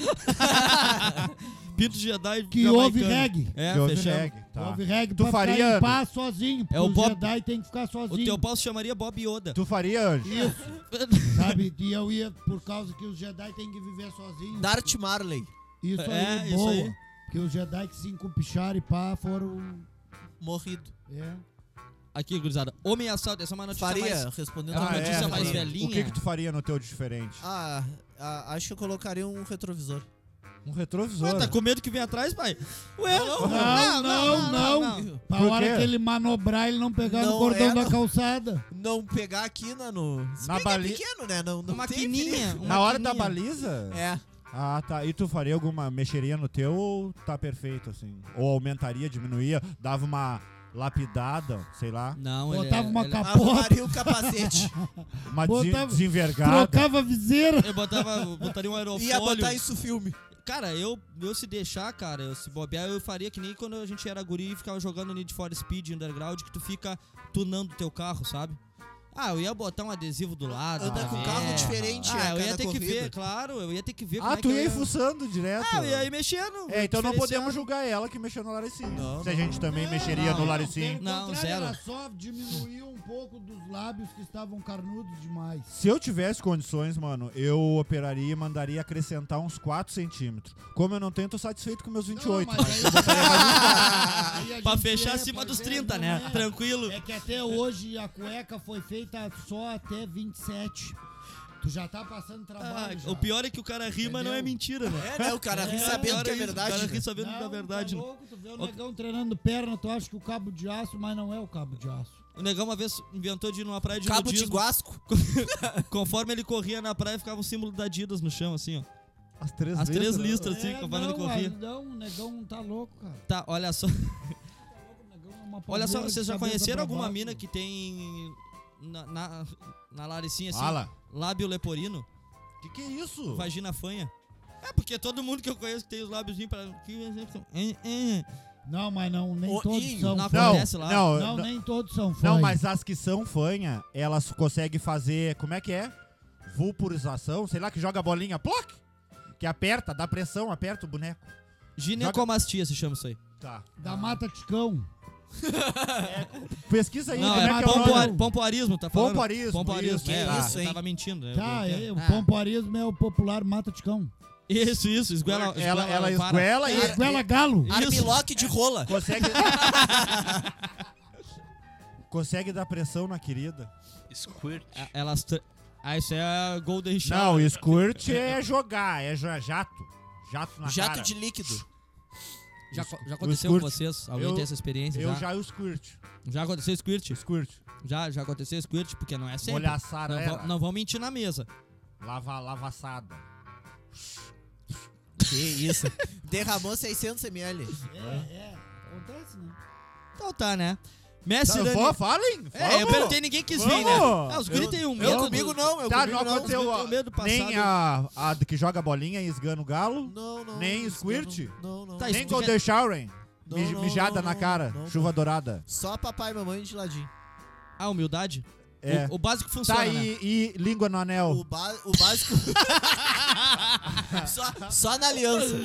Speaker 3: Pinto Jedi.
Speaker 4: que
Speaker 3: jamaicano.
Speaker 4: houve reggae.
Speaker 3: É,
Speaker 1: Que ouve
Speaker 3: fechamos.
Speaker 1: reggae, tá.
Speaker 4: Houve reggae
Speaker 1: Tu
Speaker 4: pra ficar
Speaker 1: faria-
Speaker 4: em paz sozinho, porque
Speaker 3: É o
Speaker 4: o
Speaker 3: Bob-
Speaker 4: Jedi tem que ficar
Speaker 3: O
Speaker 4: sozinho.
Speaker 3: teu pau se chamaria Bob Yoda.
Speaker 1: Tu faria, Anjo?
Speaker 4: Isso, sabe? E eu ia por causa que os Jedi tem que viver sozinho.
Speaker 2: Dart Marley.
Speaker 4: Isso
Speaker 3: É,
Speaker 4: aí,
Speaker 3: isso
Speaker 4: boa.
Speaker 3: aí.
Speaker 4: Porque os Jedi que se encupicharam e pá foram...
Speaker 2: Morrido.
Speaker 4: É.
Speaker 3: Aqui, gurizada. Homem assalto, essa é uma notícia
Speaker 2: Faria,
Speaker 3: mais...
Speaker 2: respondendo
Speaker 3: é uma
Speaker 2: a
Speaker 3: notícia
Speaker 2: pergunta.
Speaker 3: mais
Speaker 1: Ah, O-
Speaker 3: velhinha.
Speaker 1: O que, que tu tá faria no teu de diferente?
Speaker 2: Ah, ah, acho que eu colocaria um retrovisor.
Speaker 1: Um retrovisor.
Speaker 3: Ué, tá com medo que vem atrás, pai? Ué, não,
Speaker 4: Não, não, não. Pra
Speaker 1: Por
Speaker 4: hora
Speaker 1: quê?
Speaker 4: que ele manobrar, ele não pegar
Speaker 2: Não
Speaker 4: no cordão
Speaker 2: é,
Speaker 4: da
Speaker 2: não.
Speaker 4: calçada.
Speaker 2: Não pegar aqui na no. Se
Speaker 1: Na
Speaker 2: bem que é
Speaker 1: bali-
Speaker 2: pequeno, né? Não, não
Speaker 3: Uma
Speaker 2: tem perigo.
Speaker 3: maquininha. uma
Speaker 1: Na hora tá da
Speaker 3: maquininha.
Speaker 1: baliza?
Speaker 2: É.
Speaker 1: Ah, tá. E tu faria alguma mexeria no teu ou tá perfeito, assim? Ou aumentaria, diminuía, dava uma lapidada, sei lá.
Speaker 3: Não, ele
Speaker 4: Botava
Speaker 3: é-
Speaker 4: uma
Speaker 3: ele é-
Speaker 4: capota,
Speaker 2: Arrumaria o capacete.
Speaker 1: Uma
Speaker 4: Botava-
Speaker 3: tá
Speaker 1: desen- desenvergada.
Speaker 4: trocava a viseira.
Speaker 3: Eu botava, botaria um aerofólio.
Speaker 2: Ia botar isso filme.
Speaker 3: Cara, eu, eu se deixar, cara, eu se bobear, eu faria que nem quando a gente era guri e ficava jogando Need for Speed Underground, que tu fica tunando teu carro, sabe? Ah, eu ia botar um adesivo do lado.
Speaker 2: Andar com um
Speaker 3: é.
Speaker 2: carro diferente a
Speaker 3: Ah, eu ia
Speaker 2: cada
Speaker 3: ter que
Speaker 2: corrida.
Speaker 3: ver, claro. Eu ia ter que ver como
Speaker 1: Ah,
Speaker 3: é
Speaker 1: tu
Speaker 3: que eu
Speaker 1: ia
Speaker 3: ia...
Speaker 1: ir fuçando direto.
Speaker 3: Ah, eu ia ir mexendo.
Speaker 1: É, então não podemos
Speaker 3: diferenciando.
Speaker 1: julgar ela que mexeu no Laricinho.
Speaker 3: Não,
Speaker 1: Se a gente também mexeria
Speaker 3: não,
Speaker 1: no
Speaker 3: não.
Speaker 1: Laricinho.
Speaker 3: Não,
Speaker 4: Não,
Speaker 3: zero.
Speaker 4: Ela só diminuiu um pouco dos lábios que estavam carnudos demais.
Speaker 1: Se eu tivesse condições, mano, eu operaria e mandaria acrescentar uns 4 centímetros. Como eu não tenho, tô satisfeito com meus 28.
Speaker 4: Não,
Speaker 1: mas-
Speaker 4: mas aí- aí a
Speaker 3: Pra
Speaker 4: gente
Speaker 3: fechar
Speaker 4: é,
Speaker 3: acima
Speaker 4: pra
Speaker 3: dos
Speaker 4: ver,
Speaker 3: 30,
Speaker 4: não
Speaker 3: né?
Speaker 4: é.
Speaker 3: Tranquilo.
Speaker 4: É que até hoje a cueca foi feita só até 27. Tu já tá passando
Speaker 3: Ah,
Speaker 4: trabalho. já.
Speaker 3: o pior é que o cara ri, mas não é
Speaker 4: Entendeu?
Speaker 3: mentira, né?
Speaker 2: É, né? O cara ri
Speaker 3: É,
Speaker 2: sabendo
Speaker 3: pior
Speaker 2: que é
Speaker 3: isso, O cara
Speaker 2: verdade.
Speaker 3: ri
Speaker 2: né?
Speaker 3: sabendo que é
Speaker 4: Não,
Speaker 3: verdade.
Speaker 4: Tá
Speaker 3: né?
Speaker 4: louco, tu vê o
Speaker 3: Outro-
Speaker 4: negão treinando perna, tu acha que o cabo de aço, mas não é o cabo de aço.
Speaker 3: O negão uma vez inventou de ir numa praia de
Speaker 2: Cabo de
Speaker 3: nudismo.
Speaker 2: guasco.
Speaker 3: Conforme ele corria na praia, ficava um símbolo da Adidas no chão, assim, ó.
Speaker 1: As três
Speaker 3: As três
Speaker 1: né?
Speaker 3: listras, assim, conforme ele
Speaker 4: É, não, aí
Speaker 3: corria.
Speaker 4: não, o negão tá louco, cara.
Speaker 3: Tá, olha só.
Speaker 4: Tá louco, o negão é uma
Speaker 3: Olha só,
Speaker 4: palmeira de
Speaker 3: vocês já
Speaker 4: cabeça pra
Speaker 3: conheceram alguma
Speaker 4: baixo.
Speaker 3: mina que tem na, na, na laricinha, assim,
Speaker 1: Fala.
Speaker 3: lábio leporino,
Speaker 1: Que que é isso?
Speaker 3: vagina fanha? É, porque todo mundo que eu conheço que tem os lábios pra... que-
Speaker 4: Não, mas não, nem
Speaker 2: Ô,
Speaker 4: todos
Speaker 2: Inho,
Speaker 4: são.
Speaker 3: na-
Speaker 4: fãs.
Speaker 1: Não,
Speaker 3: Acontece lá.
Speaker 1: não,
Speaker 4: Não,
Speaker 1: não,
Speaker 4: nem todos são fãs.
Speaker 1: não, mas as que são fanha, elas conseguem fazer, como é que é? Vulpurização, sei lá, que joga a bolinha, ploc! Que aperta, dá pressão, aperta o boneco.
Speaker 3: Ginecomastia se chama isso aí.
Speaker 1: Tá.
Speaker 4: Da Mata Ticão.
Speaker 1: Pesquisa aí,
Speaker 3: Não,
Speaker 1: como é,
Speaker 3: é
Speaker 1: que é o nome?
Speaker 3: pompoar- pompoarismo, tá falando?
Speaker 1: Pompoarismo,
Speaker 3: Pompoarismo,
Speaker 1: isso,
Speaker 3: é,
Speaker 1: tá.
Speaker 3: isso, eu tava mentindo. né?
Speaker 4: Tá, é, o
Speaker 3: Ah,
Speaker 4: pompoarismo é o popular Mata Ticão.
Speaker 3: Isso, isso, esguela...
Speaker 1: Ela,
Speaker 3: para.
Speaker 1: ela esguela
Speaker 4: É,
Speaker 1: e
Speaker 4: Goela Galo.
Speaker 3: Isso.
Speaker 2: Armilock
Speaker 3: É.
Speaker 2: de rola.
Speaker 1: consegue... consegue dar pressão na querida.
Speaker 6: Squirt.
Speaker 3: Ah, Elas... tra- Ah, isso é Golden Shower.
Speaker 1: Não, squirt é jogar, é jo- jato. Jato
Speaker 3: Ah,
Speaker 1: na
Speaker 2: Jato
Speaker 1: cara.
Speaker 2: de líquido.
Speaker 3: Já,
Speaker 1: Os-
Speaker 3: já aconteceu com
Speaker 1: os squirt.
Speaker 3: vocês? Alguém
Speaker 1: Eu-
Speaker 3: tem essa experiência?
Speaker 1: Eu
Speaker 3: já?
Speaker 1: já e o squirt.
Speaker 3: Já aconteceu squirt?
Speaker 1: Squirt.
Speaker 3: Já, já aconteceu squirt, porque não é sempre.
Speaker 1: Molhar
Speaker 3: não,
Speaker 1: sarela.
Speaker 3: vão, não vão mentir na mesa.
Speaker 1: Lava, lavaçada.
Speaker 2: Que isso. Derramou 600 ml.
Speaker 4: É, é. Acontece, né?
Speaker 3: Então tá, né? Messi Dani...
Speaker 1: Vó, falem.
Speaker 3: É, eu
Speaker 1: vamos.
Speaker 3: perguntei, ninguém quis vir, né?
Speaker 1: Vamos!
Speaker 3: Ah, os guri tem um medo.
Speaker 2: Eu comigo
Speaker 3: do-
Speaker 2: não, eu
Speaker 1: Tá, não
Speaker 2: comigo não.
Speaker 1: aconteceu
Speaker 3: eu tenho
Speaker 1: ó,
Speaker 3: medo passado.
Speaker 1: nem a, a que joga bolinha e esgana o galo,
Speaker 2: Não, não.
Speaker 1: Nem
Speaker 2: isso
Speaker 1: squirt?
Speaker 2: eu Não, não. não.
Speaker 3: Tá,
Speaker 1: nem
Speaker 3: isso-
Speaker 1: Golden Shower,
Speaker 2: Não,
Speaker 1: mij-
Speaker 2: não, não,
Speaker 1: mijada na
Speaker 2: não,
Speaker 1: cara,
Speaker 2: não.
Speaker 1: chuva dourada.
Speaker 2: Só papai e mamãe de ladinho.
Speaker 3: A humildade?
Speaker 1: É.
Speaker 3: O, o básico funciona,
Speaker 1: Tá,
Speaker 3: né?
Speaker 1: e, e língua no anel.
Speaker 2: O, ba o básico. só, só na aliança.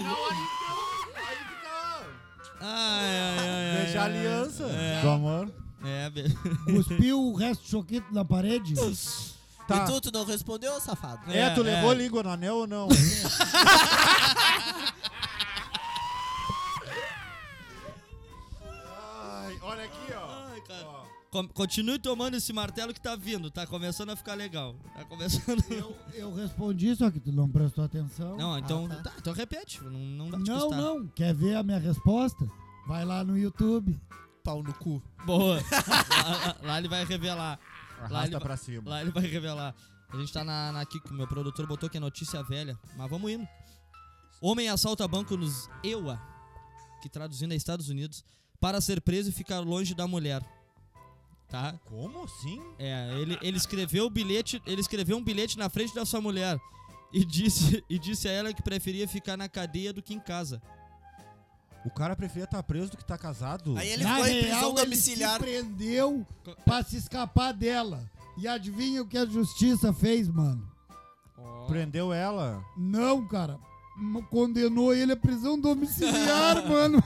Speaker 3: Ai, ai, ai, ai,
Speaker 1: Beijar a
Speaker 3: ai,
Speaker 1: aliança
Speaker 3: É,
Speaker 1: do amor.
Speaker 3: é, be-
Speaker 4: Cuspiu o resto do choquito na parede.
Speaker 1: Tá.
Speaker 2: E tu, tu não respondeu, safado?
Speaker 1: É,
Speaker 3: É,
Speaker 1: tu
Speaker 3: é.
Speaker 1: levou língua no anel ou não? Ai, olha aqui, ó.
Speaker 3: Ai, cara.
Speaker 1: Ó,
Speaker 3: Com- Continue tomando esse martelo que tá vindo, tá começando a ficar legal. Tá começando.
Speaker 4: Eu, eu respondi, só que tu não prestou atenção.
Speaker 3: Não, então.
Speaker 2: Ah,
Speaker 3: tá, então repete. Não, não dá te
Speaker 4: não,
Speaker 3: custar.
Speaker 4: não. Quer ver a minha resposta? Vai lá no YouTube.
Speaker 2: Pau no cu.
Speaker 3: Boa. lá, lá- lá ele vai revelar. Lá ele
Speaker 1: Arrasta
Speaker 3: vai-
Speaker 1: pra cima.
Speaker 3: Lá ele vai revelar. A gente tá na, na aqui que o meu produtor botou que é notícia velha, mas vamos indo. Homem assalta banco nos EUA, que traduzindo é Estados Unidos, para ser preso e ficar longe da mulher. Tá?
Speaker 1: Como assim?
Speaker 3: É, ele, ele escreveu o bilhete, ele escreveu um bilhete na frente da sua mulher e disse e disse a ela que preferia ficar na cadeia do que em casa.
Speaker 1: O cara preferia estar preso do que estar casado.
Speaker 2: Aí ele
Speaker 4: Na
Speaker 2: foi em prisão
Speaker 4: real,
Speaker 2: domiciliar.
Speaker 4: Ele se prendeu pra se escapar dela. E adivinha o que a justiça fez, mano?
Speaker 3: é-
Speaker 1: Prendeu ela.
Speaker 4: Não, cara. M- Condenou ele à prisão domiciliar, mano.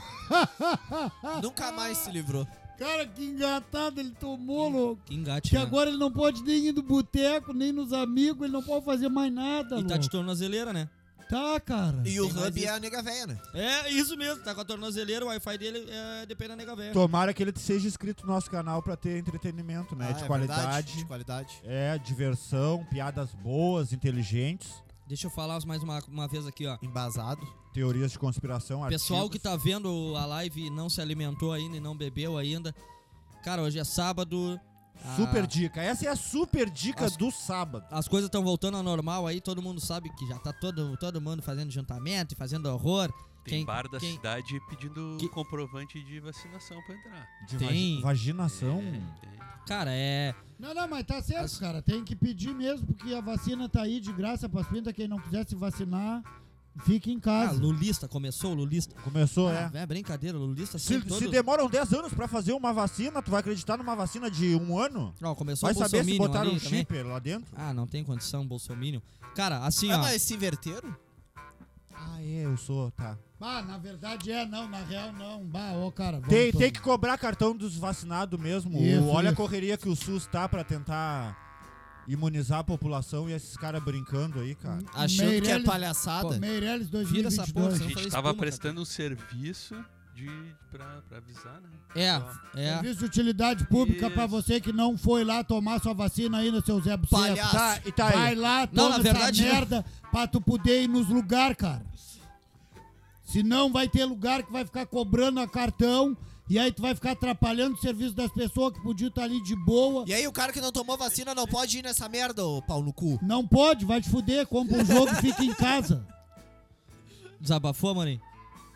Speaker 2: Nunca mais se livrou.
Speaker 4: Cara, que engatado ele tomou, louco.
Speaker 3: Que engate,
Speaker 4: Que
Speaker 3: né?
Speaker 4: agora ele não pode nem ir do boteco, nem nos amigos, ele não pode fazer mais nada,
Speaker 3: E tá de
Speaker 4: louco.
Speaker 3: tornozeleira, né?
Speaker 4: Tá, cara.
Speaker 2: E o
Speaker 3: Tem mais
Speaker 2: Hub
Speaker 3: isso.
Speaker 2: é a nega véia, né?
Speaker 3: É, isso mesmo, tá com a tornozeleira, o Wi-Fi dele é, depende da nega velha.
Speaker 1: Tomara que ele seja inscrito no nosso canal pra ter entretenimento, né?
Speaker 2: Ah,
Speaker 1: de
Speaker 2: é
Speaker 1: qualidade.
Speaker 2: verdade, De qualidade.
Speaker 1: É, diversão, piadas boas, inteligentes,
Speaker 3: Deixa eu falar mais uma, uma vez aqui, ó.
Speaker 2: Embasado.
Speaker 1: teorias de conspiração,
Speaker 3: Pessoal que
Speaker 1: artigos.
Speaker 3: tá vendo a live e não se alimentou ainda e não bebeu ainda. Cara, hoje é sábado. a-
Speaker 1: Super dica. Essa é a super dica
Speaker 3: Ah. As-
Speaker 1: do sábado.
Speaker 3: Ah, As coisas estão voltando ao normal aí, todo mundo sabe que já tá todo, todo mundo fazendo jantamento e fazendo horror.
Speaker 6: Tem
Speaker 3: Quem-
Speaker 6: bar da
Speaker 3: quem-
Speaker 6: cidade pedindo
Speaker 3: Que-
Speaker 6: comprovante de vacinação pra entrar.
Speaker 1: De
Speaker 3: Tem.
Speaker 1: vagi- vaginação.
Speaker 6: É, tem.
Speaker 3: Cara, é.
Speaker 4: Não, não, mas tá certo,
Speaker 3: As-
Speaker 4: cara. Tem que pedir mesmo, porque a vacina tá aí de graça pras pintas. Quem não quiser se vacinar, Fique em
Speaker 3: Ah,
Speaker 4: casa.
Speaker 3: lulista, começou o lulista.
Speaker 1: Começou, é.
Speaker 3: Ah, é brincadeira, lulista
Speaker 1: Se,
Speaker 3: sempre
Speaker 1: se
Speaker 3: todo...
Speaker 1: demoram 10 anos pra fazer uma vacina, tu vai acreditar numa vacina de um ano?
Speaker 3: Não, começou
Speaker 1: vai
Speaker 3: o
Speaker 1: saber se
Speaker 3: Bolsominion
Speaker 1: botaram
Speaker 3: ali
Speaker 1: um
Speaker 3: também.
Speaker 1: chip lá dentro?
Speaker 3: Ah, não tem condição, Bolsominion. Cara, assim,
Speaker 2: Ah,
Speaker 3: ó.
Speaker 2: mas se inverteram?
Speaker 1: Ah, é, eu sou, tá.
Speaker 4: Bah, na verdade é, não, na real não. Bah, ô cara, vamos
Speaker 1: Tem,
Speaker 4: todo-
Speaker 1: tem que cobrar cartão dos vacinados mesmo. O-
Speaker 4: Isso,
Speaker 1: olha a
Speaker 4: isso.
Speaker 1: correria que o SUS tá pra tentar imunizar a população e esses caras brincando aí, cara.
Speaker 4: Hum.
Speaker 2: Achando que é
Speaker 4: Meirelles-
Speaker 2: palhaçada.
Speaker 4: Meirelles
Speaker 3: Vira essa
Speaker 4: 2022.
Speaker 3: porra.
Speaker 6: A
Speaker 3: Não
Speaker 6: gente
Speaker 3: faz
Speaker 6: tava
Speaker 3: espuma,
Speaker 6: prestando um serviço de, pra, pra avisar, né?
Speaker 3: É, é.
Speaker 4: Serviço de utilidade pública pra
Speaker 6: Isso.
Speaker 4: você que não foi lá tomar sua vacina ainda, seu Zé Buceta.
Speaker 2: Palhaço.
Speaker 1: Tá, e tá
Speaker 4: Vai
Speaker 1: aí.
Speaker 4: lá,
Speaker 3: Não, na
Speaker 4: toma
Speaker 3: verdade- né?
Speaker 4: essa merda pra tu poder ir nos lugar, cara. Senão vai ter lugar que vai ficar cobrando a cartão e aí tu vai ficar atrapalhando o serviço das pessoas que podiam estar ali de boa.
Speaker 2: E aí o cara que não tomou vacina não pode ir nessa merda, ô pau no cu.
Speaker 4: Não pode, vai te fuder, compra um jogo e fica em casa.
Speaker 3: Desabafou, maninho?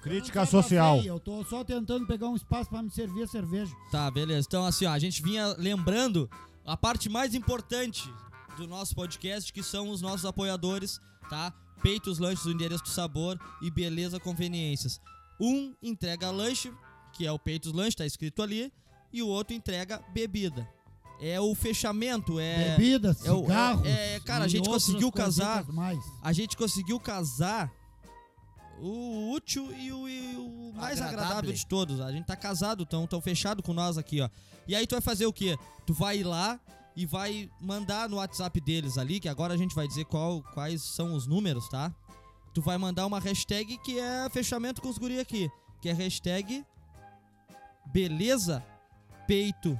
Speaker 1: Crítica
Speaker 4: Eu não sou
Speaker 1: social.
Speaker 4: café, Eu tô só tentando pegar um espaço pra me servir a cerveja.
Speaker 3: Tá, beleza. Então, assim, ó, a gente vinha lembrando a parte mais importante do nosso podcast, que são os nossos apoiadores, tá? Peitos Lanches, o endereço do sabor e Beleza Conveniências. Um entrega lanche, que é o Peitos Lanche, tá escrito ali, e o outro entrega bebida. É o fechamento, é.
Speaker 4: Bebida,
Speaker 3: é o-
Speaker 4: cigarro.
Speaker 3: é- é, cara, a gente conseguiu casar-
Speaker 4: Mais.
Speaker 3: A gente conseguiu casar o útil e o, e o mais agradável.
Speaker 2: Agradável.
Speaker 3: de todos. A gente tá casado, tão, tão fechado com nós aqui, ó. E aí tu vai fazer o quê? Tu vai ir lá e vai mandar no WhatsApp deles ali, que agora a gente vai dizer qual, quais são os números, tá? Tu vai mandar uma hashtag que é fechamento com os guri aqui. Que é hashtag beleza peito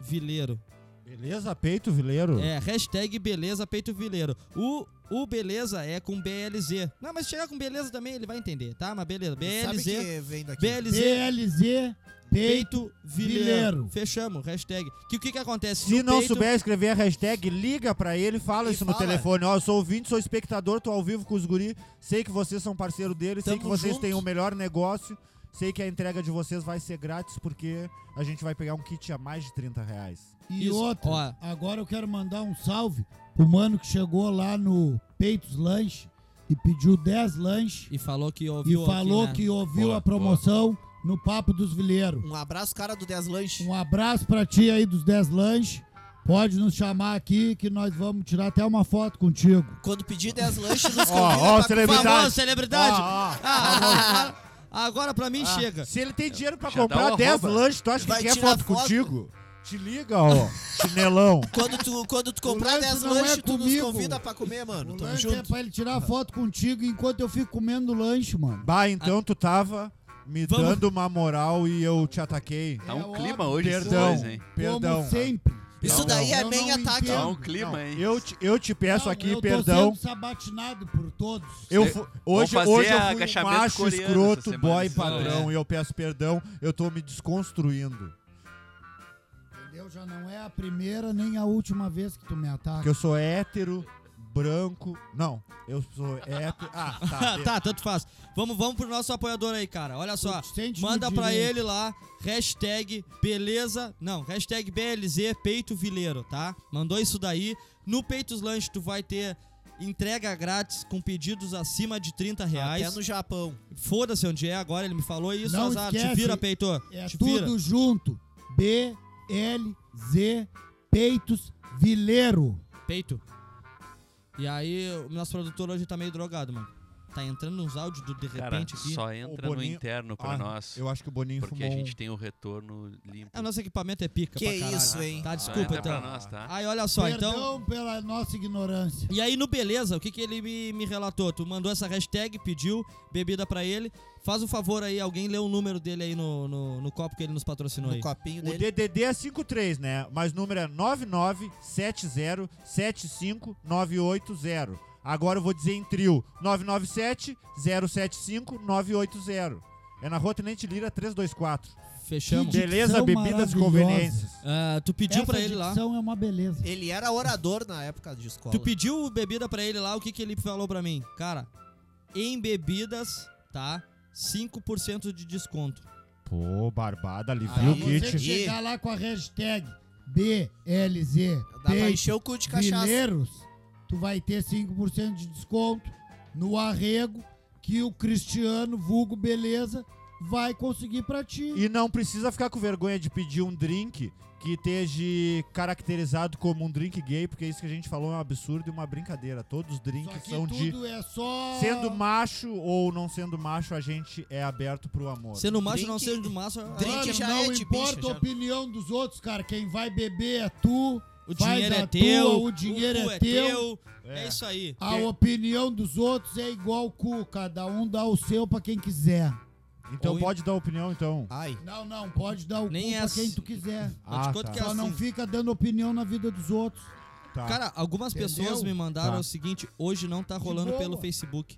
Speaker 3: vileiro.
Speaker 1: Beleza, peito, vileiro?
Speaker 3: É, hashtag beleza peito vileiro. O, o beleza é com BLZ. Não, mas se chegar com beleza também, ele vai entender, tá? Mas beleza,
Speaker 2: Sabe
Speaker 3: BLZ,
Speaker 2: que é vem daqui?
Speaker 3: BLZ,
Speaker 4: BLZ, peito.
Speaker 3: peito vileiro.
Speaker 4: vileiro.
Speaker 3: Fechamos, hashtag. Que o que que acontece?
Speaker 1: Se
Speaker 3: No
Speaker 1: não
Speaker 3: peito-
Speaker 1: souber escrever a hashtag, liga pra ele e fala
Speaker 2: E
Speaker 1: isso no
Speaker 2: fala.
Speaker 1: telefone. Ó, eu sou ouvinte, sou espectador, tô ao vivo com os guri. Sei que vocês são parceiro dele, sei
Speaker 3: Tamo
Speaker 1: que vocês
Speaker 3: junto.
Speaker 1: têm o melhor negócio. Sei que a entrega de vocês vai ser grátis, porque a gente vai pegar um kit a mais de 30 reais.
Speaker 4: E
Speaker 3: Isso,
Speaker 4: outra,
Speaker 3: ó.
Speaker 4: agora eu quero mandar um salve pro mano que chegou lá no Peitos Lanche e pediu 10 lanches
Speaker 3: E falou que
Speaker 4: e,
Speaker 3: ouviu
Speaker 4: falou
Speaker 3: aqui, né?
Speaker 4: que ouviu
Speaker 6: Boa,
Speaker 4: a promoção no Papo dos Vileiros.
Speaker 2: Um abraço, cara do 10 Lanche.
Speaker 4: Um abraço pra ti aí dos 10 lanches. Pode nos chamar aqui que nós vamos tirar até uma foto contigo.
Speaker 2: Quando pedir 10 Lanche, nos convida
Speaker 1: Ó, ó,
Speaker 2: pra-
Speaker 1: celebridade.
Speaker 3: Famoso, celebridade.
Speaker 1: Ó, ó.
Speaker 3: Ah, agora pra
Speaker 2: Ah,
Speaker 3: mim chega.
Speaker 1: Se ele tem dinheiro pra
Speaker 6: Já dá
Speaker 1: comprar
Speaker 6: o
Speaker 1: 10
Speaker 6: arroba.
Speaker 1: lanches, tu acha
Speaker 2: Vai
Speaker 1: que quer
Speaker 2: tirar
Speaker 1: foto,
Speaker 2: foto.
Speaker 1: contigo? Te liga, ó, chinelão.
Speaker 2: Quando tu, quando tu comprar
Speaker 4: lance
Speaker 2: 10
Speaker 4: não é
Speaker 2: lanches, tu
Speaker 4: comigo.
Speaker 2: nos convida pra comer, mano.
Speaker 4: O
Speaker 2: Tamo
Speaker 4: lanche é
Speaker 2: junto.
Speaker 4: pra ele tirar a foto contigo enquanto eu fico comendo o lanche, mano.
Speaker 1: Bah, então tu tava me
Speaker 3: Vamos.
Speaker 1: dando uma moral e eu te ataquei.
Speaker 6: Tá
Speaker 4: É
Speaker 6: um clima
Speaker 4: óbvio.
Speaker 6: hoje, esses
Speaker 1: Perdão,
Speaker 6: dois, hein?
Speaker 1: perdão.
Speaker 4: Como sempre.
Speaker 2: Isso
Speaker 1: Não,
Speaker 2: daí
Speaker 4: não.
Speaker 2: é
Speaker 4: Eu
Speaker 2: bem
Speaker 4: não
Speaker 2: ataque.
Speaker 4: entendo.
Speaker 6: Tá um clima, hein?
Speaker 1: Eu te, eu te peço
Speaker 4: Não,
Speaker 1: aqui
Speaker 4: eu
Speaker 1: perdão.
Speaker 4: Tô sendo sabatinado por todos.
Speaker 1: Eu fu- hoje,
Speaker 6: fazer
Speaker 1: hoje eu fui um
Speaker 6: agachamento
Speaker 1: macho
Speaker 6: coreano essa
Speaker 1: escroto,
Speaker 6: semana,
Speaker 1: boy
Speaker 6: essa semana.
Speaker 1: padrão, e eu peço perdão, eu tô me desconstruindo.
Speaker 4: Entendeu? Já não é a primeira nem a última vez que tu me ataca.
Speaker 1: Porque eu sou hétero, branco. Não, eu sou hétero. Ah, tá.
Speaker 3: Ah, tá, tanto faz. Vamos, vamos pro nosso apoiador aí, cara. Olha só.
Speaker 4: Tu te sente no
Speaker 3: Manda pra
Speaker 4: direito.
Speaker 3: ele lá, hashtag beleza. Não, hashtag BLZ Peito Vileiro, tá? Mandou isso daí. No Peitos Lanche tu vai ter entrega grátis com pedidos acima de 30
Speaker 2: Até
Speaker 3: reais.
Speaker 2: no Japão.
Speaker 3: Foda-se onde é agora, ele me falou isso,
Speaker 4: Não
Speaker 3: azar. Te
Speaker 4: esquece,
Speaker 3: vira, Peito.
Speaker 4: É
Speaker 3: te
Speaker 4: tudo
Speaker 3: vira.
Speaker 4: junto. B, L, Z, Peitos, Vileiro.
Speaker 3: Peito. E aí, o nosso produtor hoje tá meio drogado, mano. Tá entrando uns áudios do de
Speaker 6: Cara,
Speaker 3: repente aqui.
Speaker 6: só entra
Speaker 1: Boninho-
Speaker 6: no interno pra
Speaker 1: Ah,
Speaker 6: nós.
Speaker 1: Eu acho que o Boninho
Speaker 6: Porque
Speaker 1: fumou
Speaker 6: a
Speaker 1: um-
Speaker 6: gente tem o retorno limpo. Ah,
Speaker 3: Ah, nosso equipamento é pica
Speaker 2: Que
Speaker 3: pra caralho.
Speaker 2: isso, hein?
Speaker 3: Tá,
Speaker 6: Só
Speaker 3: desculpa,
Speaker 6: entra pra
Speaker 3: então.
Speaker 6: nós, tá?
Speaker 3: Aí, olha só,
Speaker 4: Perdão
Speaker 3: então...
Speaker 4: pela nossa ignorância.
Speaker 3: E aí no Beleza, o que, que ele me, me relatou? Tu mandou essa hashtag, pediu bebida pra ele. Faz o favor aí, alguém lê o número dele aí no, no, no copo que ele nos patrocinou
Speaker 2: No
Speaker 3: aí.
Speaker 2: copinho
Speaker 1: O
Speaker 2: dele.
Speaker 1: DDD é 53, né? Mas o número é 997075980. Agora eu vou dizer em trio: 997075980. É na Rua Tenente Lira 324.
Speaker 3: Fechamos.
Speaker 4: Que
Speaker 1: Beleza,
Speaker 4: dicção
Speaker 1: bebidas e
Speaker 4: maravilhosa.
Speaker 1: conveniências.
Speaker 3: Ah, tu pediu
Speaker 4: Essa
Speaker 3: pra ele lá.
Speaker 4: dicção é uma beleza.
Speaker 2: Ele era orador na época de escola.
Speaker 3: Tu pediu bebida pra ele lá, o que, que ele falou pra mim? Cara, em bebidas, tá? 5% de desconto.
Speaker 1: Pô, barbada, alivia o
Speaker 2: Ah,
Speaker 4: Você que
Speaker 1: kit.
Speaker 2: gente.
Speaker 4: chegar lá com a hashtag BLZ,
Speaker 2: Dá pra
Speaker 4: Peitos,
Speaker 2: encher o cu de cachaça.
Speaker 4: Vileiros, tu vai ter 5% de desconto no arrego que o Cristiano, vulgo beleza, vai conseguir pra ti.
Speaker 1: E não precisa ficar com vergonha de pedir um drink que esteja caracterizado como um drink gay, porque isso que a gente falou é um absurdo e uma brincadeira. Todos os
Speaker 4: Só
Speaker 1: drinks
Speaker 4: que
Speaker 1: são de.
Speaker 4: tudo é só...
Speaker 1: Sendo macho ou não sendo macho, a gente é aberto pro amor.
Speaker 3: Sendo macho, não
Speaker 2: Drink-
Speaker 3: sendo macho, a-
Speaker 2: Drink
Speaker 4: Mano,
Speaker 2: já
Speaker 4: não
Speaker 2: é de
Speaker 4: importa
Speaker 2: bicha,
Speaker 4: a
Speaker 2: já.
Speaker 4: opinião dos outros, cara. Quem vai beber é tu.
Speaker 3: o
Speaker 4: faz
Speaker 3: dinheiro
Speaker 4: a
Speaker 3: é
Speaker 4: tua,
Speaker 3: teu,
Speaker 4: o dinheiro
Speaker 3: cu
Speaker 4: é teu.
Speaker 1: É.
Speaker 3: É isso aí.
Speaker 4: A
Speaker 1: Quem-
Speaker 4: opinião dos outros é igual o cu. Cada um dá o seu pra quem quiser.
Speaker 1: Então
Speaker 3: Ou em-
Speaker 1: pode dar opinião, então.
Speaker 2: Ai.
Speaker 4: Não, não. Pode dar o
Speaker 3: Nem
Speaker 4: cu
Speaker 3: é
Speaker 4: pra quem
Speaker 3: assim.
Speaker 4: tu quiser.
Speaker 3: Mas
Speaker 1: Ah,
Speaker 3: de quanto que é
Speaker 4: Só não
Speaker 3: assim.
Speaker 4: fica dando opinião na vida dos outros.
Speaker 1: tá.
Speaker 3: Cara, algumas
Speaker 4: Entendeu?
Speaker 3: pessoas me mandaram
Speaker 1: Tá.
Speaker 3: o seguinte, hoje não tá rolando
Speaker 4: boa.
Speaker 3: pelo Facebook.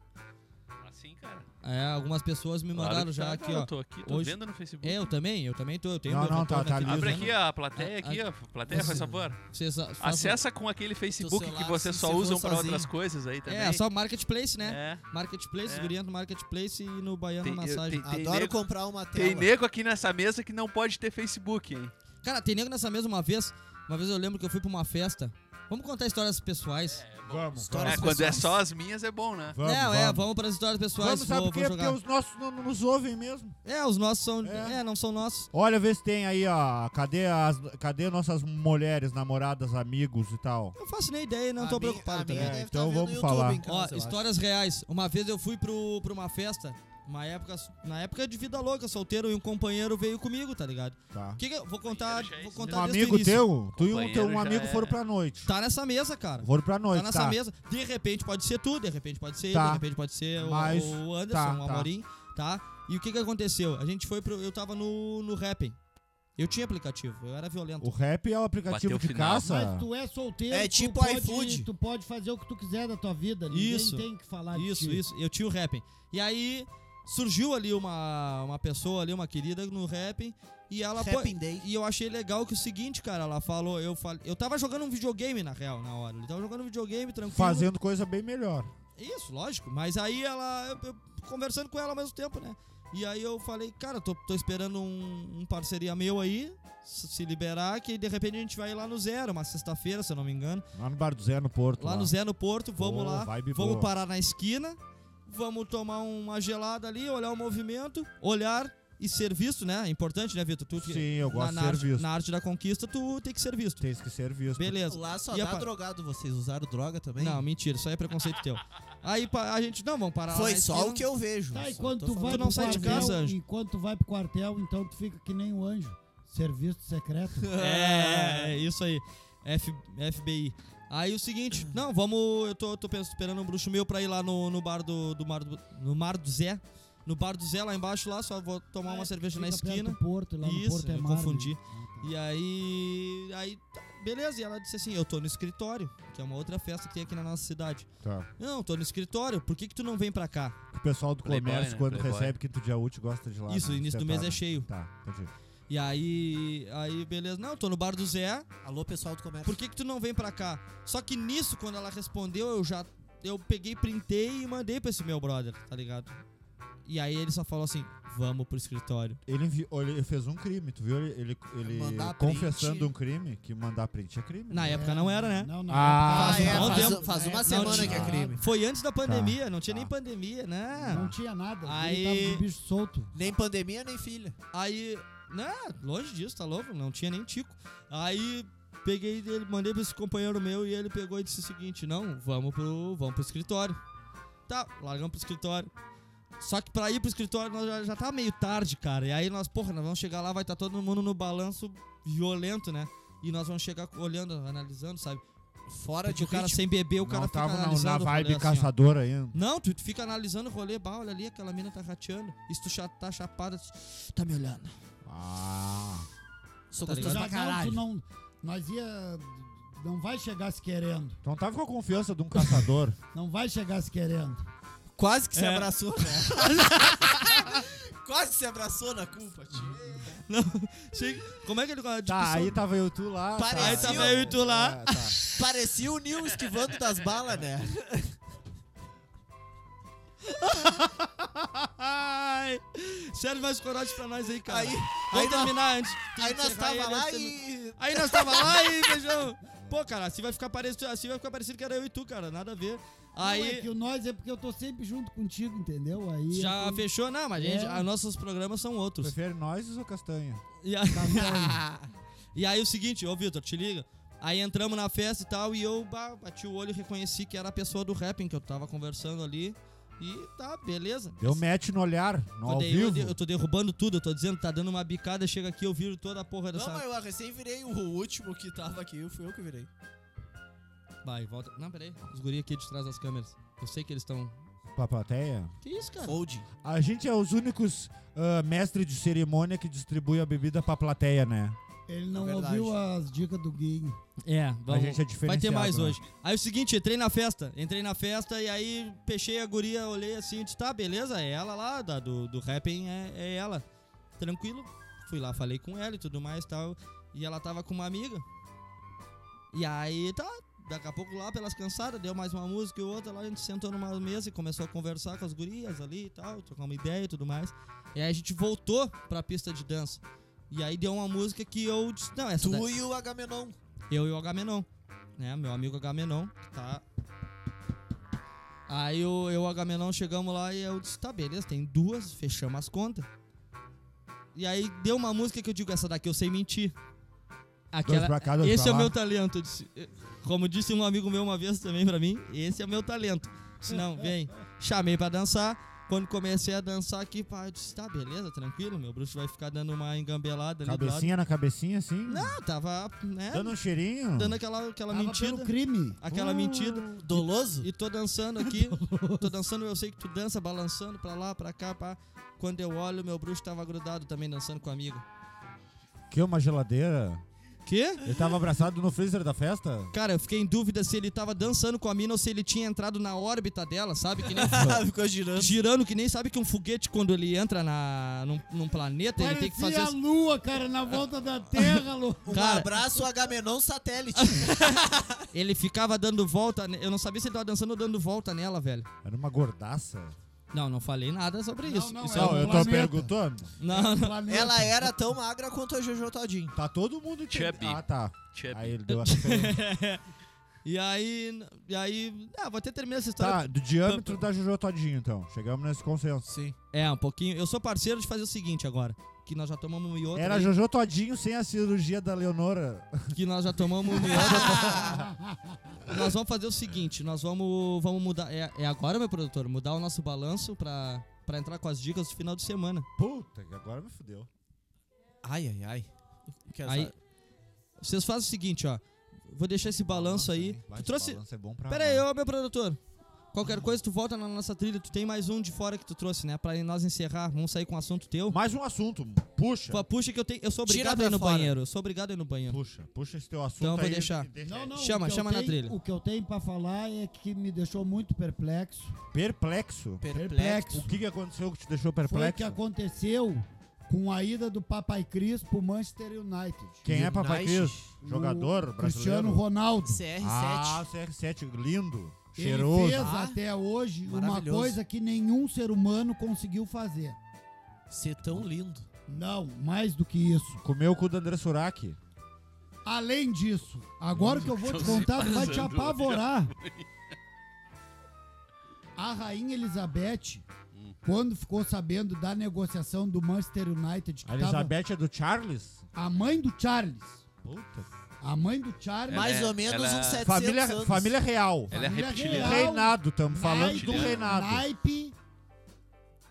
Speaker 6: Assim, cara.
Speaker 3: É, algumas pessoas me
Speaker 6: Claro
Speaker 3: mandaram
Speaker 6: que
Speaker 3: já
Speaker 6: tá,
Speaker 3: aqui,
Speaker 6: cara,
Speaker 3: ó.
Speaker 6: Eu tô aqui, tô
Speaker 3: Hoje-
Speaker 6: vendo no Facebook.
Speaker 3: É, eu também, eu também tô, eu tenho
Speaker 1: Não,
Speaker 3: meu
Speaker 1: não, tá-
Speaker 3: retorno
Speaker 1: tá
Speaker 3: aqui.
Speaker 1: liso,
Speaker 6: Abre
Speaker 1: né?
Speaker 6: aqui a plateia,
Speaker 3: A-
Speaker 6: aqui, ó. Plateia,
Speaker 3: ah, Você-
Speaker 6: faz favor.
Speaker 3: Vocês a- fazem-
Speaker 1: um
Speaker 6: Acessa Ah, com aquele Facebook
Speaker 2: celular,
Speaker 6: que vocês
Speaker 2: se
Speaker 6: só
Speaker 2: você for
Speaker 6: usam pra
Speaker 2: sozinho.
Speaker 6: outras coisas aí também.
Speaker 3: É, só marketplace, né?
Speaker 6: É.
Speaker 3: Marketplace,
Speaker 6: É.
Speaker 3: guria no marketplace e no baiano
Speaker 6: Tem-
Speaker 3: na
Speaker 6: eu-
Speaker 3: massagem.
Speaker 6: tem-
Speaker 2: Adoro
Speaker 6: nego-
Speaker 2: comprar uma tela.
Speaker 6: Tem nego aqui nessa mesa que não pode ter Facebook, hein?
Speaker 3: Ah, Cara, tem nego nessa mesa uma vez. Uma vez eu lembro que eu fui pra uma festa. Vamos contar histórias pessoais.
Speaker 1: vamos,
Speaker 2: História-
Speaker 1: vamos.
Speaker 6: É,
Speaker 2: as
Speaker 6: quando é
Speaker 2: pessoas.
Speaker 6: só as minhas é bom, né?
Speaker 1: Vamos,
Speaker 3: não,
Speaker 1: vamos.
Speaker 3: é, vamos pras histórias pessoais.
Speaker 1: Vamos, sabe
Speaker 3: vou,
Speaker 1: por quê?
Speaker 3: vou
Speaker 1: Porque
Speaker 3: jogar.
Speaker 1: os nossos não não nos ouvem mesmo.
Speaker 3: É, os nossos são.
Speaker 1: É.
Speaker 3: É. não são nossos.
Speaker 1: Olha, vê se tem aí, ó. Cadê, as, cadê nossas mulheres, namoradas, amigos e tal?
Speaker 3: Não faço nem ideia, não
Speaker 2: A
Speaker 3: tô
Speaker 2: minha-
Speaker 3: preocupado
Speaker 2: a minha
Speaker 3: também.
Speaker 1: É,
Speaker 2: deve
Speaker 1: então
Speaker 2: tá vendo
Speaker 1: vamos
Speaker 2: no YouTube
Speaker 1: falar.
Speaker 2: em casa,
Speaker 3: Ó,
Speaker 2: eu acho.
Speaker 3: histórias reais. Uma vez eu fui pro, pra uma festa, uma época, na época de vida louca, solteiro, e um companheiro veio comigo, tá ligado?
Speaker 1: Tá.
Speaker 3: O Que que eu- vou contar,
Speaker 6: já é
Speaker 3: vou
Speaker 6: isso,
Speaker 1: Um
Speaker 3: contar desde o
Speaker 1: amigo
Speaker 3: início.
Speaker 1: teu, tu e um, teu, um
Speaker 6: Companheiro
Speaker 1: amigo
Speaker 6: já é.
Speaker 1: foram pra noite.
Speaker 3: Tá nessa mesa, cara.
Speaker 1: Foram pra noite,
Speaker 3: Tá
Speaker 1: tá?
Speaker 3: nessa mesa. De repente pode ser tu, de repente pode ser
Speaker 1: Tá.
Speaker 3: ele, de repente pode ser o-
Speaker 1: Mas-
Speaker 3: o, Anderson,
Speaker 1: tá,
Speaker 3: o
Speaker 1: tá.
Speaker 3: Amorim, tá. E o que que aconteceu? A gente foi pro. Eu tava no, no Rappen. Eu tinha aplicativo, eu era violento.
Speaker 1: O rap é o aplicativo
Speaker 6: Bateu
Speaker 1: de
Speaker 6: final.
Speaker 1: caça.
Speaker 3: Tá.
Speaker 4: Mas tu é solteiro.
Speaker 2: É
Speaker 4: tu
Speaker 2: tipo
Speaker 4: pode-
Speaker 2: iFood.
Speaker 4: Tu pode fazer o que tu quiser da tua vida. Ninguém
Speaker 3: Isso.
Speaker 4: tem que falar
Speaker 3: Isso,
Speaker 4: de ti.
Speaker 3: isso. Eu tinha o Rappen. E aí surgiu ali uma, uma pessoa ali, uma querida no Rappen. E ela. pô-
Speaker 2: Happy Day.
Speaker 3: E eu achei legal que o seguinte, cara, ela falou, eu falei, eu tava jogando um videogame na real, na hora. Ele tava jogando um videogame tranquilo.
Speaker 1: Fazendo coisa bem melhor.
Speaker 3: Isso, lógico. Mas aí ela. Eu, eu conversando com ela ao mesmo tempo, né? E aí eu falei, cara, tô, tô esperando um, um parceria meu aí se se liberar, que de repente a gente vai lá no Zero, uma sexta-feira, se eu não me engano.
Speaker 1: Lá no Bar do Zé, no Porto.
Speaker 3: Lá no Zé no Porto, vamos
Speaker 1: Pô,
Speaker 3: lá.
Speaker 1: vibe
Speaker 3: Vamos
Speaker 1: boa.
Speaker 3: parar na esquina, vamos tomar uma gelada ali, olhar o movimento, olhar e ser visto, né? É Importante, né, Vitor? Tu que-
Speaker 1: Sim, eu
Speaker 3: na,
Speaker 1: gosto
Speaker 3: na
Speaker 1: de ser
Speaker 3: arte,
Speaker 1: visto.
Speaker 3: na arte da conquista, tu tem que ser visto.
Speaker 1: Tem que ser visto.
Speaker 3: Beleza.
Speaker 2: Lá só
Speaker 3: E a
Speaker 2: dá
Speaker 3: pa-
Speaker 2: drogado. Vocês usaram droga também?
Speaker 3: Não, mentira, isso aí é preconceito teu. Aí pa- a gente, não, um- vamos parar lá
Speaker 2: Foi
Speaker 3: na
Speaker 2: só
Speaker 3: esquina.
Speaker 2: o que eu vejo.
Speaker 4: Tá, e
Speaker 2: Só
Speaker 4: quando
Speaker 2: tô
Speaker 4: tu
Speaker 2: falando.
Speaker 4: vai
Speaker 3: Tu não
Speaker 4: pro
Speaker 3: sai de
Speaker 4: quartel,
Speaker 3: casa, anjo.
Speaker 4: Enquanto tu vai pro quartel, então tu fica que nem o anjo. Serviço secreto.
Speaker 3: É, é, isso aí. F- FBI. Aí o seguinte, não, vamos. Eu tô, tô pens- esperando um bruxo meu pra ir lá no, no bar do, do Mar do. No Mar do Zé. No bar do Zé, lá embaixo, lá, só vou tomar
Speaker 1: É,
Speaker 3: uma
Speaker 4: Ai,
Speaker 3: cerveja na
Speaker 4: fica perto
Speaker 3: esquina.
Speaker 4: do Porto, lá no
Speaker 3: Isso,
Speaker 4: Porto é
Speaker 3: eu
Speaker 4: mar,
Speaker 3: confundi.
Speaker 4: né? Ah, tá.
Speaker 3: E aí. Aí. tá, Beleza, e ela disse assim: Eu tô no escritório, que é uma outra festa que tem aqui na nossa cidade.
Speaker 1: Tá.
Speaker 3: Não, tô no escritório, por que, que tu não vem pra cá?
Speaker 1: O pessoal do
Speaker 6: Playboy,
Speaker 1: comércio,
Speaker 6: né?
Speaker 1: quando
Speaker 6: Playboy.
Speaker 1: recebe quinto dia útil, gosta de lá.
Speaker 3: Isso,
Speaker 1: né?
Speaker 3: início do mês é cheio.
Speaker 1: Tá, entendi.
Speaker 3: E aí. Aí, beleza, não, tô no bar do Zé,
Speaker 2: Alô, pessoal do comércio.
Speaker 3: por que, que tu não vem pra cá? Só que nisso, quando ela respondeu, eu já. Eu peguei, printei e mandei pra esse meu brother, tá ligado? E aí ele só falou assim: vamos pro escritório.
Speaker 1: Ele, envi- olha, ele fez um crime, tu viu? Ele, ele, ele
Speaker 2: Mandar print.
Speaker 1: confessando um crime, que mandar print é crime.
Speaker 3: Na
Speaker 1: né?
Speaker 3: época não era, né?
Speaker 4: Não, não.
Speaker 1: Ah,
Speaker 2: Ah,
Speaker 4: Faz
Speaker 2: é,
Speaker 3: um
Speaker 4: mal
Speaker 2: faz,
Speaker 3: tempo.
Speaker 2: faz uma
Speaker 4: Não
Speaker 2: semana
Speaker 1: tinha.
Speaker 2: que é crime.
Speaker 3: Foi antes da
Speaker 1: Tá,
Speaker 3: pandemia, não tinha nem pandemia, né?
Speaker 4: Não tinha nada.
Speaker 3: Aí-
Speaker 4: Aí tava de bicho solto.
Speaker 2: Nem pandemia, nem filha.
Speaker 3: Aí. Não, longe disso, tá louco? Não tinha nem tico. Aí peguei ele, mandei pra esse companheiro meu e ele pegou e disse o seguinte: não, vamos pro. vamos pro escritório. Tá, largamos pro escritório. Só que pra ir pro escritório nós já, já tá meio tarde, cara. E aí nós, porra, nós vamos chegar lá, vai estar todo mundo no balanço violento, né? E nós vamos chegar olhando, analisando, sabe?
Speaker 2: Fora
Speaker 3: Porque
Speaker 2: de
Speaker 3: o cara
Speaker 2: ritmo.
Speaker 3: sem beber, o cara
Speaker 1: não
Speaker 3: fica
Speaker 1: tava na, na
Speaker 3: analisando o rolê
Speaker 1: vibe
Speaker 3: assim, ó.
Speaker 1: caçador ainda.
Speaker 3: Não, tu, tu fica analisando o rolê, bah, olha ali, aquela mina tá rateando. E se tu cha- tá chapada, tu- tá me olhando.
Speaker 1: Ah,
Speaker 2: Sou
Speaker 3: Tá
Speaker 2: gostoso
Speaker 3: ligado?
Speaker 2: pra
Speaker 4: não, tu
Speaker 2: caralho.
Speaker 4: não. Nós ia. Não vai chegar se querendo.
Speaker 1: então tava com a confiança de um caçador.
Speaker 4: Não vai chegar se querendo.
Speaker 2: Quase que se
Speaker 3: É.
Speaker 2: abraçou, né? Quase que se abraçou na culpa, tio.
Speaker 3: Não, sei. Como é que ele. a
Speaker 1: tá,
Speaker 3: discussão-
Speaker 1: aí tava eu e tu lá. tá.
Speaker 2: Parecia-
Speaker 3: Aí tava eu e tu lá.
Speaker 1: É, tá.
Speaker 2: Parecia o Nil esquivando das balas, né?
Speaker 3: Ai, serve mais corote pra nós aí, cara.
Speaker 2: Aí,
Speaker 3: Vamos
Speaker 2: aí, nós,
Speaker 3: terminar antes. Tem
Speaker 2: aí
Speaker 3: que
Speaker 2: nós
Speaker 3: encerrar
Speaker 2: tava
Speaker 3: ele
Speaker 2: lá
Speaker 3: antes de terminar.
Speaker 2: e.
Speaker 3: Aí nós tava lá e beijão. Pô, cara, assim vai ficar parecido, assim vai ficar parecido que era eu e tu, cara. Nada a ver.
Speaker 4: Aí...
Speaker 3: Aí
Speaker 4: é que o nós é porque eu tô sempre junto contigo, entendeu? Aí
Speaker 3: já
Speaker 4: é que-
Speaker 3: fechou, não, mas a gente,
Speaker 4: É.
Speaker 3: ah, nossos programas são outros.
Speaker 1: Prefere nós ou castanha?
Speaker 3: E, a- E aí o seguinte, ô Vitor, te liga. Aí entramos na festa e tal, e eu bah, bati o olho e reconheci que era a pessoa do rapping que eu tava conversando ali. E tá, beleza.
Speaker 1: Deu match no olhar, no
Speaker 3: Tô
Speaker 1: ao
Speaker 3: de- eu,
Speaker 1: vivo.
Speaker 3: de- eu tô derrubando tudo, eu tô dizendo, tá dando uma bicada, chega aqui, eu viro toda a porra
Speaker 2: Não,
Speaker 3: dessa.
Speaker 2: mas eu recém virei o último que tava aqui, fui eu que virei.
Speaker 3: Vai, volta. Não, peraí. Os guri aqui de trás das câmeras. Eu sei que eles estão.
Speaker 1: Pra plateia.
Speaker 3: Que isso, cara?
Speaker 2: Fold.
Speaker 1: A gente é os únicos ah, mestres de cerimônia que distribui a bebida pra plateia, né?
Speaker 4: Ele não
Speaker 2: É verdade.
Speaker 4: ouviu as dicas do Guinho.
Speaker 3: É, vamos.
Speaker 1: A gente é
Speaker 3: Vai
Speaker 1: diferenciado.
Speaker 3: ter mais
Speaker 1: né?
Speaker 3: hoje. Aí o seguinte, entrei na festa. Entrei na festa e aí fechei a guria, olhei assim e disse, tá, beleza, é ela lá, da- do, do rapping é, é ela. Tranquilo. Fui lá, falei com ela e tudo mais e tal. E ela tava com uma amiga. E aí, tá, daqui a pouco lá, pelas cansadas, deu mais uma música e outra lá, a gente sentou numa mesa e começou a conversar com as gurias ali e tal, trocar uma ideia e tudo mais. E aí a gente voltou pra pista de dança. E aí deu uma música que eu disse, não, essa daí-
Speaker 2: Tu e o Agamenon.
Speaker 3: eu e o Agamenon, né? Meu amigo Agamenon, tá? Aí eu, eu e o Agamenon chegamos lá e eu disse, tá, beleza, tem duas, fechamos as contas. E aí deu uma música que eu digo, essa daqui eu sei mentir.
Speaker 1: Dois
Speaker 3: Aquela,
Speaker 1: pra cá, dois
Speaker 3: esse
Speaker 1: pra
Speaker 3: é o
Speaker 1: lá.
Speaker 3: meu talento. eu disse. Como disse um amigo meu uma vez também pra mim, esse é o meu talento. Disse, não, vem. Chamei pra dançar. Quando comecei a dançar aqui, pá, eu disse, tá, beleza, tranquilo, meu bruxo vai ficar dando uma engambelada ali
Speaker 1: Cabecinha na cabecinha, assim?
Speaker 3: do lado. Não, tava, né?
Speaker 1: Dando um cheirinho?
Speaker 3: dando aquela, aquela
Speaker 4: Tava Uh,
Speaker 3: mentida.
Speaker 4: pelo crime.
Speaker 3: Aquela mentida.
Speaker 2: Doloso?
Speaker 3: E tô dançando aqui. tô dançando, eu sei que tu dança, balançando pra lá, pra cá, pá. Quando eu olho, meu bruxo tava grudado também dançando com a amiga.
Speaker 1: Que uma geladeira?
Speaker 3: Quê?
Speaker 1: Ele tava abraçado no freezer da festa?
Speaker 3: Cara, eu fiquei em dúvida se ele tava dançando com a mina ou se ele tinha entrado na órbita dela, sabe? Que nem.
Speaker 2: Ficou girando.
Speaker 3: girando que nem sabe que um foguete, quando ele entra na, num, num planeta, ele tem que fazer.
Speaker 4: Parecia a lua, cara, na volta da terra, Lu.
Speaker 2: Um
Speaker 3: Cara.
Speaker 2: abraço, Agamenon Satélite.
Speaker 3: Ele ficava dando volta. ne- Eu não sabia se ele tava dançando ou dando volta nela, velho.
Speaker 1: Era uma gordaça?
Speaker 3: Não, não falei nada sobre
Speaker 4: Não,
Speaker 3: isso.
Speaker 4: não,
Speaker 3: isso
Speaker 4: é
Speaker 3: é
Speaker 1: Não,
Speaker 4: um
Speaker 1: eu tô
Speaker 4: planeta.
Speaker 1: perguntando.
Speaker 3: Não, não.
Speaker 4: Planeta.
Speaker 2: Ela era É tão magra quanto a Jojo Todinho.
Speaker 1: Tá todo mundo... te-
Speaker 6: Chubby.
Speaker 1: Ah, tá.
Speaker 6: Chubby.
Speaker 1: Aí ele deu a referência.
Speaker 3: E aí. E aí. Ah, vou até terminar essa história.
Speaker 1: Tá, do diâmetro da Jojo Todinho, então. Chegamos nesse consenso.
Speaker 2: Sim.
Speaker 3: É, um pouquinho. Eu sou parceiro de fazer o seguinte agora. Que nós já tomamos um iodo.
Speaker 1: Era
Speaker 3: aí,
Speaker 1: Jojo Todinho sem a cirurgia da Leonora.
Speaker 3: Que nós já tomamos um iodo. nós vamos fazer o seguinte. Nós vamos, vamos mudar. É, é agora, meu produtor. Mudar o nosso balanço pra, pra entrar com as dicas do final de semana.
Speaker 1: Puta, que agora me fudeu.
Speaker 2: Ai, ai, ai. Quer
Speaker 3: Aí-
Speaker 2: saber?
Speaker 3: Vocês fazem o seguinte, ó. Vou deixar esse balanço aí.
Speaker 1: hein? Vai,
Speaker 3: Tu
Speaker 1: esse
Speaker 3: trouxe.
Speaker 1: Balanço é bom pra
Speaker 3: Pera aí,
Speaker 1: amar.
Speaker 3: ô meu produtor. Qualquer coisa, tu volta na nossa trilha. Tu tem mais um de fora que tu trouxe, né? Pra nós encerrar. Vamos sair com um assunto teu.
Speaker 1: Mais um assunto. Puxa.
Speaker 3: Pô, Puxa que eu tenho. Eu sou
Speaker 2: Tira
Speaker 3: obrigado a
Speaker 2: pra
Speaker 3: ir no
Speaker 2: fora.
Speaker 3: banheiro. Eu sou obrigado a ir no banheiro.
Speaker 1: Puxa, puxa esse teu assunto
Speaker 3: Então eu vou
Speaker 1: aí.
Speaker 3: deixar.
Speaker 1: e deixa
Speaker 4: Não,
Speaker 1: aí.
Speaker 4: não,
Speaker 3: Chama,
Speaker 4: o que eu
Speaker 3: chama na
Speaker 4: tenho-
Speaker 3: trilha.
Speaker 4: O que eu tenho pra falar é que me deixou muito perplexo.
Speaker 1: Perplexo?
Speaker 2: Perplexo.
Speaker 4: Perplexo.
Speaker 1: O que, que aconteceu que te deixou
Speaker 4: Foi o
Speaker 1: perplexo?
Speaker 4: que aconteceu com a ida do Papai Cris pro Manchester United.
Speaker 1: Quem é Papai Cris?
Speaker 2: United.
Speaker 1: Jogador
Speaker 4: O
Speaker 1: brasileiro?
Speaker 4: Cristiano Ronaldo.
Speaker 2: CR7.
Speaker 1: Ah, CR7, lindo,
Speaker 4: Ele
Speaker 1: cheiroso.
Speaker 4: fez
Speaker 2: Ah,
Speaker 4: até hoje uma
Speaker 2: maravilhoso.
Speaker 4: coisa que nenhum ser humano conseguiu fazer.
Speaker 2: Ser é tão lindo.
Speaker 4: Não, mais do que isso.
Speaker 1: Comeu o cu do André Surak.
Speaker 4: Além disso, agora o que eu vou te contar vai te apavorar. A rainha Elizabeth, quando ficou sabendo da negociação do Manchester United,
Speaker 1: A
Speaker 4: que tava
Speaker 1: Elizabeth é do Charles?
Speaker 4: a mãe do Charles,
Speaker 1: Puta.
Speaker 4: a mãe do Charles,
Speaker 6: Ela
Speaker 2: Mais
Speaker 6: é-
Speaker 2: ou menos
Speaker 6: ela-
Speaker 2: uns 700
Speaker 1: Família,
Speaker 2: anos.
Speaker 1: família real.
Speaker 6: Ela é
Speaker 4: Família
Speaker 6: reptiliana.
Speaker 4: real.
Speaker 1: Reinado, estamos falando do
Speaker 6: Naipe.
Speaker 1: reinado.
Speaker 4: naipe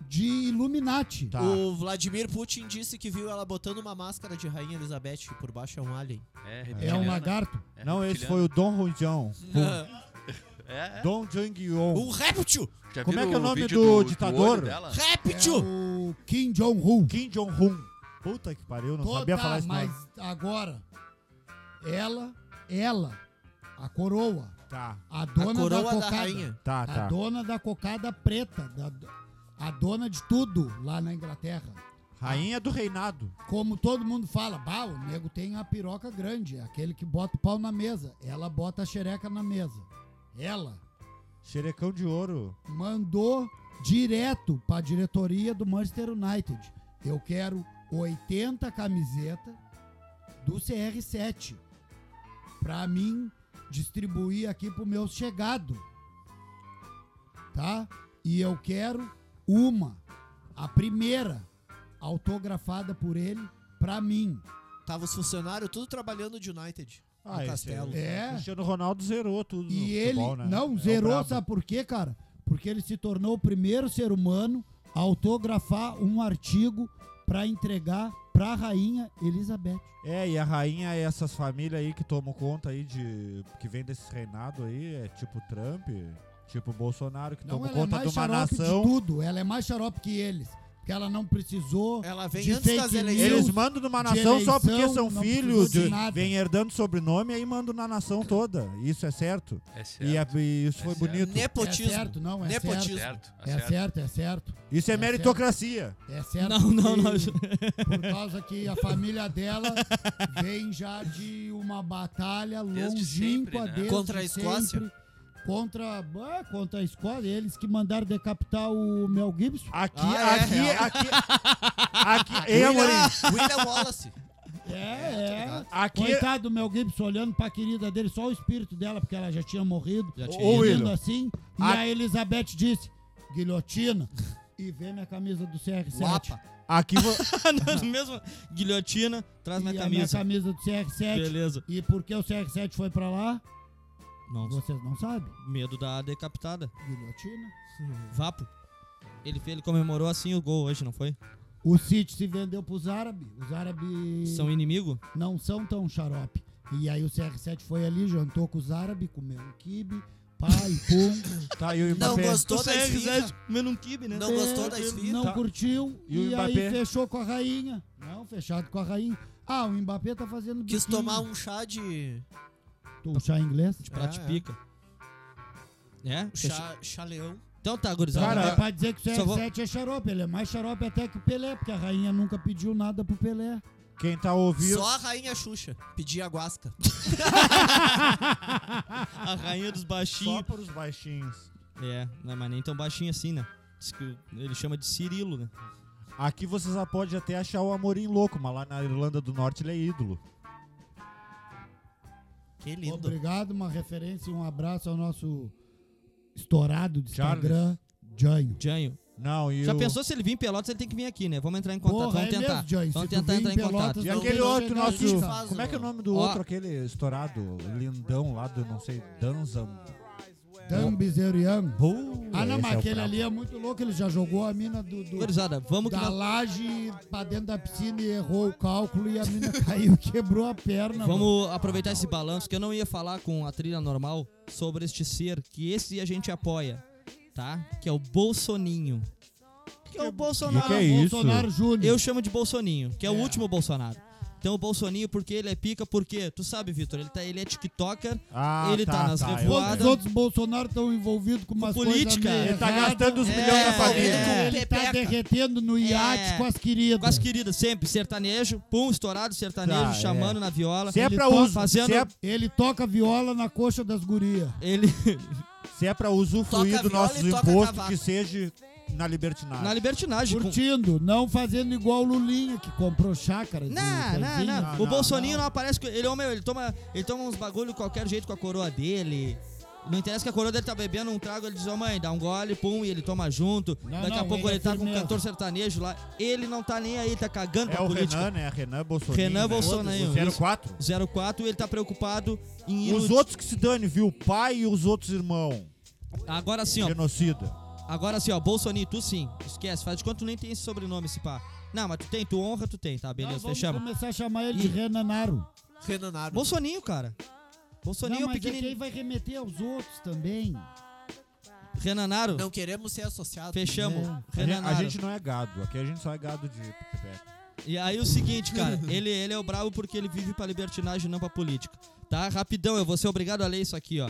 Speaker 4: de Illuminati.
Speaker 1: Tá.
Speaker 2: O Vladimir Putin disse que viu ela botando uma máscara de Rainha Elizabeth e por baixo é um alien.
Speaker 6: É,
Speaker 4: É um
Speaker 6: reptiliana.
Speaker 4: lagarto.
Speaker 6: É
Speaker 1: Não, esse
Speaker 6: reptiliana.
Speaker 1: foi o Dom Rujão.
Speaker 6: É, é.
Speaker 1: Dom Jung Yong.
Speaker 2: Ah, Um réptil!
Speaker 6: Já
Speaker 1: Como é
Speaker 6: viram
Speaker 1: que é o nome
Speaker 6: vídeo
Speaker 1: do
Speaker 6: olho
Speaker 1: ditador?
Speaker 6: dela?
Speaker 4: É
Speaker 2: Réptil!
Speaker 4: o Kim Jong-un.
Speaker 1: Kim Jong-un. Puta que pariu, não
Speaker 4: Toda-
Speaker 1: sabia falar esse
Speaker 4: mas
Speaker 1: nome.
Speaker 4: agora, ela, ela, a coroa,
Speaker 1: Tá,
Speaker 4: a
Speaker 2: A
Speaker 4: dona da
Speaker 2: coroa da,
Speaker 4: cocada,
Speaker 2: rainha.
Speaker 1: tá,
Speaker 4: a
Speaker 1: tá.
Speaker 4: dona da cocada preta, da- a dona de tudo lá na Inglaterra.
Speaker 1: Rainha do reinado.
Speaker 4: Como todo mundo fala, bah, o nego tem a piroca grande, é aquele que bota o pau na mesa. Ela bota a xereca na mesa. Ela
Speaker 1: Xerecão de ouro.
Speaker 4: mandou direto pra diretoria do Manchester United. Eu quero 80 camiseta do CR7 pra mim distribuir aqui pro meu chegado. tá? E eu quero uma, a primeira, autografada por ele, pra mim.
Speaker 2: Tava os funcionários tudo trabalhando de United.
Speaker 1: Ah,
Speaker 2: no
Speaker 1: esse
Speaker 2: Castelo.
Speaker 1: O
Speaker 4: É.
Speaker 1: Cristiano Ronaldo zerou tudo no
Speaker 4: E ele
Speaker 1: futebol, né? É
Speaker 4: não
Speaker 1: o
Speaker 4: zerou,
Speaker 1: brabo.
Speaker 4: sabe por quê, cara? Porque ele se tornou o primeiro ser humano a autografar um artigo pra entregar pra rainha Elizabeth.
Speaker 1: É, e a rainha é essas famílias aí que tomam conta aí de. que vem desse reinado aí, é tipo Trump, tipo Bolsonaro, que
Speaker 4: Não,
Speaker 1: tomam
Speaker 4: ela é
Speaker 1: conta de
Speaker 4: mais
Speaker 1: uma
Speaker 4: xarope de
Speaker 1: nação.
Speaker 4: tudo. Ela é mais xarope que eles. Porque ela não precisou.
Speaker 2: Ela vem
Speaker 4: é De
Speaker 2: antes das
Speaker 4: fake news.
Speaker 2: eleições.
Speaker 1: Eles mandam numa
Speaker 4: de
Speaker 1: nação só porque
Speaker 4: eleição,
Speaker 1: são
Speaker 4: não
Speaker 1: filhos,
Speaker 4: precisa de
Speaker 1: de-
Speaker 4: nada.
Speaker 1: vem herdando sobrenome e aí mandam na nação toda. Isso é certo.
Speaker 6: É certo.
Speaker 1: E, a- e isso
Speaker 6: É
Speaker 1: foi
Speaker 6: certo.
Speaker 1: bonito.
Speaker 4: É
Speaker 2: Nepotismo.
Speaker 4: certo, não, é
Speaker 2: Nepotismo.
Speaker 4: certo.
Speaker 6: Certo,
Speaker 4: É
Speaker 6: acerto.
Speaker 4: certo, é certo.
Speaker 1: Isso é,
Speaker 4: É certo.
Speaker 1: meritocracia.
Speaker 4: É certo.
Speaker 3: Não, não,
Speaker 4: que-
Speaker 3: não.
Speaker 4: Por causa que a família dela vem já de uma batalha
Speaker 6: Desde
Speaker 4: longínqua
Speaker 6: sempre, né?
Speaker 4: desde
Speaker 2: Contra a
Speaker 4: sempre,
Speaker 2: Escócia?
Speaker 4: Contra, ah, contra a Escócia, eles que mandaram decapitar o Mel Gibson.
Speaker 1: Aqui,
Speaker 2: Ah, é,
Speaker 1: aqui,
Speaker 2: é.
Speaker 1: aqui, aqui, Ei, Amorim,
Speaker 2: William Wallace. tá
Speaker 4: É, é.
Speaker 1: aqui,
Speaker 4: Coitado do Mel Gibson olhando pra querida dele, só o espírito dela, porque ela já tinha morrido.
Speaker 3: Já tinha
Speaker 1: Ô,
Speaker 3: ido.
Speaker 1: Will.
Speaker 4: Olhando assim, e
Speaker 1: A-
Speaker 4: a Elizabeth disse, guilhotina, e vê minha camisa do CR7.
Speaker 2: Guapa.
Speaker 1: aqui, vo-
Speaker 3: Não, mesmo. Guilhotina, traz
Speaker 4: E
Speaker 3: minha
Speaker 4: a minha
Speaker 3: camisa.
Speaker 4: camisa do CR7.
Speaker 3: Beleza.
Speaker 4: E por que o CR7 foi pra lá?
Speaker 3: Não,
Speaker 4: Vocês não sabem.
Speaker 3: medo da decapitada.
Speaker 4: Guilhotina.
Speaker 3: Vapo. Ele, fez- ele comemorou assim o gol hoje, não foi?
Speaker 4: O City se vendeu pros árabes. Os árabes
Speaker 3: São inimigo?
Speaker 4: não são tão xarope. E aí o CR7 foi ali, jantou com os árabes, comeu um quibe, pai, pum.
Speaker 1: tá, e o
Speaker 2: Não
Speaker 1: Mbappé.
Speaker 2: gostou da esfirra.
Speaker 3: comendo um kibe, né?
Speaker 2: Não gostou da
Speaker 4: É,
Speaker 2: esfirra.
Speaker 4: Não
Speaker 1: Tá.
Speaker 4: curtiu.
Speaker 1: E o
Speaker 4: E, aí
Speaker 1: Mbappé?
Speaker 4: fechou com a rainha. Não, fechado com a rainha. Ah, o Mbappé tá fazendo
Speaker 2: Quis
Speaker 4: biquinho.
Speaker 2: tomar um chá de.
Speaker 4: Um chá inglês.
Speaker 3: De
Speaker 2: É,
Speaker 3: prate
Speaker 2: é.
Speaker 3: pica. É?
Speaker 2: Chá, chá leão.
Speaker 3: Então tá,
Speaker 4: Então,
Speaker 3: gurizada.
Speaker 1: Cara,
Speaker 4: é pra dizer que o
Speaker 3: só vou-
Speaker 4: CR7 é xarope. Ele é mais xarope até que o Pelé, porque a rainha nunca pediu nada pro Pelé.
Speaker 1: Quem tá ouvindo.
Speaker 2: Só a rainha Xuxa. Pedia guasca.
Speaker 3: a rainha dos
Speaker 1: Só
Speaker 3: baixinhos.
Speaker 1: para os baixinhos.
Speaker 3: É, não é mais nem tão baixinho assim, né? Diz que ele chama de Cirilo, né?
Speaker 1: Aqui vocês já podem até achar o Amorim louco, mas lá na Irlanda do Norte ele é ídolo.
Speaker 2: Que lindo.
Speaker 4: Obrigado, uma referência e um abraço ao nosso estourado de
Speaker 1: Charles.
Speaker 4: Instagram, Janho.
Speaker 3: Janho.
Speaker 1: Não, e
Speaker 3: Já
Speaker 1: o-
Speaker 3: pensou se ele vir em Pelotas, ele tem que vir aqui, né? Vamos entrar em contato,
Speaker 4: Porra,
Speaker 3: vamos
Speaker 4: é
Speaker 3: tentar.
Speaker 4: mesmo, Janho,
Speaker 3: vamos
Speaker 4: se tu
Speaker 3: tentar
Speaker 4: vir
Speaker 3: entrar
Speaker 4: em
Speaker 3: em contato.
Speaker 4: Pelotas,
Speaker 1: E
Speaker 4: Não,
Speaker 1: aquele
Speaker 4: não
Speaker 1: outro
Speaker 4: chegar
Speaker 1: nosso.
Speaker 4: aqui,
Speaker 2: cara.
Speaker 1: Como é que é o nome do
Speaker 3: Ó.
Speaker 1: outro, aquele estourado, lindão lá do, não sei, Danzam.
Speaker 4: Dan Bezerian.
Speaker 1: Pô,
Speaker 4: Ah, não,
Speaker 1: esse
Speaker 4: mas
Speaker 1: é o
Speaker 4: aquele
Speaker 1: brabo.
Speaker 4: ali é muito louco, ele já jogou a mina do, do-
Speaker 3: Gurizada, vamos que
Speaker 4: da
Speaker 3: nós...
Speaker 4: laje pra dentro da piscina e errou o cálculo e a mina caiu, quebrou a perna. mano.
Speaker 3: Vamos aproveitar esse balanço que eu não ia falar com a trilha normal sobre este ser que esse a gente apoia, tá? Que é o Bolsoninho. Que é o Bolsonaro.
Speaker 1: E que é isso?
Speaker 4: Bolsonaro Júnior.
Speaker 3: Eu chamo de Bolsoninho, que é, o último Bolsonaro. Então o Bolsoninho, porque ele é pica, porque, tu sabe, Vitor, ele, tá, ele é tiktoker,
Speaker 1: Ah,
Speaker 3: Ele tá nas
Speaker 1: eu-
Speaker 3: revoadas.
Speaker 4: Todos os outros Bolsonaro estão envolvidos com umas
Speaker 3: política.
Speaker 4: coisas meio
Speaker 1: Ele tá
Speaker 4: erradas.
Speaker 1: gastando os
Speaker 3: É,
Speaker 1: milhões da família.
Speaker 3: é.
Speaker 4: Ele tá
Speaker 2: Pepeca.
Speaker 4: derretendo no
Speaker 1: É.
Speaker 4: iate com as
Speaker 3: com as
Speaker 4: queridas.
Speaker 3: queridas sempre, sertanejo, pum, estourado, sertanejo,
Speaker 1: Tá, é.
Speaker 3: chamando na viola.
Speaker 1: Se é
Speaker 3: Ele
Speaker 1: pra
Speaker 3: tá
Speaker 1: uso,
Speaker 3: fazendo...
Speaker 1: se é,
Speaker 4: Ele toca viola na coxa das gurias.
Speaker 3: Ele...
Speaker 1: se é pra usufruir
Speaker 2: Toca
Speaker 1: do
Speaker 2: viola
Speaker 1: nossos
Speaker 2: e toca
Speaker 1: impostos,
Speaker 2: cavaco.
Speaker 1: que seja na libertinagem.
Speaker 3: na libertinagem. com-
Speaker 4: Curtindo, não fazendo igual o Lulinha que comprou chácara. de
Speaker 3: Não, não,
Speaker 4: coisinha.
Speaker 3: não. O Bolsoninho não, aparece. com- Ele, é o meu, ele, toma, ele toma uns bagulho de qualquer jeito com a coroa dele. Não interessa que a coroa dele tá bebendo um trago, ele diz, ô mãe, dá um gole, pum, e ele toma junto.
Speaker 4: Não,
Speaker 3: Daqui a
Speaker 4: não,
Speaker 3: pouco ele,
Speaker 4: ele é
Speaker 3: tá com um
Speaker 4: firmeza.
Speaker 3: cantor sertanejo lá. Ele não tá nem aí, ele tá cagando
Speaker 1: É
Speaker 3: pra
Speaker 1: o
Speaker 3: política.
Speaker 1: Renan, né? Renan Bolsonaro.
Speaker 3: Renan Bolsonaro,
Speaker 1: Né? O
Speaker 3: isso.
Speaker 1: 04.
Speaker 3: 04, ele tá preocupado em ir
Speaker 1: Os
Speaker 3: no-
Speaker 1: outros que se dane, viu? O pai e os outros irmãos.
Speaker 3: Agora sim, ó.
Speaker 1: Genocida.
Speaker 3: Agora sim, ó. Bolsoninho, tu sim. Esquece, faz de conta que tu nem tem esse sobrenome, esse pá. Não, mas tu tem, tu honra, tu tem, tá? Beleza,
Speaker 4: Nós Então vamos
Speaker 3: fechamos.
Speaker 4: começar a chamar ele de
Speaker 3: Ih.
Speaker 4: Renanaro.
Speaker 2: Renanado.
Speaker 3: Bolsoninho, cara. Bolsoninho
Speaker 4: Não,
Speaker 3: é o
Speaker 4: mas é que aí
Speaker 3: pequenininho.
Speaker 4: vai remeter aos outros também.
Speaker 3: Renanaro,
Speaker 2: Não queremos ser associados.
Speaker 3: fechamos.
Speaker 4: É.
Speaker 1: A gente, a
Speaker 3: Renanaro.
Speaker 1: gente não é gado. Aqui a gente só é gado de pepeca.
Speaker 3: E aí o seguinte, cara, ele, ele é o brabo porque ele vive pra libertinagem e não pra política. Tá? Rapidão, eu vou ser obrigado a ler isso aqui, ó.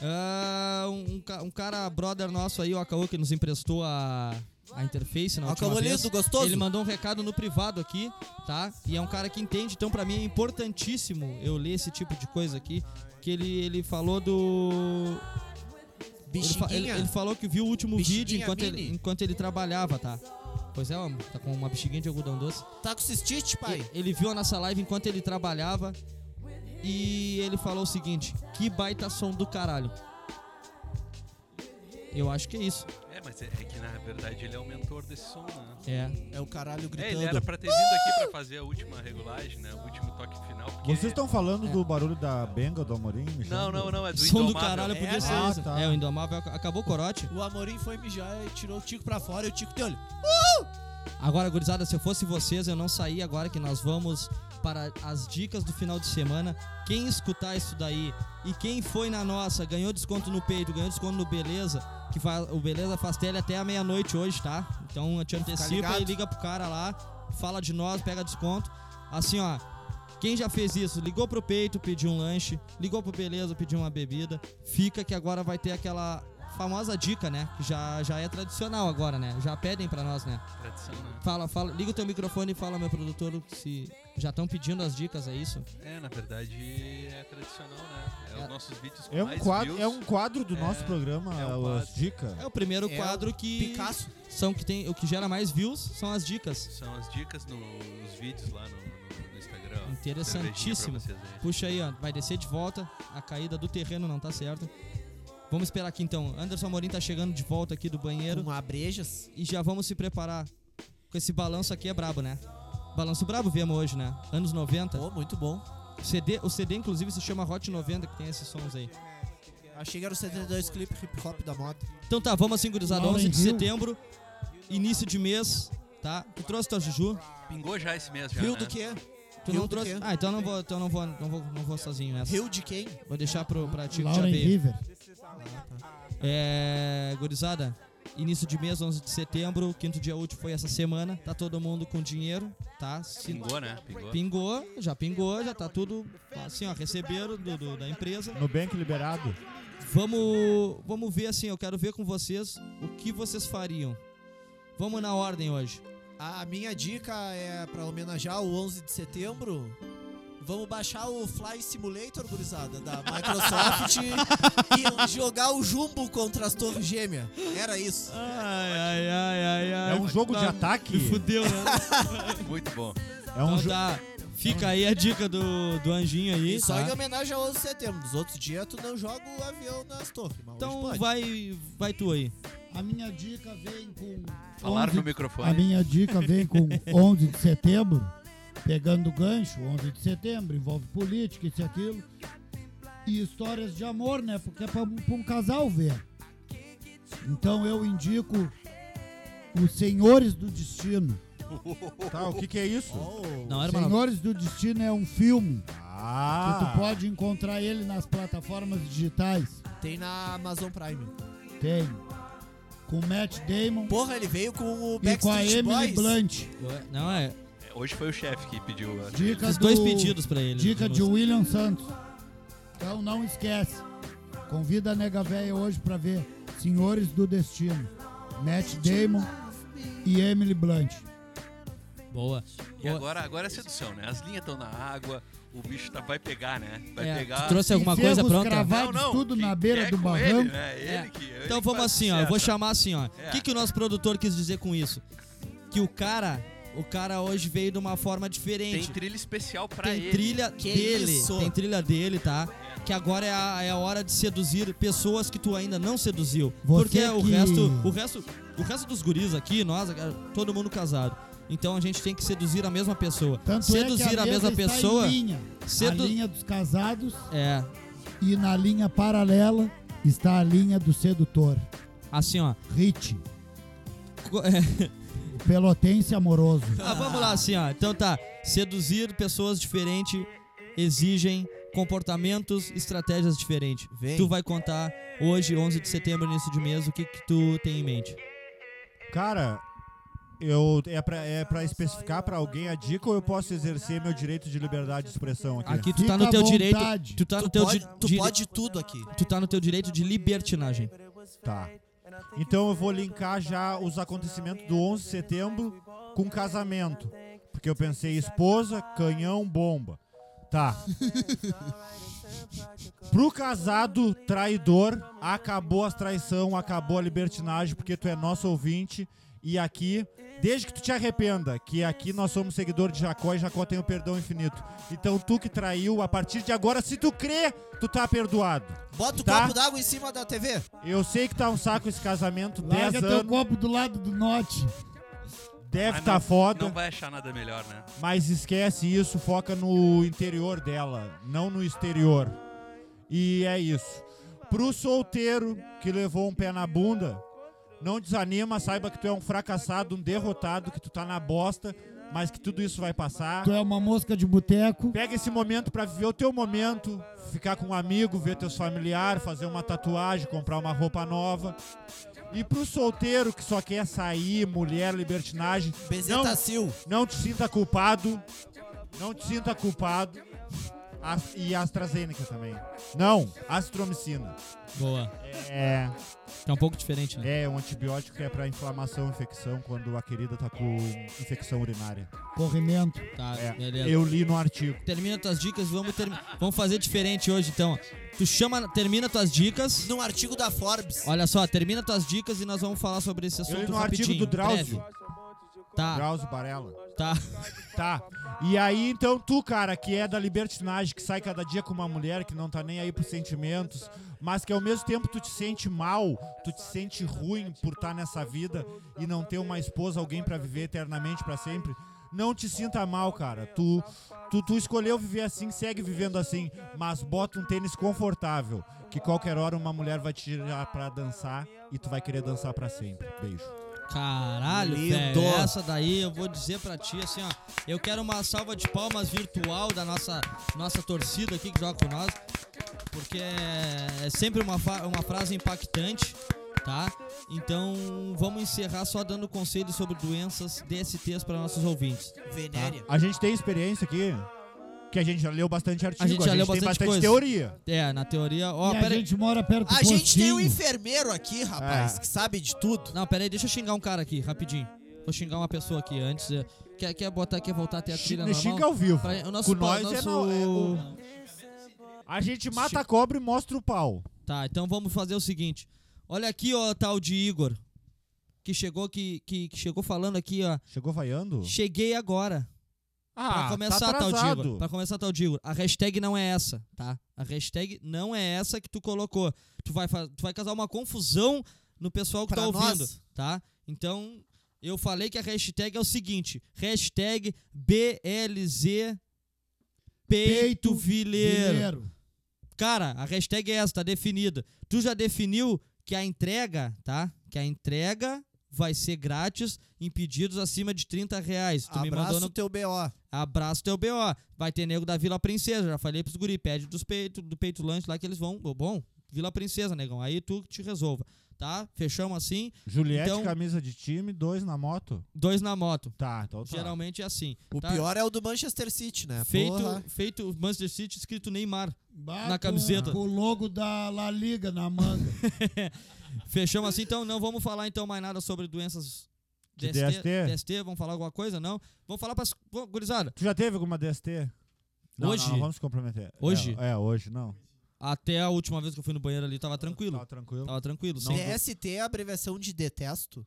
Speaker 3: Ah, um, um ca- um cara, brother nosso aí, o Akaô, que nos emprestou a, a interface na última
Speaker 2: Akaô
Speaker 3: vez.
Speaker 2: lindo, gostoso.
Speaker 3: Ele mandou um recado no privado aqui, tá? E é um cara que entende, então pra mim é importantíssimo eu ler esse tipo de coisa aqui. Que ele, ele falou do... Ele, fa- ele-
Speaker 2: Bexiguinha.
Speaker 3: ele falou que viu o último vídeo
Speaker 2: Bexiguinha
Speaker 3: enquanto ele,
Speaker 2: mini.
Speaker 3: enquanto ele trabalhava, tá? Pois é, ó, tá com uma bexiguinha de algodão doce.
Speaker 2: Tá com cistite, pai?
Speaker 3: E- Ele viu a nossa live enquanto ele trabalhava e ele falou o seguinte: que baita som do caralho. Eu acho que é isso.
Speaker 6: É, mas é, é que na verdade ele é o mentor desse som, né?
Speaker 3: É.
Speaker 2: É o caralho
Speaker 6: É,
Speaker 2: gritando.
Speaker 6: ele era pra ter vindo aqui pra fazer a última regulagem, né? O último toque final. porque-
Speaker 1: Vocês estão falando
Speaker 3: É.
Speaker 1: do barulho da benga do Amorim? me
Speaker 6: Não,
Speaker 1: chamando?
Speaker 6: não, não, é do
Speaker 3: Som do
Speaker 6: Indomável.
Speaker 3: caralho
Speaker 2: É,
Speaker 3: podia ser
Speaker 1: né?
Speaker 3: isso.
Speaker 1: Ah, tá.
Speaker 3: É, o Indomável ac- acabou o corote.
Speaker 2: O Amorim foi mijar e tirou o Tico pra fora e o Tico tem olho.
Speaker 3: Agora, gurizada, se eu fosse vocês, eu não saí agora que nós vamos para as dicas do final de semana. Quem escutar isso daí e quem foi na nossa, ganhou desconto no peito, ganhou desconto no Beleza, que faz, o Beleza faz tele até a meia-noite hoje, tá? Então eu te antecipa
Speaker 2: ligado.
Speaker 3: e liga pro cara lá, fala de nós, pega desconto. Assim, ó. Quem já fez isso, ligou pro peito, pediu um lanche, ligou pro beleza, pediu uma bebida, fica que agora vai ter aquela famosa dica, né? Que já, já é tradicional agora, né? Já pedem pra nós, né?
Speaker 6: Tradição, né?
Speaker 3: Fala, fala, liga o teu microfone e fala, meu produtor, se já estão pedindo as dicas, é isso?
Speaker 6: É, na verdade é tradicional, né? É,
Speaker 3: É.
Speaker 6: os nossos vídeos com
Speaker 1: É um
Speaker 6: mais
Speaker 1: quadro,
Speaker 6: views.
Speaker 1: é um quadro do
Speaker 6: É,
Speaker 1: nosso programa,
Speaker 6: é um
Speaker 1: as
Speaker 6: quadro.
Speaker 1: dicas.
Speaker 3: É o primeiro
Speaker 2: É
Speaker 3: quadro
Speaker 2: o
Speaker 3: que
Speaker 2: Picasso.
Speaker 3: são que tem, o que gera mais views são as dicas.
Speaker 6: São as dicas no- nos vídeos lá no, no- no Instagram. ó.
Speaker 3: Interessantíssimo.
Speaker 6: Cervejinha pra vocês aí.
Speaker 3: Puxa aí, ó, vai descer de volta. A caída do terreno não tá certa. Vamos esperar aqui então. Anderson Amorim tá chegando de volta aqui do banheiro
Speaker 2: Com abrejas.
Speaker 3: e já vamos se preparar. Com esse balanço aqui é brabo, né? Balanço brabo vemos hoje, né? Anos 90.
Speaker 2: Pô, muito bom.
Speaker 3: O CD, o CD inclusive se chama Hot 90 que tem esses sons aí.
Speaker 2: Achei que era o 72 clipe hip hop da moda.
Speaker 3: Então tá, vamos assim, gurizada.
Speaker 4: Lauryn
Speaker 3: 11 de
Speaker 4: Hill.
Speaker 3: setembro, início de mês, tá? Tu trouxe tua Juju?
Speaker 6: Pingou já esse mês, já.
Speaker 2: Rio
Speaker 6: né?
Speaker 2: do quê?
Speaker 3: Tu
Speaker 2: Hill
Speaker 3: não
Speaker 2: do
Speaker 3: trouxe?
Speaker 2: quê?
Speaker 3: Ah, então eu não vou, então eu não vou, não vou, não vou sozinho nessa.
Speaker 2: Rio de quem?
Speaker 3: Vou deixar pro, pra ti que te
Speaker 4: Lauren
Speaker 3: abeia.
Speaker 4: River.
Speaker 3: É, gurizada, início de mês, 11 de setembro, quinto dia útil foi essa semana. Tá todo mundo com dinheiro, tá? Se-
Speaker 6: Pingou, né? Pingou.
Speaker 3: Pingou, já pingou, já tá tudo assim, ó, receberam do- do- da empresa.
Speaker 1: Nubank liberado.
Speaker 3: Vamos, vamos ver assim, eu quero ver com vocês o que vocês fariam. Vamos na ordem hoje.
Speaker 2: A minha dica é pra homenagear o 11 de setembro. Vamos baixar o Fly Simulator, gurizada, da Microsoft e jogar o Jumbo contra as Torres Gêmeas. Era isso.
Speaker 3: Ai, ai, ai, ai, Tá
Speaker 1: É um jogo de ataque.
Speaker 3: fudeu, né?
Speaker 6: Muito bom.
Speaker 1: É
Speaker 3: Então
Speaker 1: um jogo.
Speaker 3: tá, fica aí a dica do, do anjinho aí.
Speaker 2: E só em
Speaker 3: tá?
Speaker 2: homenagem ao 11 de setembro. Nos outros dias tu não joga o avião nas torres, mas hoje
Speaker 3: Então
Speaker 2: pode.
Speaker 3: vai, vai tu aí.
Speaker 4: A minha dica vem com.
Speaker 6: Falaram no
Speaker 4: 11
Speaker 6: microfone.
Speaker 4: A minha dica vem com 11 de setembro, pegando o gancho, 11 de setembro, envolve política, isso e aquilo. E histórias de amor, né? Porque é pra, um- pra um casal ver. Então eu indico Os Senhores do Destino.
Speaker 1: Tá, o que que é isso?
Speaker 3: Não, era uma...
Speaker 4: Senhores do Destino é um filme que
Speaker 1: Ah!
Speaker 4: tu pode encontrar ele nas plataformas digitais.
Speaker 2: Tem na Amazon Prime.
Speaker 4: Tem. Com Matt Damon
Speaker 2: Porra, ele veio com o
Speaker 4: e com a
Speaker 2: Backstreet
Speaker 4: Emily
Speaker 2: Boys.
Speaker 4: Blunt.
Speaker 3: Não, é.
Speaker 6: É, Hoje foi o chefe que pediu. a-
Speaker 4: Dica
Speaker 3: Fiz dois
Speaker 4: do-
Speaker 3: pedidos pra ele.
Speaker 4: Dica de
Speaker 3: um.
Speaker 4: William Santos. Então não esquece. Convida a nega véia hoje pra ver Senhores do Destino. Matt Damon e Emily Blunt.
Speaker 3: Boa.
Speaker 6: E
Speaker 3: Boa.
Speaker 6: agora, agora é sedução, né? As linhas estão na água, o bicho tá, vai pegar, né? Vai
Speaker 3: É,
Speaker 6: pegar.
Speaker 3: tu trouxe alguma
Speaker 4: Enterros
Speaker 3: coisa pronta?
Speaker 4: cravados, tudo
Speaker 6: quem
Speaker 4: na beira
Speaker 6: quer
Speaker 4: do
Speaker 6: com
Speaker 4: barranco.
Speaker 6: Ele, né?
Speaker 3: É.
Speaker 6: ele que, ele
Speaker 3: Então
Speaker 6: que
Speaker 3: vamos
Speaker 6: faz
Speaker 3: assim, ó. Eu vou
Speaker 6: certo.
Speaker 3: chamar assim, ó. O
Speaker 6: É.
Speaker 3: que, que o nosso produtor quis dizer com isso? Que o cara, o cara hoje veio de uma forma
Speaker 6: Tem
Speaker 3: diferente.
Speaker 6: trilha especial pra
Speaker 3: Tem
Speaker 6: ele.
Speaker 3: trilha
Speaker 2: Que
Speaker 3: dele.
Speaker 2: isso?
Speaker 3: Tem trilha dele, tá? Que agora é a, é a hora de seduzir pessoas que tu ainda não seduziu.
Speaker 4: Você é
Speaker 3: Porque o
Speaker 4: que-
Speaker 3: resto. O resto. O resto dos guris aqui, nós, é, todo mundo casado. Então a gente tem que seduzir a mesma pessoa.
Speaker 4: Tanto
Speaker 3: seduzir
Speaker 4: é que a,
Speaker 3: a mesma
Speaker 4: mesa está em
Speaker 3: pessoa.
Speaker 4: linha.
Speaker 3: sedu-
Speaker 4: A linha dos casados
Speaker 3: É.
Speaker 4: e na linha paralela está a linha do sedutor.
Speaker 3: Assim, ó.
Speaker 4: Rich,
Speaker 3: Co- é,
Speaker 4: o pelotense amoroso.
Speaker 3: Ah, vamos lá, assim, ó. Então tá. Seduzir pessoas diferentes exigem comportamentos, estratégias diferentes.
Speaker 2: Vem.
Speaker 3: Tu vai contar hoje, 11 de setembro, início de mês, o que, que tu tem em mente.
Speaker 1: Cara, eu, é, pra, é pra especificar pra alguém a dica ou eu posso exercer meu direito de liberdade de expressão aqui?
Speaker 3: Aqui tu
Speaker 4: Fica
Speaker 3: tá no
Speaker 4: à
Speaker 3: teu
Speaker 4: vontade.
Speaker 3: direito. Tu tá no
Speaker 2: Tu,
Speaker 3: teu
Speaker 2: pode,
Speaker 3: di-
Speaker 2: tu
Speaker 3: dire-
Speaker 2: pode tudo aqui.
Speaker 3: tu tá no teu direito de libertinagem.
Speaker 1: Tá. Então eu vou linkar já os acontecimentos do 11 de setembro com casamento. Porque eu pensei esposa, canhão, bomba. Tá. Pro casado traidor, acabou as traição, acabou a libertinagem, porque tu é nosso ouvinte E aqui, desde que tu te arrependa, que aqui nós somos seguidor de Jacó e Jacó tem o perdão infinito. Então tu que traiu, a partir de agora, se tu crê, tu tá perdoado.
Speaker 2: Bota o
Speaker 1: Tá.
Speaker 2: copo d'água em cima da TV.
Speaker 1: Eu sei que tá um saco esse casamento, 10
Speaker 4: Larga teu
Speaker 1: anos,
Speaker 4: copo do lado do norte.
Speaker 1: deve
Speaker 6: Mas
Speaker 1: tá
Speaker 6: não-
Speaker 1: foda.
Speaker 6: Não vai achar nada melhor, né?
Speaker 1: Mas esquece isso, foca no interior dela, não no exterior. E é isso. Pro solteiro que levou um pé na bunda, não desanima, saiba que tu é um fracassado, um derrotado, que tu tá na bosta, mas que tudo isso vai passar.
Speaker 4: Tu é uma mosca de boteco.
Speaker 1: Pega esse momento pra viver o teu momento, ficar com um amigo, ver teus familiares, fazer uma tatuagem, comprar uma roupa nova. E pro solteiro que só quer sair, mulher, libertinagem, não
Speaker 2: Bezeta Sil.
Speaker 1: não te sinta culpado. Não te sinta culpado. As- e AstraZeneca também. Não, astromicina.
Speaker 3: Boa.
Speaker 1: É,
Speaker 3: Que é um pouco diferente, né?
Speaker 1: é um antibiótico que é pra inflamação, infecção, quando a querida tá com infecção urinária.
Speaker 4: Corrimento.
Speaker 3: Tá,
Speaker 1: É,
Speaker 3: beleza.
Speaker 1: eu li no artigo.
Speaker 3: Termina tuas dicas, vamos, termi- vamos fazer diferente hoje, então. Tu chama, termina tuas dicas.
Speaker 2: Num artigo da Forbes.
Speaker 3: Olha só, termina tuas dicas e nós vamos falar sobre esse assunto
Speaker 1: Eu li no
Speaker 3: rapidinho.
Speaker 1: artigo do Drauzio.
Speaker 3: breve. Tá,
Speaker 1: Drauzio Barella.
Speaker 3: tá.
Speaker 1: Tá. E aí, então, tu, cara, que é da libertinagem, que sai cada dia com uma mulher que não tá nem aí pros sentimentos, mas que ao mesmo tempo tu te sente mal, tu te sente ruim por estar nessa vida e não ter uma esposa, alguém pra viver eternamente, pra sempre. Não te sinta mal, cara. Tu, tu, tu escolheu viver assim, segue vivendo assim, mas bota um tênis confortável, que qualquer hora uma mulher vai te tirar pra dançar e tu vai querer dançar pra sempre. Beijo.
Speaker 3: Caralho,
Speaker 2: Lindo.
Speaker 3: velho. Essa daí eu vou dizer pra ti, assim, ó. Eu quero uma salva de palmas virtual da nossa, nossa torcida aqui que joga com nós. Porque é, é sempre uma, fa- uma frase impactante, tá? Então vamos encerrar só dando conselhos sobre doenças DSTs para nossos ouvintes.
Speaker 2: Venéria.
Speaker 1: A gente tem experiência aqui que a gente já leu bastante artigo, a
Speaker 3: gente
Speaker 1: gente,
Speaker 3: já leu
Speaker 1: tem
Speaker 3: bastante
Speaker 1: bastante
Speaker 3: coisa.
Speaker 1: teoria.
Speaker 3: É, na teoria. Ó,
Speaker 4: e a
Speaker 3: pera aí.
Speaker 4: gente mora perto do
Speaker 3: Tá.
Speaker 2: A gente tem um
Speaker 4: postinho.
Speaker 2: enfermeiro aqui, rapaz,
Speaker 1: É.
Speaker 2: que sabe de tudo.
Speaker 3: Não, pera aí, deixa eu xingar um cara aqui, rapidinho. Vou xingar uma pessoa aqui antes. é, Quer, quer botar, quer voltar até a trilha
Speaker 1: Xinga,
Speaker 3: normal?
Speaker 1: xinga é ao vivo.
Speaker 3: Pra- o nosso
Speaker 1: Com
Speaker 3: pa-
Speaker 1: nós é,
Speaker 3: nosso-
Speaker 1: não, é o- A gente mata a cobra e mostra o pau.
Speaker 3: Tá, então vamos fazer o seguinte. Olha aqui, ó, tal de Igor. Que chegou, que, que, que chegou falando aqui, ó.
Speaker 1: Chegou vaiando?
Speaker 3: Cheguei agora. pra
Speaker 1: Ah,
Speaker 3: começar,
Speaker 1: tá
Speaker 3: tal de
Speaker 1: atrasado.
Speaker 3: Igor. Pra começar, tal de Igor. A hashtag não é essa, tá? A hashtag não é essa que tu colocou. Tu vai, fa- tu vai causar uma confusão no pessoal que
Speaker 2: Pra
Speaker 3: tá
Speaker 2: nós.
Speaker 3: ouvindo, tá? Então, eu falei que a hashtag é o seguinte. Hashtag BLZ... Peito
Speaker 4: Peito
Speaker 3: Vileiro.
Speaker 4: Dinheiro.
Speaker 3: Cara, a hashtag é essa, tá definida. Tu já definiu que a entrega, tá? Que a entrega vai ser grátis em pedidos acima de 30 reais. Tu me
Speaker 2: Abraço
Speaker 3: mandou no...
Speaker 2: teu BO.
Speaker 3: Abraço teu BO. Vai ter nego da Vila Princesa. Já falei pros guri, pede dos peito, do peito lanche lá que eles vão. Bom, Vila Princesa, negão. Aí tu que te resolva. Tá? Fechamos assim.
Speaker 1: Juliette,
Speaker 3: Então-
Speaker 1: camisa de time, dois na moto.
Speaker 3: Dois na moto.
Speaker 1: Tá, então tá.
Speaker 3: Geralmente é assim.
Speaker 2: O
Speaker 3: tá?
Speaker 2: pior é o do Manchester City, né?
Speaker 3: Feito,
Speaker 2: Porra.
Speaker 3: feito Manchester City escrito Neymar.
Speaker 4: Bah,
Speaker 3: Na
Speaker 4: com-
Speaker 3: camiseta.
Speaker 4: Com o logo da La Liga na manga.
Speaker 3: Fechamos assim, então não vamos falar então mais nada sobre doenças
Speaker 1: De
Speaker 3: DST.
Speaker 1: DST?
Speaker 3: DST, vamos falar alguma coisa? Não. Vamos falar para gurizada.
Speaker 1: Tu já teve alguma DST? Não,
Speaker 3: Hoje?
Speaker 1: Não, vamos se comprometer.
Speaker 3: Hoje?
Speaker 1: É, é, hoje, não.
Speaker 3: Até a última vez que eu fui no banheiro ali tava tranquilo.
Speaker 1: Tá tranquilo.
Speaker 3: Tava tranquilo, sim.
Speaker 2: DST é a abreviação de detesto.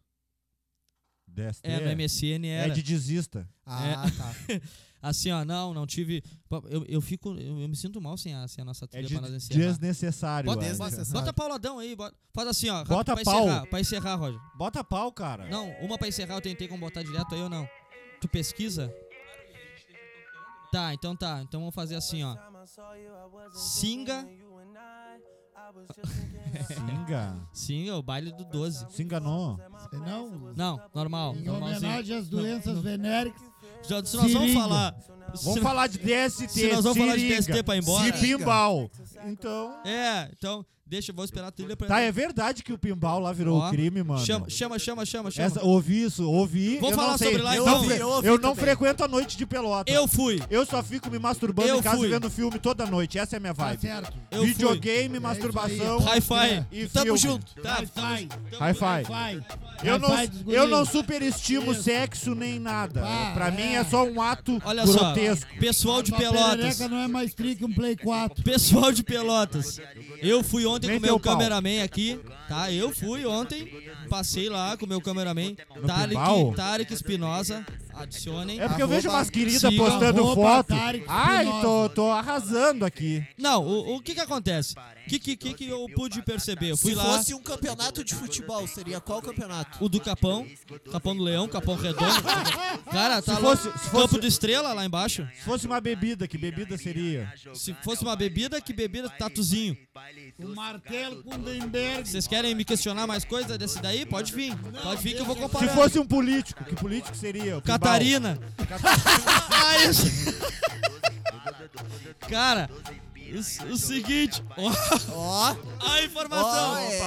Speaker 1: DST.
Speaker 3: É, no MSN era.
Speaker 1: É de desista.
Speaker 3: É.
Speaker 2: Ah, tá.
Speaker 3: Assim, ó, não, não tive. Pô, Eu, eu fico. Eu, eu me sinto mal sem a, sem a nossa
Speaker 1: É
Speaker 3: trilha
Speaker 1: de
Speaker 3: pra nós encerrar.
Speaker 1: desnecessário.
Speaker 3: Bota-
Speaker 1: Ed.
Speaker 2: bota-
Speaker 3: Bota pauladão aí, bota. Faz assim, ó. rápido,
Speaker 1: Bota
Speaker 3: pra
Speaker 1: pau.
Speaker 3: encerrar, pra encerrar, Roger.
Speaker 1: Bota pau, cara.
Speaker 3: Não, uma pra encerrar, eu tentei combotar direto aí ou não. Tu pesquisa? Tá, então tá. Então vamos fazer assim, ó. Singa.
Speaker 1: Singa.
Speaker 3: Singa, é o baile do 12.
Speaker 1: Singa não.
Speaker 3: é
Speaker 4: Não?
Speaker 3: Não, normal.
Speaker 4: Em
Speaker 1: Então,
Speaker 3: normalzinho.
Speaker 1: assim.
Speaker 4: homenagem às doenças venéricas.
Speaker 3: Já, se nós vamos
Speaker 4: Seringa.
Speaker 3: falar.
Speaker 1: Vamos
Speaker 3: se-
Speaker 1: falar de DST,
Speaker 3: se nós vamos falar de
Speaker 1: seringa,
Speaker 3: DST pra ir embora.
Speaker 1: E pimbal. Então.
Speaker 3: É, então, deixa, eu vou esperar a trilha pra.
Speaker 1: Tá, é verdade que o pimbal lá virou
Speaker 3: Ó,
Speaker 1: crime, mano.
Speaker 3: Chama, chama, chama, chama, chama.
Speaker 1: Essa, ouvi isso, ouvi.
Speaker 3: Vamos
Speaker 1: eu
Speaker 3: falar
Speaker 1: não sei.
Speaker 3: sobre lá,
Speaker 1: eu
Speaker 3: então.
Speaker 1: não, fre-
Speaker 2: Eu ouvi
Speaker 1: eu não
Speaker 2: também.
Speaker 1: frequento a noite de pelota.
Speaker 3: Eu fui!
Speaker 1: Eu só fico me masturbando
Speaker 3: Eu
Speaker 1: em casa
Speaker 3: fui.
Speaker 1: e vendo filme toda noite. Essa é a minha
Speaker 4: Tá
Speaker 1: vibe.
Speaker 4: certo. É
Speaker 3: Eu
Speaker 1: Videogame, masturbação
Speaker 3: fui! Hi-Fi!
Speaker 1: né? e
Speaker 2: Tamo
Speaker 1: filme.
Speaker 2: junto.
Speaker 3: Tá,
Speaker 4: Hi-Fi.
Speaker 3: tamo-
Speaker 1: Hi-Fi.
Speaker 4: Hi-Fi.
Speaker 1: então, Eu
Speaker 4: Mas
Speaker 1: não,
Speaker 4: vai dos
Speaker 1: eu não
Speaker 4: guris.
Speaker 1: superestimo sexo nem nada.
Speaker 4: Ah,
Speaker 1: pra mim
Speaker 4: é.
Speaker 1: é só um ato
Speaker 3: Olha só,
Speaker 1: grotesco.
Speaker 3: pessoal de
Speaker 4: Uma
Speaker 3: Pelotas.
Speaker 4: perereca não é mais tri que um Play 4.
Speaker 3: Pessoal de Pelotas, eu fui ontem
Speaker 1: Nem
Speaker 3: com meu
Speaker 1: teu pau.
Speaker 3: cameraman aqui, tá? Eu fui ontem, passei lá com meu cameraman,
Speaker 1: No
Speaker 3: Tarek,
Speaker 1: Pimbal?
Speaker 3: Tarek Espinosa, adicionem.
Speaker 1: É porque eu vejo
Speaker 2: Arroba-
Speaker 1: umas queridas
Speaker 3: Siga
Speaker 1: postando
Speaker 4: arroba
Speaker 1: foto.
Speaker 4: Tarek
Speaker 1: Ai, tô,
Speaker 4: Espinosa.
Speaker 1: tô arrasando aqui.
Speaker 3: Não, o, o que que acontece? O que, que, que que eu pude perceber? Eu fui
Speaker 2: Se
Speaker 3: lá,
Speaker 2: fosse um campeonato de futebol, seria qual campeonato?
Speaker 3: o do Capão, Capão do Leão, Capão Redondo. Cara, tá
Speaker 1: Se
Speaker 3: lá,
Speaker 1: fosse- se
Speaker 3: Campo
Speaker 1: fosse-
Speaker 3: do Estrela lá embaixo.
Speaker 1: Se fosse uma bebida, que bebida seria?
Speaker 3: Se fosse uma bebida, que bebida tatuzinho.
Speaker 4: O Um martelo com o Denberg.
Speaker 3: Vocês querem me questionar mais coisa desse daí? Pode vir. Pode vir que eu vou
Speaker 1: Se
Speaker 3: comparar.
Speaker 1: fosse um político, que político seria? O Pimbal?
Speaker 3: Catarina. Ah, isso. Cara, o, o seguinte. Ó,
Speaker 2: Ó,
Speaker 3: a informação.
Speaker 2: Ó, é.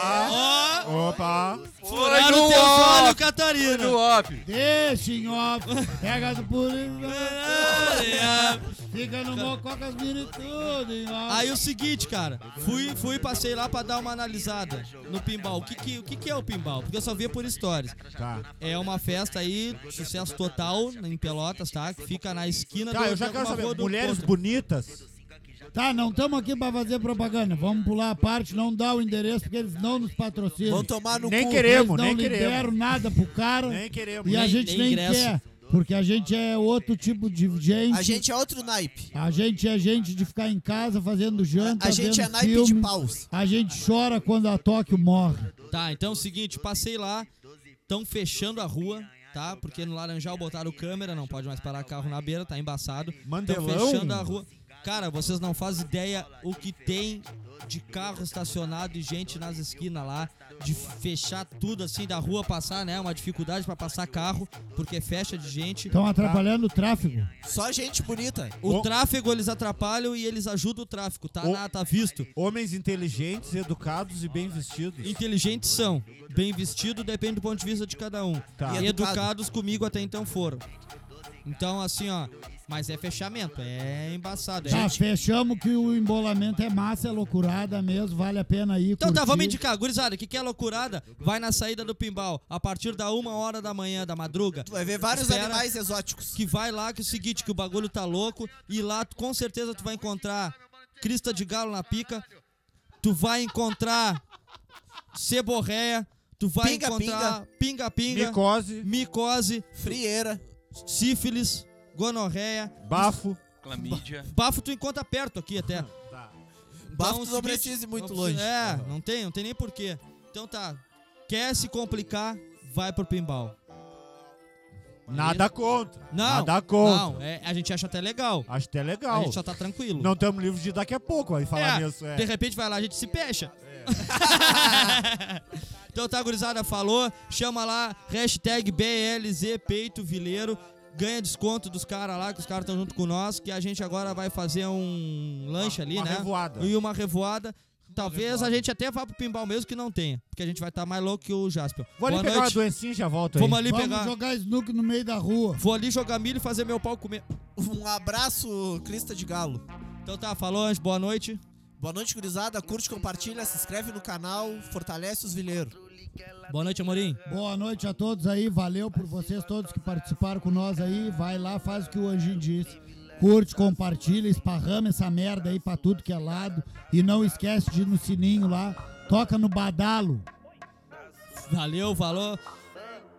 Speaker 3: Ó,
Speaker 1: Opa!
Speaker 3: furaram
Speaker 6: no
Speaker 3: teus
Speaker 6: ó.
Speaker 3: olhos, Catarina.
Speaker 6: No off.
Speaker 4: Deixa em off. Pega do polícia.
Speaker 3: É.
Speaker 4: Fica no mocó com as virtudes,
Speaker 3: Aí o seguinte, cara, fui, fui passei lá pra dar uma analisada no pinball. O que que, o que que é o pinball? Porque eu só via por stories.
Speaker 1: Tá.
Speaker 3: É uma festa aí, sucesso total em Pelotas, tá? Que fica na esquina
Speaker 1: Tá,
Speaker 3: do
Speaker 1: eu já
Speaker 3: de
Speaker 1: quero
Speaker 3: alguma
Speaker 1: saber.
Speaker 3: rua do
Speaker 1: Mulheres
Speaker 3: encontro.
Speaker 1: bonitas?
Speaker 4: Tá, não estamos aqui pra fazer propaganda. Vamos pular a parte, não dá o endereço, porque eles não nos patrocinam.
Speaker 2: vão tomar no
Speaker 1: Nem
Speaker 2: cu.
Speaker 1: querer.
Speaker 4: eles
Speaker 1: queremos,
Speaker 4: não
Speaker 1: nem
Speaker 4: liberam
Speaker 1: queremos.
Speaker 4: nada pro cara.
Speaker 1: Nem queremos.
Speaker 4: E a
Speaker 3: Nem-
Speaker 4: gente
Speaker 3: nem
Speaker 4: nem,
Speaker 3: ingresso.
Speaker 4: quer, porque a gente é outro tipo de gente.
Speaker 2: A gente é outro naipe.
Speaker 4: A gente é gente de ficar em casa fazendo janta,
Speaker 2: A gente é
Speaker 4: Tá vendo
Speaker 2: naipe
Speaker 4: filme.
Speaker 2: de paus.
Speaker 4: A gente chora quando a Tóquio morre.
Speaker 3: Tá, então é o seguinte, passei lá, estão fechando a rua, tá? Porque no Laranjal botaram câmera, não pode mais parar carro na beira, tá embaçado. Estão
Speaker 1: Mandelão?
Speaker 3: fechando a rua. Cara, vocês não fazem ideia o que tem de carro estacionado e gente nas esquinas lá, de fechar tudo assim da rua passar, né? Uma dificuldade pra passar carro, porque fecha de gente.
Speaker 4: Estão atrapalhando o tráfego.
Speaker 2: Só gente bonita.
Speaker 3: O
Speaker 1: O-
Speaker 3: tráfego eles atrapalham e eles ajudam o tráfego, tá?
Speaker 1: O-
Speaker 3: na- tá visto.
Speaker 1: Homens inteligentes, educados e bem vestidos.
Speaker 3: Inteligentes são. Bem vestido depende do ponto de vista de cada um.
Speaker 1: Tá.
Speaker 3: E
Speaker 2: E educado.
Speaker 3: educados comigo até então foram. Então, assim, ó. Mas é fechamento, é embaçado. é-
Speaker 4: Tá, fechamos que o embolamento é massa, é loucurada mesmo, vale a pena ir.
Speaker 3: Então tá,
Speaker 4: curtir.
Speaker 3: vamos indicar, gurizada, que que é loucurada? Vai na saída do Pimbal, a partir da uma hora da manhã, da madruga.
Speaker 2: Tu vai ver vários
Speaker 3: Espera.
Speaker 2: animais exóticos.
Speaker 3: Que vai lá, que é o seguinte, que o bagulho tá louco. E lá, tu- com certeza, tu vai encontrar crista de galo na pica. Tu vai encontrar ceborréia. Tu vai
Speaker 2: Pinga,
Speaker 3: encontrar pinga-pinga.
Speaker 1: Micose,
Speaker 3: micose,
Speaker 2: Frieira.
Speaker 3: sífilis, gonorreia.
Speaker 1: bafo.
Speaker 6: Clamídia.
Speaker 3: Bafo tu encontra perto aqui até.
Speaker 2: Bafo
Speaker 3: Então,
Speaker 2: tu não
Speaker 3: seguinte,
Speaker 2: precisa ir muito
Speaker 3: não
Speaker 2: longe.
Speaker 3: precisa- É, não tem, não tem nem porquê. Então tá, quer se complicar, vai pro pinball.
Speaker 1: Nada contra.
Speaker 3: Não,
Speaker 1: Nada contra.
Speaker 3: não, é, a gente acha até legal.
Speaker 1: Acho até
Speaker 3: A
Speaker 1: É legal.
Speaker 3: gente só tá tranquilo.
Speaker 1: Não estamos livres de daqui a pouco aí falar
Speaker 3: É,
Speaker 1: nisso. É.
Speaker 3: De repente vai lá, a gente se pecha.
Speaker 1: É.
Speaker 3: então tá, gurizada, falou. Chama lá, hashtag BLZ Peito Vileiro. Ganha desconto dos caras lá, que os caras estão junto com nós. Que a gente agora vai fazer um lanche ali,
Speaker 1: uma
Speaker 3: né?
Speaker 1: revoada.
Speaker 3: E uma revoada. Talvez a gente até vá pro pinball mesmo que não tenha. Porque a gente vai estar mais louco que o Jasper.
Speaker 1: Vou ali
Speaker 3: Boa
Speaker 1: pegar
Speaker 3: noite.
Speaker 1: uma doencinha e já volto aí.
Speaker 3: Vamos ali
Speaker 4: Vamos
Speaker 3: pegar.
Speaker 4: jogar snook no meio da rua.
Speaker 3: Vou ali jogar milho e fazer meu pau comer.
Speaker 2: Um abraço, Crista de Galo.
Speaker 3: Então tá, falou, Anjo. Boa noite.
Speaker 2: Boa noite, gurizada. Curte, compartilha, se inscreve no canal, fortalece os vileiros.
Speaker 3: Boa noite, Amorim.
Speaker 4: Boa noite a todos aí, valeu por vocês todos que participaram com nós aí. Vai lá, faz o que o Anjinho disse. Curte, compartilha, esparrama essa merda aí pra tudo que é lado. E não esquece de ir no sininho lá. Toca no badalo.
Speaker 3: Valeu, falou.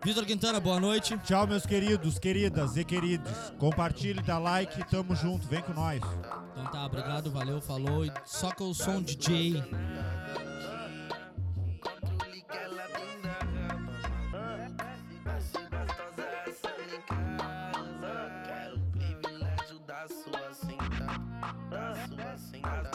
Speaker 3: Vitor Quintana, boa noite.
Speaker 1: Tchau, meus queridos, queridas e queridos. Compartilhe, dá like, tamo junto, vem com nós.
Speaker 3: Então tá, obrigado, valeu, falou. E soca o som DJ.
Speaker 5: controle que ela me dá. Acho gostosa essa em casa. Quero o privilégio da sua sentada. Da sua sentada.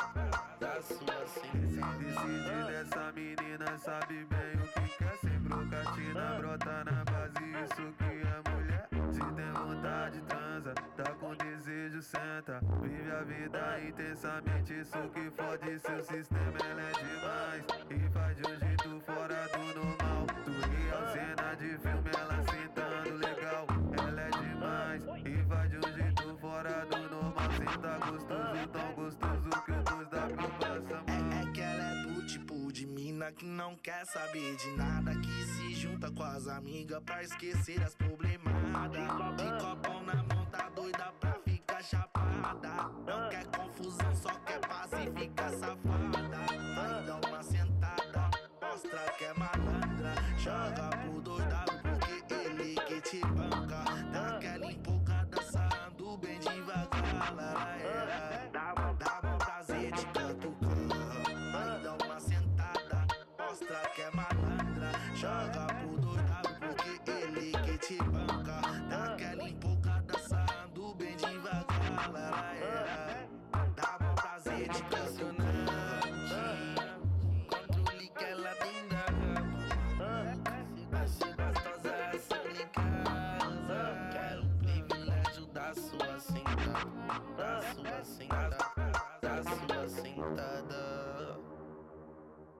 Speaker 5: Da sua sentada.
Speaker 7: Decide dessa menina, sabe bem o que quer sem brocatina, brota na base, isso que é mulher. Se tem vontade, transa, tá com desejo, senta. Vive a vida intensamente, isso que fode seu sistema, ela é demais. E faz de um jeito fora do normal. Tu real cena de filme, ela sentando legal. Ela é demais, e faz de um jeito fora do normal. Senta gostoso, é tão gostoso que o dois da preocupação.
Speaker 5: É, é que ela é do tipo de mina que não quer saber de nada que se junta. junta com as amigas pra esquecer as problemadas. De copão na mão, tá doida pra ficar chapada. Não quer confusão, só quer paz e fica safada. Vai dar uma sentada, mostra que é malandra. Joga pro doidado, porque ele que te banca. Dá aquela empolgada, sarrando bem devagar. Laraia. Dá bom prazer de tanto Vai dar uma sentada, mostra que é malandra. Joga pro doidado, porque ele que te banca. Dá aquela empolgada, sarrando bem devagar. é. Laraia. Dá bom prazer de tanto Controle que ela tem na cama. Se gostosa essa em casa. Quero o privilégio da sua sentada. Da sua sentada.